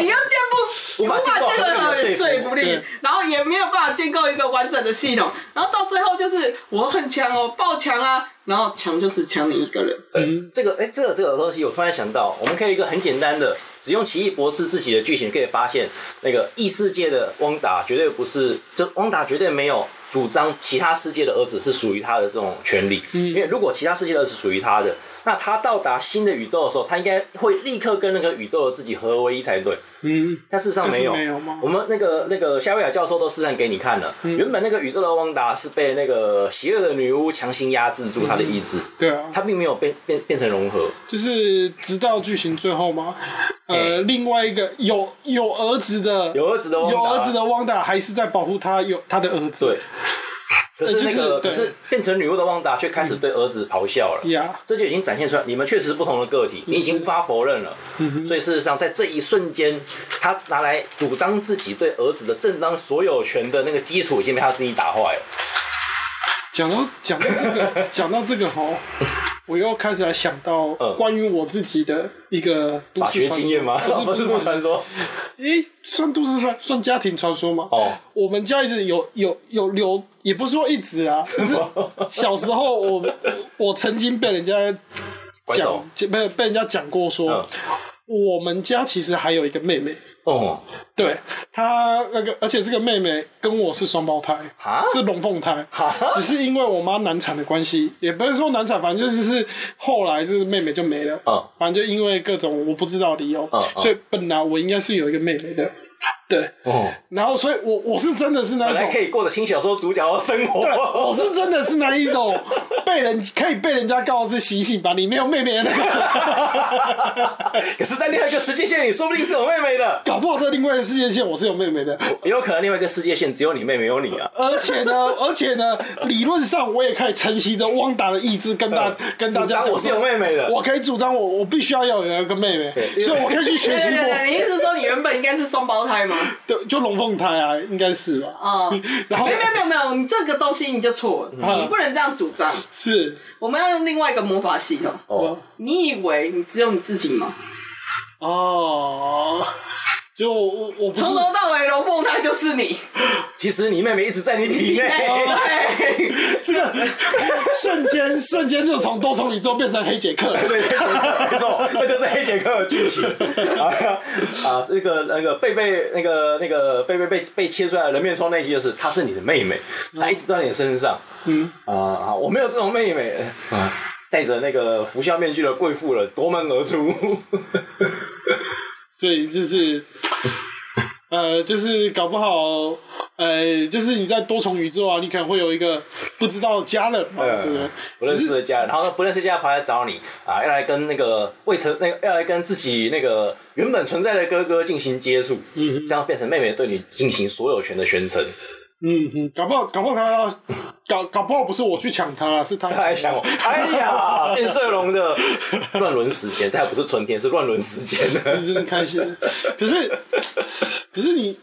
[SPEAKER 2] 你要建不
[SPEAKER 1] 啊无法建构
[SPEAKER 2] 这个
[SPEAKER 1] 合理的
[SPEAKER 2] 说
[SPEAKER 1] 说
[SPEAKER 2] 服
[SPEAKER 1] 服
[SPEAKER 2] 力
[SPEAKER 3] 对，
[SPEAKER 2] 然后也没有办法建构一个完整的系统，然后到最后就是我很强哦，爆强啊，然后强就只强你一个人，
[SPEAKER 1] 嗯，这个哎、这个这个东西，我突然想到，我们可以一个很简单的，只用奇异博士自己的剧情可以发现，那个异世界的汪达绝对不是，就汪达绝对没有主张其他世界的儿子是属于他的这种权利。嗯，因为如果其他世界的儿子属于他的，那他到达新的宇宙的时候，他应该会立刻跟那个宇宙的自己合为一才对。
[SPEAKER 3] 嗯，
[SPEAKER 1] 但事实上没有，
[SPEAKER 3] 但是没有吗嗯
[SPEAKER 1] 我们那个那个夏威尔教授都示范给你看了，原本那个宇宙的汪达是被那个邪恶的女巫强行压制住他的意志。
[SPEAKER 3] 对啊，
[SPEAKER 1] 他并没有变变变成融合，
[SPEAKER 3] 就是直到剧情最后嘛，呃，
[SPEAKER 1] 哎
[SPEAKER 3] 另外一个有有儿子的
[SPEAKER 1] 有儿子的汪达
[SPEAKER 3] 有儿子的汪达还是在保护他有他的儿子。
[SPEAKER 1] 对。可是那个，
[SPEAKER 3] 呃就是
[SPEAKER 1] 可
[SPEAKER 3] 对嗯
[SPEAKER 1] 是变成女巫的旺达却开始对儿子咆哮了，
[SPEAKER 3] 呀，
[SPEAKER 1] 这就已经展现出来，你们确实是不同的个体，你已经无法否认了。
[SPEAKER 3] 嗯
[SPEAKER 1] 所以事实上，在这一瞬间，他拿来主张自己对儿子的正当所有权的那个基础，已经被他自己打坏了。
[SPEAKER 3] 讲到讲到 这个讲到这个哈，我又开始来想到
[SPEAKER 1] 嗯
[SPEAKER 3] 关于我自己的一个都
[SPEAKER 1] 法
[SPEAKER 3] 市
[SPEAKER 1] 学
[SPEAKER 3] 传
[SPEAKER 1] 经验吗？
[SPEAKER 3] 不
[SPEAKER 1] 不
[SPEAKER 3] 是
[SPEAKER 1] 是这
[SPEAKER 3] 都市传
[SPEAKER 1] 传说。
[SPEAKER 3] 诶，算都市传算家庭传说吗？
[SPEAKER 1] 哦，
[SPEAKER 3] 我们家一直有有有留，也不是说一直 啊，就是小时候我我曾经被人家
[SPEAKER 1] 拐
[SPEAKER 3] 讲
[SPEAKER 1] 走，
[SPEAKER 3] 就被被人家讲过说
[SPEAKER 1] 嗯，
[SPEAKER 3] 我们家其实还有一个妹妹，
[SPEAKER 1] 哦，
[SPEAKER 3] 对她那个，而且这个妹妹跟我是双胞胎，
[SPEAKER 1] 哈，
[SPEAKER 3] 是龙凤胎。
[SPEAKER 1] 哈，
[SPEAKER 3] 只是因为我妈难产的关系，也不是说难产，反正就是后来就是妹妹就没了，
[SPEAKER 1] 嗯
[SPEAKER 3] 反正就因为各种我不知道理由，
[SPEAKER 1] 嗯嗯
[SPEAKER 3] 所以本来我应该是有一个妹妹的，对，
[SPEAKER 1] 哦，
[SPEAKER 3] 然后所以我我是真的是那
[SPEAKER 1] 本
[SPEAKER 3] 一
[SPEAKER 1] 来
[SPEAKER 3] 种
[SPEAKER 1] 可以过着轻小说主角的生活。
[SPEAKER 3] 我是真的是那一种被人可以被人家告知习性吧，你没有妹妹的那个，
[SPEAKER 1] 可是，在另外一个时间线里，说不定是我妹妹的，
[SPEAKER 3] 搞不好在另外一个世界线我是有妹妹的，
[SPEAKER 1] 也有可能另外一个世界线只有你妹没有你啊。
[SPEAKER 3] 而且呢， 而且呢，理论上我也可以承袭着汪达的意志，跟大跟大
[SPEAKER 1] 呃主
[SPEAKER 3] 家
[SPEAKER 1] 张
[SPEAKER 3] 讲
[SPEAKER 1] 我是
[SPEAKER 3] 说
[SPEAKER 1] 有妹妹的，
[SPEAKER 3] 我可以主张我我必须要要有一个妹妹，
[SPEAKER 1] 对
[SPEAKER 3] 所以我可以去学
[SPEAKER 2] 对
[SPEAKER 3] 习
[SPEAKER 2] 对对，
[SPEAKER 3] 我
[SPEAKER 2] 你意思是说你原本应该是双胞 胎吗？
[SPEAKER 3] 对，就龙凤胎啊，应该是吧？
[SPEAKER 2] 啊、
[SPEAKER 3] 然后
[SPEAKER 2] 没有没有没有没有，你这个东西你就错了，
[SPEAKER 3] 嗯
[SPEAKER 2] 你不能这样主张。
[SPEAKER 3] 是
[SPEAKER 2] 我们要用另外一个魔法系统。
[SPEAKER 1] 哦，
[SPEAKER 2] 你以为你只有你自己吗？
[SPEAKER 3] 哦，就我我我不是
[SPEAKER 2] 从头到尾，龙凤胎就是 你。哎
[SPEAKER 1] 其实你妹妹一直在你体
[SPEAKER 2] 哦
[SPEAKER 1] 内。
[SPEAKER 2] 对，
[SPEAKER 3] 这个瞬间瞬间就从多重宇宙变成黑杰克了。
[SPEAKER 1] 对，没错，这就是黑杰克的剧情啊啊！那个那个贝贝，那个那个贝贝被被切出来的人面疮那一集，就是她是你的妹妹，她一直在你身上
[SPEAKER 3] 嗯，
[SPEAKER 1] 啊啊！我没有这种妹妹啊，戴着那个福笑面具的贵妇人夺门而出。
[SPEAKER 3] 所以就是，呃，就是搞不好，呃，就是你在多重宇宙啊，你可能会有一个不知道的家人嘛，对不对
[SPEAKER 1] 嗯？，不认识的家人，然后不认识的家人跑来找你啊，要来跟那个未曾那个要来跟自己那个原本存在的哥哥进行接触，嗯，这样变成妹妹对你进行所有权的宣 称，
[SPEAKER 3] 嗯嗯，搞不好，搞不好他要，搞搞不好不是我去抢他啦，是他
[SPEAKER 1] 他还想我，哎呀，变色龙的乱伦时间，这还不是春天，是乱伦时 间的，
[SPEAKER 3] 真是开心。可是， 可是你，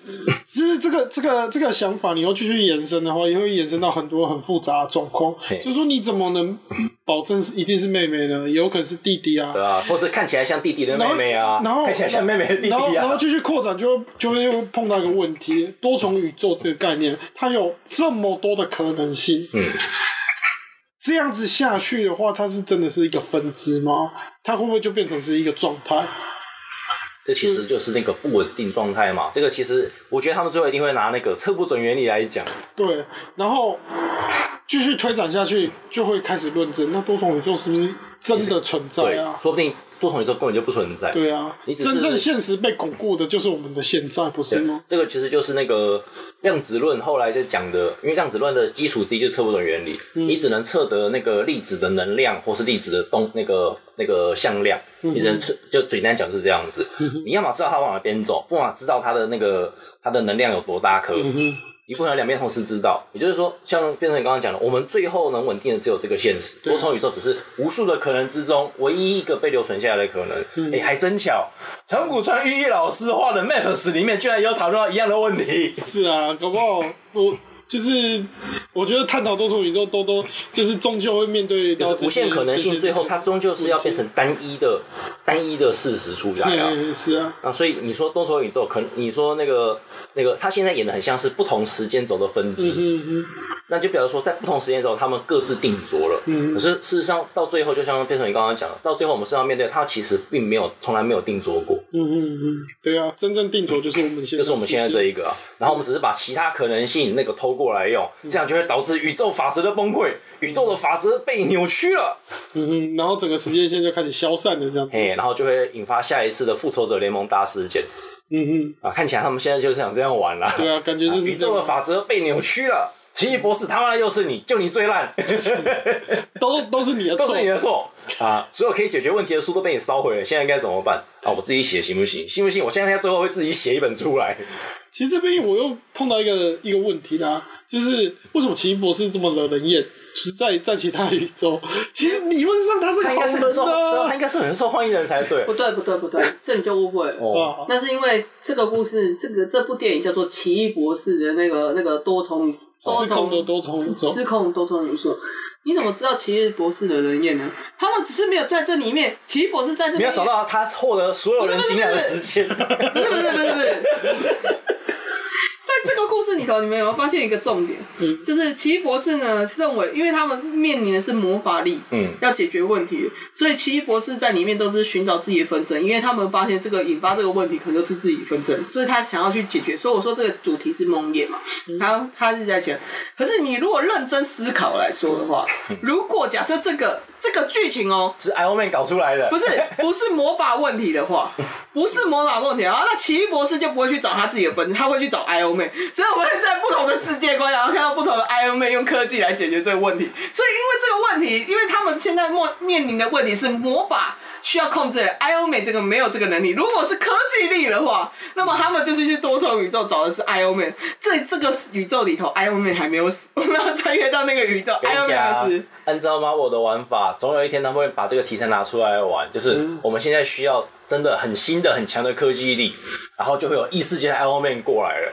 [SPEAKER 3] 其实这个这个这个想法，你要继续延伸的话，也会延伸到很多很复杂的状况。
[SPEAKER 1] 嘿
[SPEAKER 3] 就是说，你怎么能保证是一定是妹妹呢？也有可能是弟弟啊。
[SPEAKER 1] 对啊，或是看起来像弟弟的妹妹啊，
[SPEAKER 3] 然后
[SPEAKER 1] 看起来像妹妹的弟
[SPEAKER 3] 然后，
[SPEAKER 1] 弟
[SPEAKER 3] 然后
[SPEAKER 1] 啊，
[SPEAKER 3] 继续扩展就，就会又碰到一个问题：多重宇宙这个概念，它有这么多的可能性。
[SPEAKER 1] 嗯，
[SPEAKER 3] 这样子下去的话，它是真的是一个分支吗？它会不会就变成是一个状态？
[SPEAKER 1] 这其实就是那个不稳定状态嘛，这个其实我觉得他们最后一定会拿那个测不准原理来讲，
[SPEAKER 3] 对，然后继续推展下去，就会开始论证那多重宇宙是不是真的存在
[SPEAKER 1] 对
[SPEAKER 3] 啊，。
[SPEAKER 1] 说不定多重宇宙根本就不存在。
[SPEAKER 3] 对啊，
[SPEAKER 1] 你只是
[SPEAKER 3] 真正现实被巩固的就是我们的现在，不是吗？
[SPEAKER 1] 这个其实就是那个量子论后来在讲的，因为量子论的基础之一就是测不准原理，
[SPEAKER 3] 嗯
[SPEAKER 1] 你只能测得那个粒子的能量或是粒子的动那个那个向量，
[SPEAKER 3] 嗯
[SPEAKER 1] 你只能测，就简单讲就是这样子。你要么知道它往哪边走，不嘛知道它的那个它的能量有多大颗，
[SPEAKER 3] 嗯哼，
[SPEAKER 1] 你不可能两边同时知道。也就是说，像变成你刚刚讲的，我们最后能稳定的只有这个现实，
[SPEAKER 3] 对
[SPEAKER 1] 多重宇宙只是无数的可能之中唯一一个被留存下来的可能。哎、
[SPEAKER 3] 嗯
[SPEAKER 1] 还真巧，长谷川裕一老师画的 Maps 里面居然也有讨论到一样的问题。
[SPEAKER 3] 是啊，搞不好我就是我觉得探讨多重宇宙都都就是终究会面对
[SPEAKER 1] 就
[SPEAKER 3] 到
[SPEAKER 1] 是无限可能性，最后它终究是要变成单一的、单一的事实出来啊。
[SPEAKER 3] 嗯是啊，
[SPEAKER 1] 啊，所以你说多重宇宙，可能你说那个那个，他现在演的很像是不同时间轴的分支，
[SPEAKER 3] 嗯嗯
[SPEAKER 1] 那就表示说在不同时间轴他们各自定着了。
[SPEAKER 3] 嗯
[SPEAKER 1] 可是事实上到最后，就像变成你刚刚讲的，到最后我们是要面对它，其实并没有从来没有定着过，
[SPEAKER 3] 嗯嗯嗯，对啊，真正定夺就是我们现
[SPEAKER 1] 就
[SPEAKER 3] 在，
[SPEAKER 1] 是我们现在这一个啊。然后我们只是把其他可能性那个偷过来用，
[SPEAKER 3] 嗯
[SPEAKER 1] 这样就会导致宇宙法则的崩溃，宇宙的法则被扭曲了。
[SPEAKER 3] 嗯哼，然后整个时间线就开始消散了这样子，
[SPEAKER 1] 嘿，然后就会引发下一次的复仇者联盟大事件
[SPEAKER 3] 嗯
[SPEAKER 1] 啊！看起来他们现在就是想这样玩啦。
[SPEAKER 3] 哼，对啊，感觉
[SPEAKER 1] 啊，
[SPEAKER 3] 就是
[SPEAKER 1] 宇宙的法则被扭曲了。奇异博士他妈的又是你，就你最烂，
[SPEAKER 3] 都都是你的
[SPEAKER 1] 都
[SPEAKER 3] 错
[SPEAKER 1] 是你，的错啊！所有可以解决问题的书都被你烧毁了，现在应该怎么办啊？我自己写行不行？信不信？我现在最后会自己写一本出来。
[SPEAKER 3] 其实这边我又碰到一个一个问题啦、就是为什么奇异博士这么惹人厌？是在在其他宇 宙，其实理论上他是个
[SPEAKER 1] 他应该是很受，
[SPEAKER 3] 好
[SPEAKER 1] 对啊
[SPEAKER 3] 人
[SPEAKER 1] 他
[SPEAKER 3] 啊。
[SPEAKER 1] 应该是很受欢迎的人才对
[SPEAKER 2] 不。对不对不对，这你就误会了。
[SPEAKER 1] 哦，
[SPEAKER 3] 啊，
[SPEAKER 2] 那是因为这个故事，这个这部电影叫做《奇异博士》的那个那个多重多
[SPEAKER 3] 失控的
[SPEAKER 2] 重
[SPEAKER 3] 多重宇宙，
[SPEAKER 2] 失控多重宇宙。你怎么知道奇异博士的人演呢？他们只是没有在这里面，奇异博士在这里
[SPEAKER 1] 你要
[SPEAKER 2] 面
[SPEAKER 1] 找到他获得所有人敬仰的时间。
[SPEAKER 2] 不是不是不是不是，在这个故事里头，你们有没有发现一个重点？
[SPEAKER 3] 嗯
[SPEAKER 2] 就是奇异博士呢认为，因为他们面临的是魔法力，
[SPEAKER 1] 嗯，
[SPEAKER 2] 要解决问题，所以奇异博士在里面都是寻找自己的分身，因为他们发现这个引发这个问题可能就是自己分身，所以他想要去解决。所以我说这个主题是梦魇嘛，他他是在讲。可是你如果认真思考来说的话，如果假设这个这个剧情哦、
[SPEAKER 1] 是 Iron Man 搞出来的
[SPEAKER 2] 不。是不是魔法问题的话，不是魔法问题啊，那奇异博士就不会去找他自己的本质，他会去找 Iron Man。所以我们会在不同的世界观，然后看到不同的 Iron Man 用科技来解决这个问题。所以因为这个问题，因为他们现在面面临的问题是魔法。需要控制的 Iron Man 这个没有这个能力，如果是科技力的话，那么他们就是去多重宇宙找的是 Iron Man。这这个宇宙里头，Iron Man 还没有死，我们要穿越到那个宇宙
[SPEAKER 1] 跟你
[SPEAKER 2] ，Iron Man
[SPEAKER 1] 讲啊
[SPEAKER 2] 没有死。，
[SPEAKER 1] 按照 Marvel 的玩法，总有一天他们会把这个题材拿出来玩。就是我们现在需要真的很新的、很强的科技力，然后就会有异世界的 Iron Man 过来了。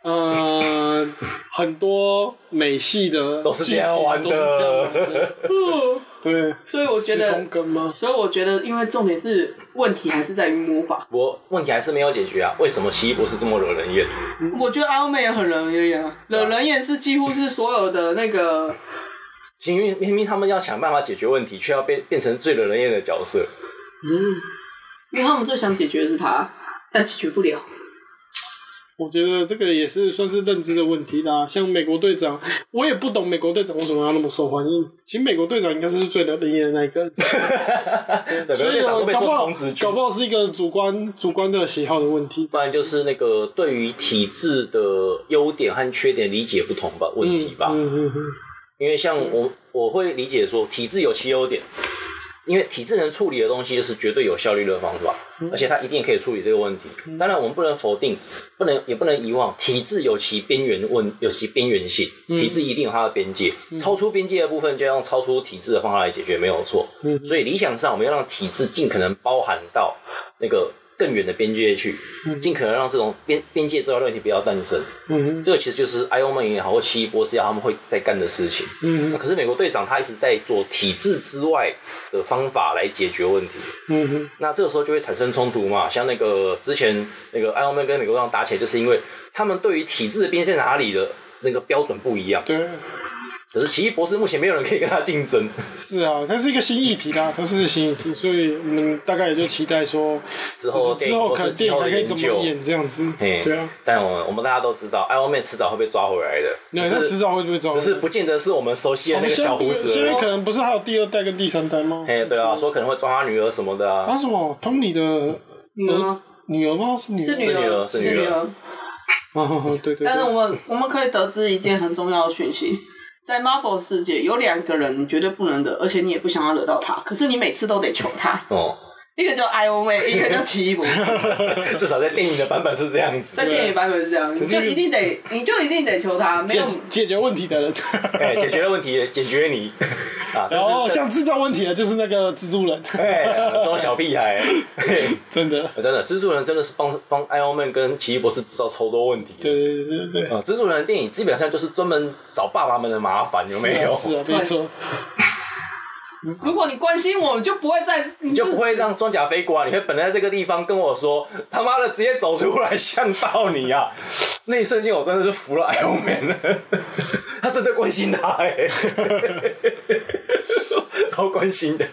[SPEAKER 3] 呃，很多美系的
[SPEAKER 1] 都是
[SPEAKER 3] 剧
[SPEAKER 1] 这样
[SPEAKER 3] 情
[SPEAKER 1] 玩的
[SPEAKER 3] 都是这样玩 的，对，
[SPEAKER 2] 所以我觉
[SPEAKER 3] 时
[SPEAKER 2] 得
[SPEAKER 3] 空根吗？
[SPEAKER 2] 所以我觉得，因为重点是问题还是在于魔法。
[SPEAKER 1] 我问题还是没有解决啊！为什么奇异博士这么惹人厌？
[SPEAKER 2] 我觉得 Iron Man 也很惹人厌啊，惹人厌是几乎是所有的那个，
[SPEAKER 1] 因为明明他们要想办法解决问题，却要变变成最惹人厌的角色。
[SPEAKER 3] 嗯
[SPEAKER 2] 因为他们最想解决的是他，但解决不了。
[SPEAKER 3] 我觉得这个也是算是认知的问题啦。像美国队长，我也不懂美国队长为什么要那么受欢迎。其实美国队长应该是最惹人厌的那一个，
[SPEAKER 1] 对，美国
[SPEAKER 3] 所以
[SPEAKER 1] 队长
[SPEAKER 3] 我
[SPEAKER 1] 都被
[SPEAKER 3] 搞
[SPEAKER 1] 说
[SPEAKER 3] 不
[SPEAKER 1] 是
[SPEAKER 3] 好
[SPEAKER 1] 童子，军
[SPEAKER 3] 搞，不好是一个主观主观的喜好的问题
[SPEAKER 1] 不。然就是那个对于体制的优点和缺点理解不同吧，问题吧。
[SPEAKER 3] 嗯嗯嗯
[SPEAKER 1] 因为像我，我会理解说体制有其优点，因为体制能处理的东西就是绝对有效率的方法，
[SPEAKER 3] 嗯
[SPEAKER 1] 而且它一定可以处理这个问题。当然，我们不能否定，不能也不能遗忘，体制有其边缘问，有其边缘性，
[SPEAKER 3] 嗯
[SPEAKER 1] 体制一定有它的边界，超出边界的部分就要用超出体制的方法来解决，没有错。
[SPEAKER 3] 嗯
[SPEAKER 1] 所以理想上，我们要让体制尽可能包含到那个更远的边界去，
[SPEAKER 3] 嗯
[SPEAKER 1] 尽可能让这种边边界之外的问题不要诞生。
[SPEAKER 3] 嗯嗯
[SPEAKER 1] 这个其实就是 Iron Man 也好，或奇异博士也好，他们会在干的事情。
[SPEAKER 3] 嗯
[SPEAKER 1] 那可是美国队长他一直在做体制之外的方法来解决问题，
[SPEAKER 3] 嗯嗯
[SPEAKER 1] 那这个时候就会产生冲突嘛。像那个之前那个 Iron Man 跟美国队长打起来，就是因为他们对于体制的边界在哪里的那个标准不一样。
[SPEAKER 3] 对，
[SPEAKER 1] 可是奇异博士目前没有人可以跟他竞争，
[SPEAKER 3] 是啊，它是一个新议题啦，它是新议题，所以我们大概也就期待说，
[SPEAKER 1] 之后
[SPEAKER 3] 就是之后
[SPEAKER 1] 或
[SPEAKER 3] 可
[SPEAKER 1] 是
[SPEAKER 3] 能
[SPEAKER 1] 今
[SPEAKER 3] 电影
[SPEAKER 1] 后
[SPEAKER 3] 还
[SPEAKER 1] 的
[SPEAKER 3] 可以
[SPEAKER 1] 研
[SPEAKER 3] 怎
[SPEAKER 1] 究
[SPEAKER 3] 么，演这样子，
[SPEAKER 1] 嘿
[SPEAKER 3] 对啊，
[SPEAKER 1] 但我们我们大家都知道，Iron Man 迟早会被抓回来的，
[SPEAKER 3] 那
[SPEAKER 1] 只
[SPEAKER 3] 那
[SPEAKER 1] 是
[SPEAKER 3] 迟早会哦被抓回
[SPEAKER 1] 只
[SPEAKER 3] 来，
[SPEAKER 1] 是不见得是我们熟悉的
[SPEAKER 3] 我
[SPEAKER 1] 那
[SPEAKER 3] 们
[SPEAKER 1] 个
[SPEAKER 3] 现
[SPEAKER 1] 小
[SPEAKER 3] 在
[SPEAKER 1] 胡
[SPEAKER 3] 不
[SPEAKER 1] 子
[SPEAKER 3] 现在
[SPEAKER 1] 而已。
[SPEAKER 3] 可能不是还有第二代跟第三代吗？
[SPEAKER 1] 嘿，对啊，说可能会抓他女儿什么的
[SPEAKER 3] 啊
[SPEAKER 1] 啊，
[SPEAKER 3] 什么？通你的儿
[SPEAKER 2] 吗
[SPEAKER 3] 女儿吗？嗯是女
[SPEAKER 2] 嗯
[SPEAKER 3] 儿，
[SPEAKER 2] 是女
[SPEAKER 1] 是女
[SPEAKER 2] 儿，
[SPEAKER 1] 儿是女儿
[SPEAKER 2] 儿。
[SPEAKER 3] 啊哈哈，对对对。
[SPEAKER 2] 但是我们我们可以得知一件很重要的讯息，在 Marvel 世界有两个人你绝对不能惹，而且你也不想要惹到他，可是你每次都得求他，
[SPEAKER 1] 哦，
[SPEAKER 2] 一个叫 Iron Man，一个叫奇异博士，
[SPEAKER 1] 至少在电影的版本是这样子
[SPEAKER 2] 在。电影版本是这样，你就一定得，你就一定得求他，没
[SPEAKER 3] 解
[SPEAKER 2] 有。
[SPEAKER 3] 解决问题的 人，
[SPEAKER 1] 哎，解决了问题，解决你 啊！
[SPEAKER 3] 然
[SPEAKER 1] 但
[SPEAKER 3] 后
[SPEAKER 1] 是
[SPEAKER 3] 哦像制造问题的，就是那个蜘 蛛人，
[SPEAKER 1] 哎，这种小屁孩，嘿
[SPEAKER 3] 真的，
[SPEAKER 1] 真的，蜘蛛人真的是帮帮 Iron Man 跟奇异博士制造超多问题。
[SPEAKER 3] 对对对对对，
[SPEAKER 1] 啊，蜘蛛人的电影基本上就是专门找爸爸们的麻烦，有没有？
[SPEAKER 3] 是啊，没错，
[SPEAKER 2] 如果你关心我，你就不会再，你
[SPEAKER 1] 你就不会让装甲飞过啊！你会本来在这个地方跟我说，他妈的直接走出来吓到你啊！那一瞬间我真的是服了 Iron Man 了，他真的关心他哎、 超关心的，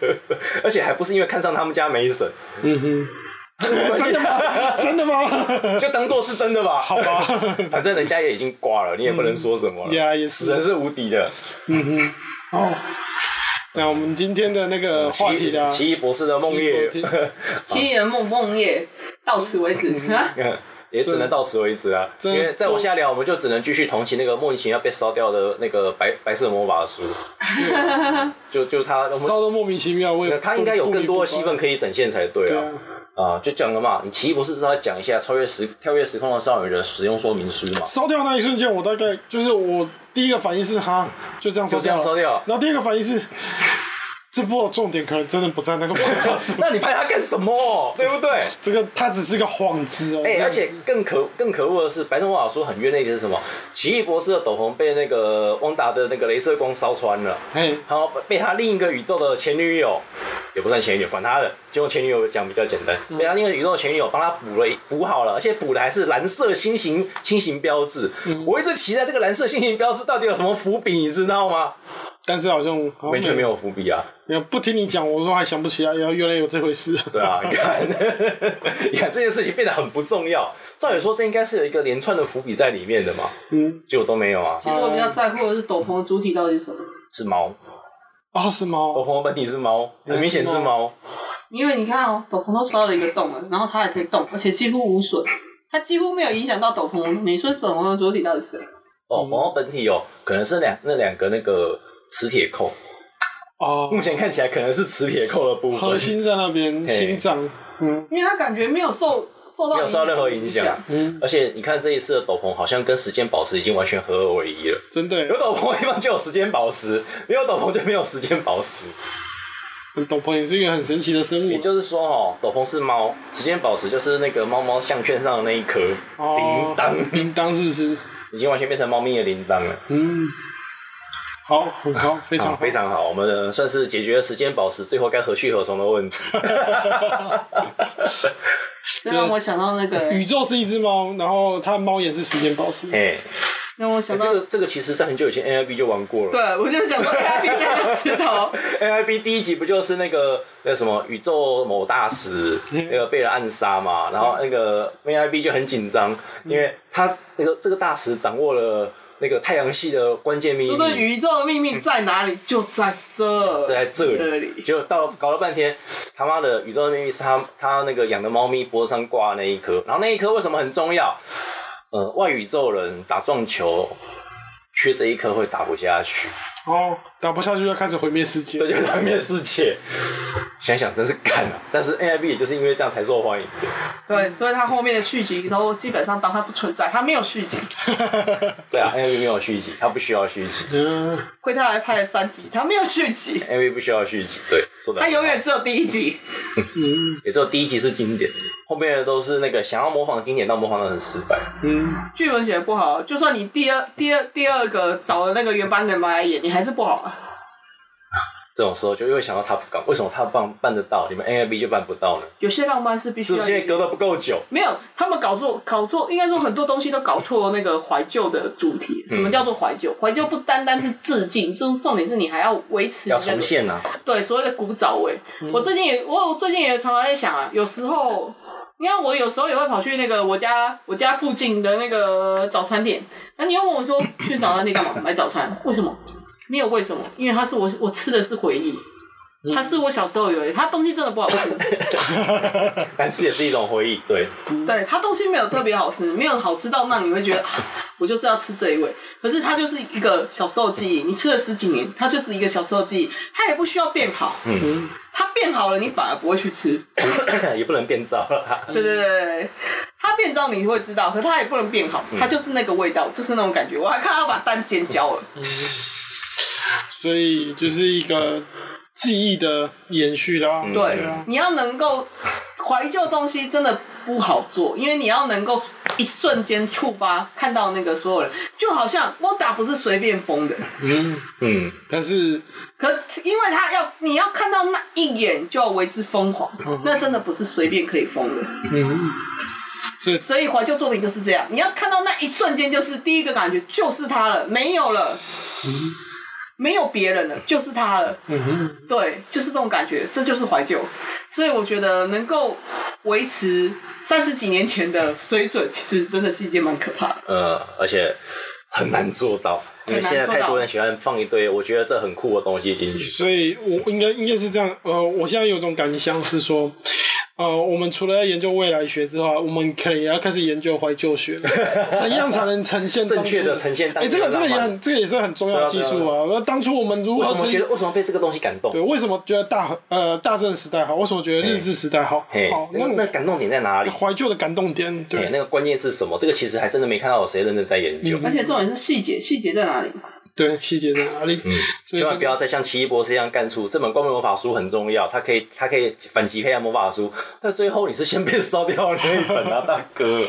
[SPEAKER 1] 而且还不是因为看上他们家梅婶，
[SPEAKER 3] 嗯 哼，真的吗？真的吗？
[SPEAKER 1] 就当做是真的吧。好
[SPEAKER 3] 吧，
[SPEAKER 1] 反正人家也已经挂了，你也不能说什么了。
[SPEAKER 3] 嗯呀也是
[SPEAKER 1] 死人是无敌的。
[SPEAKER 3] 嗯哼， 哦，那我们今天的那个话题
[SPEAKER 1] 嗯奇
[SPEAKER 3] 啊，
[SPEAKER 1] 奇异博士的梦夜
[SPEAKER 3] 奇异 博士
[SPEAKER 1] 啊
[SPEAKER 2] 奇异人梦梦夜到此为止啊！
[SPEAKER 1] 也只能到此为止啊，因
[SPEAKER 3] 真
[SPEAKER 1] 为再往下聊，我们就只能继续同情那个莫名其妙被烧掉的那个白白色魔法 书，就就他，我们
[SPEAKER 3] 烧的莫名其妙，我也
[SPEAKER 1] 他应该有更多的戏份
[SPEAKER 3] 可
[SPEAKER 1] 可以展现才对
[SPEAKER 3] 对
[SPEAKER 1] 啊
[SPEAKER 3] 啊。，
[SPEAKER 1] 啊，就讲了嘛，你奇异博士至少要讲一下超越时跳跃时空的少女的使用说明书嘛，
[SPEAKER 3] 烧掉那一瞬间，我大概就是我第一个反应是哈，就这样
[SPEAKER 1] 就这样
[SPEAKER 3] 烧
[SPEAKER 1] 烧
[SPEAKER 3] 了，
[SPEAKER 1] 掉。
[SPEAKER 3] 然后第二个反应是，这部的重点可能真的不在那个魔法书
[SPEAKER 1] 那你拍他干什么？对不对？
[SPEAKER 3] 这个它只是个幌子哦。
[SPEAKER 1] 哎、
[SPEAKER 3] 这 样
[SPEAKER 1] 而
[SPEAKER 3] 子
[SPEAKER 1] 且更可更可恶的是，白色魔法书很冤的一点是什么？奇异博士的斗篷被那个汪达的那个镭射光烧穿了。
[SPEAKER 3] 嘿，
[SPEAKER 1] 然后被他另一个宇宙的前女友，也不算前女友，管他的，就用前女友讲比较简单。被他另一个宇宙的前女友帮他补了一补好了，而且补的还是蓝色新型新型标志。我一直期待这个蓝色新型标志到底有什么伏笔，你知道吗？
[SPEAKER 3] 但是好像好像
[SPEAKER 1] 完全没有伏笔啊！
[SPEAKER 3] 有，不听你讲，我都还想不起来，原来原来有这回事。
[SPEAKER 1] 对 啊，你看，你看这件事情变得很不重要。照理说，这应该是有一个连串的伏笔在里面的嘛，
[SPEAKER 3] 嗯，
[SPEAKER 1] 结果都没有啊，
[SPEAKER 2] 其实我比较在乎的是斗篷的主体到底是什么，
[SPEAKER 1] 是猫。
[SPEAKER 3] 啊，是
[SPEAKER 1] 我
[SPEAKER 3] 吗？
[SPEAKER 1] 朋友本体是猫，很明显是猫。
[SPEAKER 2] 因为你看哦，斗篷都烧了一个洞了，然后它还可以动，而且几乎无损，它几乎没有影响到斗篷。你说斗篷的主体到底是谁？
[SPEAKER 1] 哦，朋友本体哦，可能是两那两个那个磁铁扣。
[SPEAKER 3] 哦，
[SPEAKER 1] 目前看起来可能是磁铁扣的部分，
[SPEAKER 3] 核心在那边，
[SPEAKER 1] 嘿
[SPEAKER 3] 心脏，嗯
[SPEAKER 2] 因为他感觉没有受受到
[SPEAKER 1] 没有受到任何影响。
[SPEAKER 3] 嗯，
[SPEAKER 1] 而且你看这一次的斗篷好像跟时间宝石已经完全合二为一 了。
[SPEAKER 3] 真的耶
[SPEAKER 1] 有，斗篷的地方就有时间宝石，没有斗篷就没有时间宝石。
[SPEAKER 3] 斗篷也是一个很神奇的生物啊
[SPEAKER 1] 也。就是说，哦，斗篷是猫，时间宝石就是那个猫猫项圈上的那一颗
[SPEAKER 3] 哦
[SPEAKER 1] 铃铛，
[SPEAKER 3] 铃铛是不是？
[SPEAKER 1] 已经完全变成猫咪的铃铛了。
[SPEAKER 3] 嗯，好，很好，非常
[SPEAKER 1] 啊
[SPEAKER 3] 好
[SPEAKER 1] 非。常好，我们呃算是解决了时间宝石最后该何去何从的 问题。
[SPEAKER 2] 这啊让我想到那个，
[SPEAKER 3] 宇宙是一只猫，然后它的猫眼是时间宝石。
[SPEAKER 1] 哎、
[SPEAKER 2] 让我想到
[SPEAKER 1] 这，个这个其实在很久以前 NIB 就玩过了。
[SPEAKER 2] 对我就想说哎 A I B 那
[SPEAKER 3] 啊
[SPEAKER 2] 个石 头，
[SPEAKER 1] NIB 第一集不就是那个那什么宇宙某大使
[SPEAKER 3] 嗯
[SPEAKER 1] 那个被人暗杀嘛？然后那个 NIB 就很紧张，因为
[SPEAKER 3] 嗯
[SPEAKER 1] 他那个这个大使掌握了那个太阳系的关键秘
[SPEAKER 2] 说的
[SPEAKER 1] 密，
[SPEAKER 2] 宇宙的秘密在哪里？就在这，
[SPEAKER 1] 在这
[SPEAKER 2] 这
[SPEAKER 1] 里，
[SPEAKER 2] 里。
[SPEAKER 1] 结果到搞了半天，他妈的宇宙的秘密是他他那个养的猫咪脖子上挂的那一颗，然后那一颗为什么很重要？呃，外宇宙人打撞球缺这一颗会打不下去。
[SPEAKER 3] 哦，打不下去就开始毁灭世界。
[SPEAKER 1] 对，就是外面世界。想想真是干了、但是 NIB 也就是因为这样才受欢迎的。
[SPEAKER 2] 对，所以它后面的续集都基本上当它不存在，它没有续集。
[SPEAKER 1] 对啊，NIB 没有续集，他不需要续集
[SPEAKER 3] 嗯，
[SPEAKER 2] 亏他还拍了三集，它没有续集，
[SPEAKER 1] ，NIB 不需要续集。对，说的
[SPEAKER 2] 它永远只有第一集。
[SPEAKER 1] 也只有第一集是经典，后面的都是那个想要模仿经典，但模仿的很失败。
[SPEAKER 3] 嗯，
[SPEAKER 2] 剧本写的不好，就算你第二、第二、第二个找的那个原班人马来演，你还是不好啊。
[SPEAKER 1] 这种时候就会想到 Top Gun，为什么 Top Gun 办得到，你们 N A B 就办不到呢？
[SPEAKER 6] 有些浪漫是必须
[SPEAKER 1] 是不
[SPEAKER 6] 要
[SPEAKER 1] 是因为隔得不够久？
[SPEAKER 6] 没有，他们搞错，搞错，应该说很多东西都搞错那个怀旧的主题。什
[SPEAKER 1] 嗯
[SPEAKER 6] 么叫做怀旧？怀旧不单单是致敬，这重点是你还要维持
[SPEAKER 1] 要
[SPEAKER 6] 你那
[SPEAKER 1] 重
[SPEAKER 6] 个
[SPEAKER 1] 现啊！
[SPEAKER 6] 对所谓的古早味。我最近也，我我最近也常常在想啊，有时候，你看我有时候也会跑去那个我家我家附近的那个早餐店，那你又问我说去早餐店干嘛？买早餐？为什么？没有为什么，因为它是我我吃的是回忆。它是我小时候有的，它东西真的不好吃，
[SPEAKER 1] 但吃也是一种回忆，对，
[SPEAKER 2] 对，它东西没有特别好吃，没有好吃到让你会觉得、啊我就是要吃这一味。可是它就是一个小时候记忆，你吃了十几年，它就是一个小时候记忆，它也不需要变好，
[SPEAKER 1] 嗯，
[SPEAKER 2] 它变好了你反而不会去吃。
[SPEAKER 1] 也不能变糟了。
[SPEAKER 2] 对对对对对，它变糟你会知道，可它也不能变好，
[SPEAKER 1] 嗯
[SPEAKER 2] 它就是那个味道，就是那种感觉。我还看到把蛋煎焦了，
[SPEAKER 3] 所以就是一个记忆的延续啦。
[SPEAKER 1] 嗯
[SPEAKER 2] 对，
[SPEAKER 3] 啊
[SPEAKER 2] 你要能够怀旧东西真的不好做，因为你要能够一瞬间触发看到那个所有人，就好像汪达不是随便封的，
[SPEAKER 3] 嗯，
[SPEAKER 1] 嗯，
[SPEAKER 3] 但是
[SPEAKER 2] 可因为他要你要看到那一眼就要为之疯狂，那真的不是随便可以疯的。
[SPEAKER 3] 嗯，所以
[SPEAKER 2] 所以怀旧作品就是这样，你要看到那一瞬间，就是第一个感觉就是他了，没有了，没有别人了，就是他了。
[SPEAKER 3] 嗯哼
[SPEAKER 2] 对，就是这种感觉，这就是怀旧。所以我觉得能够维持三十几年前的水准，其实真的是一件蛮可怕的。
[SPEAKER 1] 呃，而且很难做到，因为现在太多人喜欢放一堆我觉得这很酷的东西进去。
[SPEAKER 3] 所以我应该应该是这样。呃，我现在有种感想是说。呃，我们除了要研究未来学之外，我们可能也要开始研究怀旧学， 怎样才能呈现
[SPEAKER 1] 正确的
[SPEAKER 3] 当初
[SPEAKER 1] 呈现当
[SPEAKER 3] 哎、
[SPEAKER 1] 初
[SPEAKER 3] 这
[SPEAKER 1] 的
[SPEAKER 3] 个这
[SPEAKER 1] 浪
[SPEAKER 3] 个也
[SPEAKER 1] 漫。
[SPEAKER 3] 很，这个也是很重要的技术
[SPEAKER 1] 对啊
[SPEAKER 3] 啊。那当初我哦们如
[SPEAKER 1] 为
[SPEAKER 3] 何
[SPEAKER 1] 什么
[SPEAKER 3] 呈
[SPEAKER 1] 觉
[SPEAKER 3] 现
[SPEAKER 1] 得为什么被这个东西感动
[SPEAKER 3] 对，？为什么觉得大呃大正时代好？为什么觉得日治时代好？
[SPEAKER 1] 嘿
[SPEAKER 3] 好，，
[SPEAKER 1] 那
[SPEAKER 3] 那
[SPEAKER 1] 那感动点在哪里
[SPEAKER 3] 我？怀旧的感动点，
[SPEAKER 1] 嘿
[SPEAKER 3] 对
[SPEAKER 1] 那个关键是什么？这个其实还真的没看到有谁认真在研究。
[SPEAKER 2] 而且重点是细节，细节在哪里？
[SPEAKER 3] 对，细节在哪里？
[SPEAKER 1] 嗯
[SPEAKER 3] 所以
[SPEAKER 1] 千万不要再像奇异博士一样干出这本光明魔法书很重要，它可以它可以反击黑暗魔法书，但最后你是先被烧掉的那一本啊，大 哥。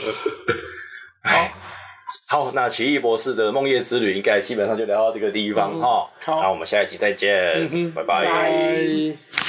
[SPEAKER 1] 哎，好，那奇异博士的梦夜之旅应该基本上就聊到这个地方哈。
[SPEAKER 3] 嗯好
[SPEAKER 1] 那我们下一期再见，
[SPEAKER 3] 嗯哼
[SPEAKER 1] 拜
[SPEAKER 3] 拜。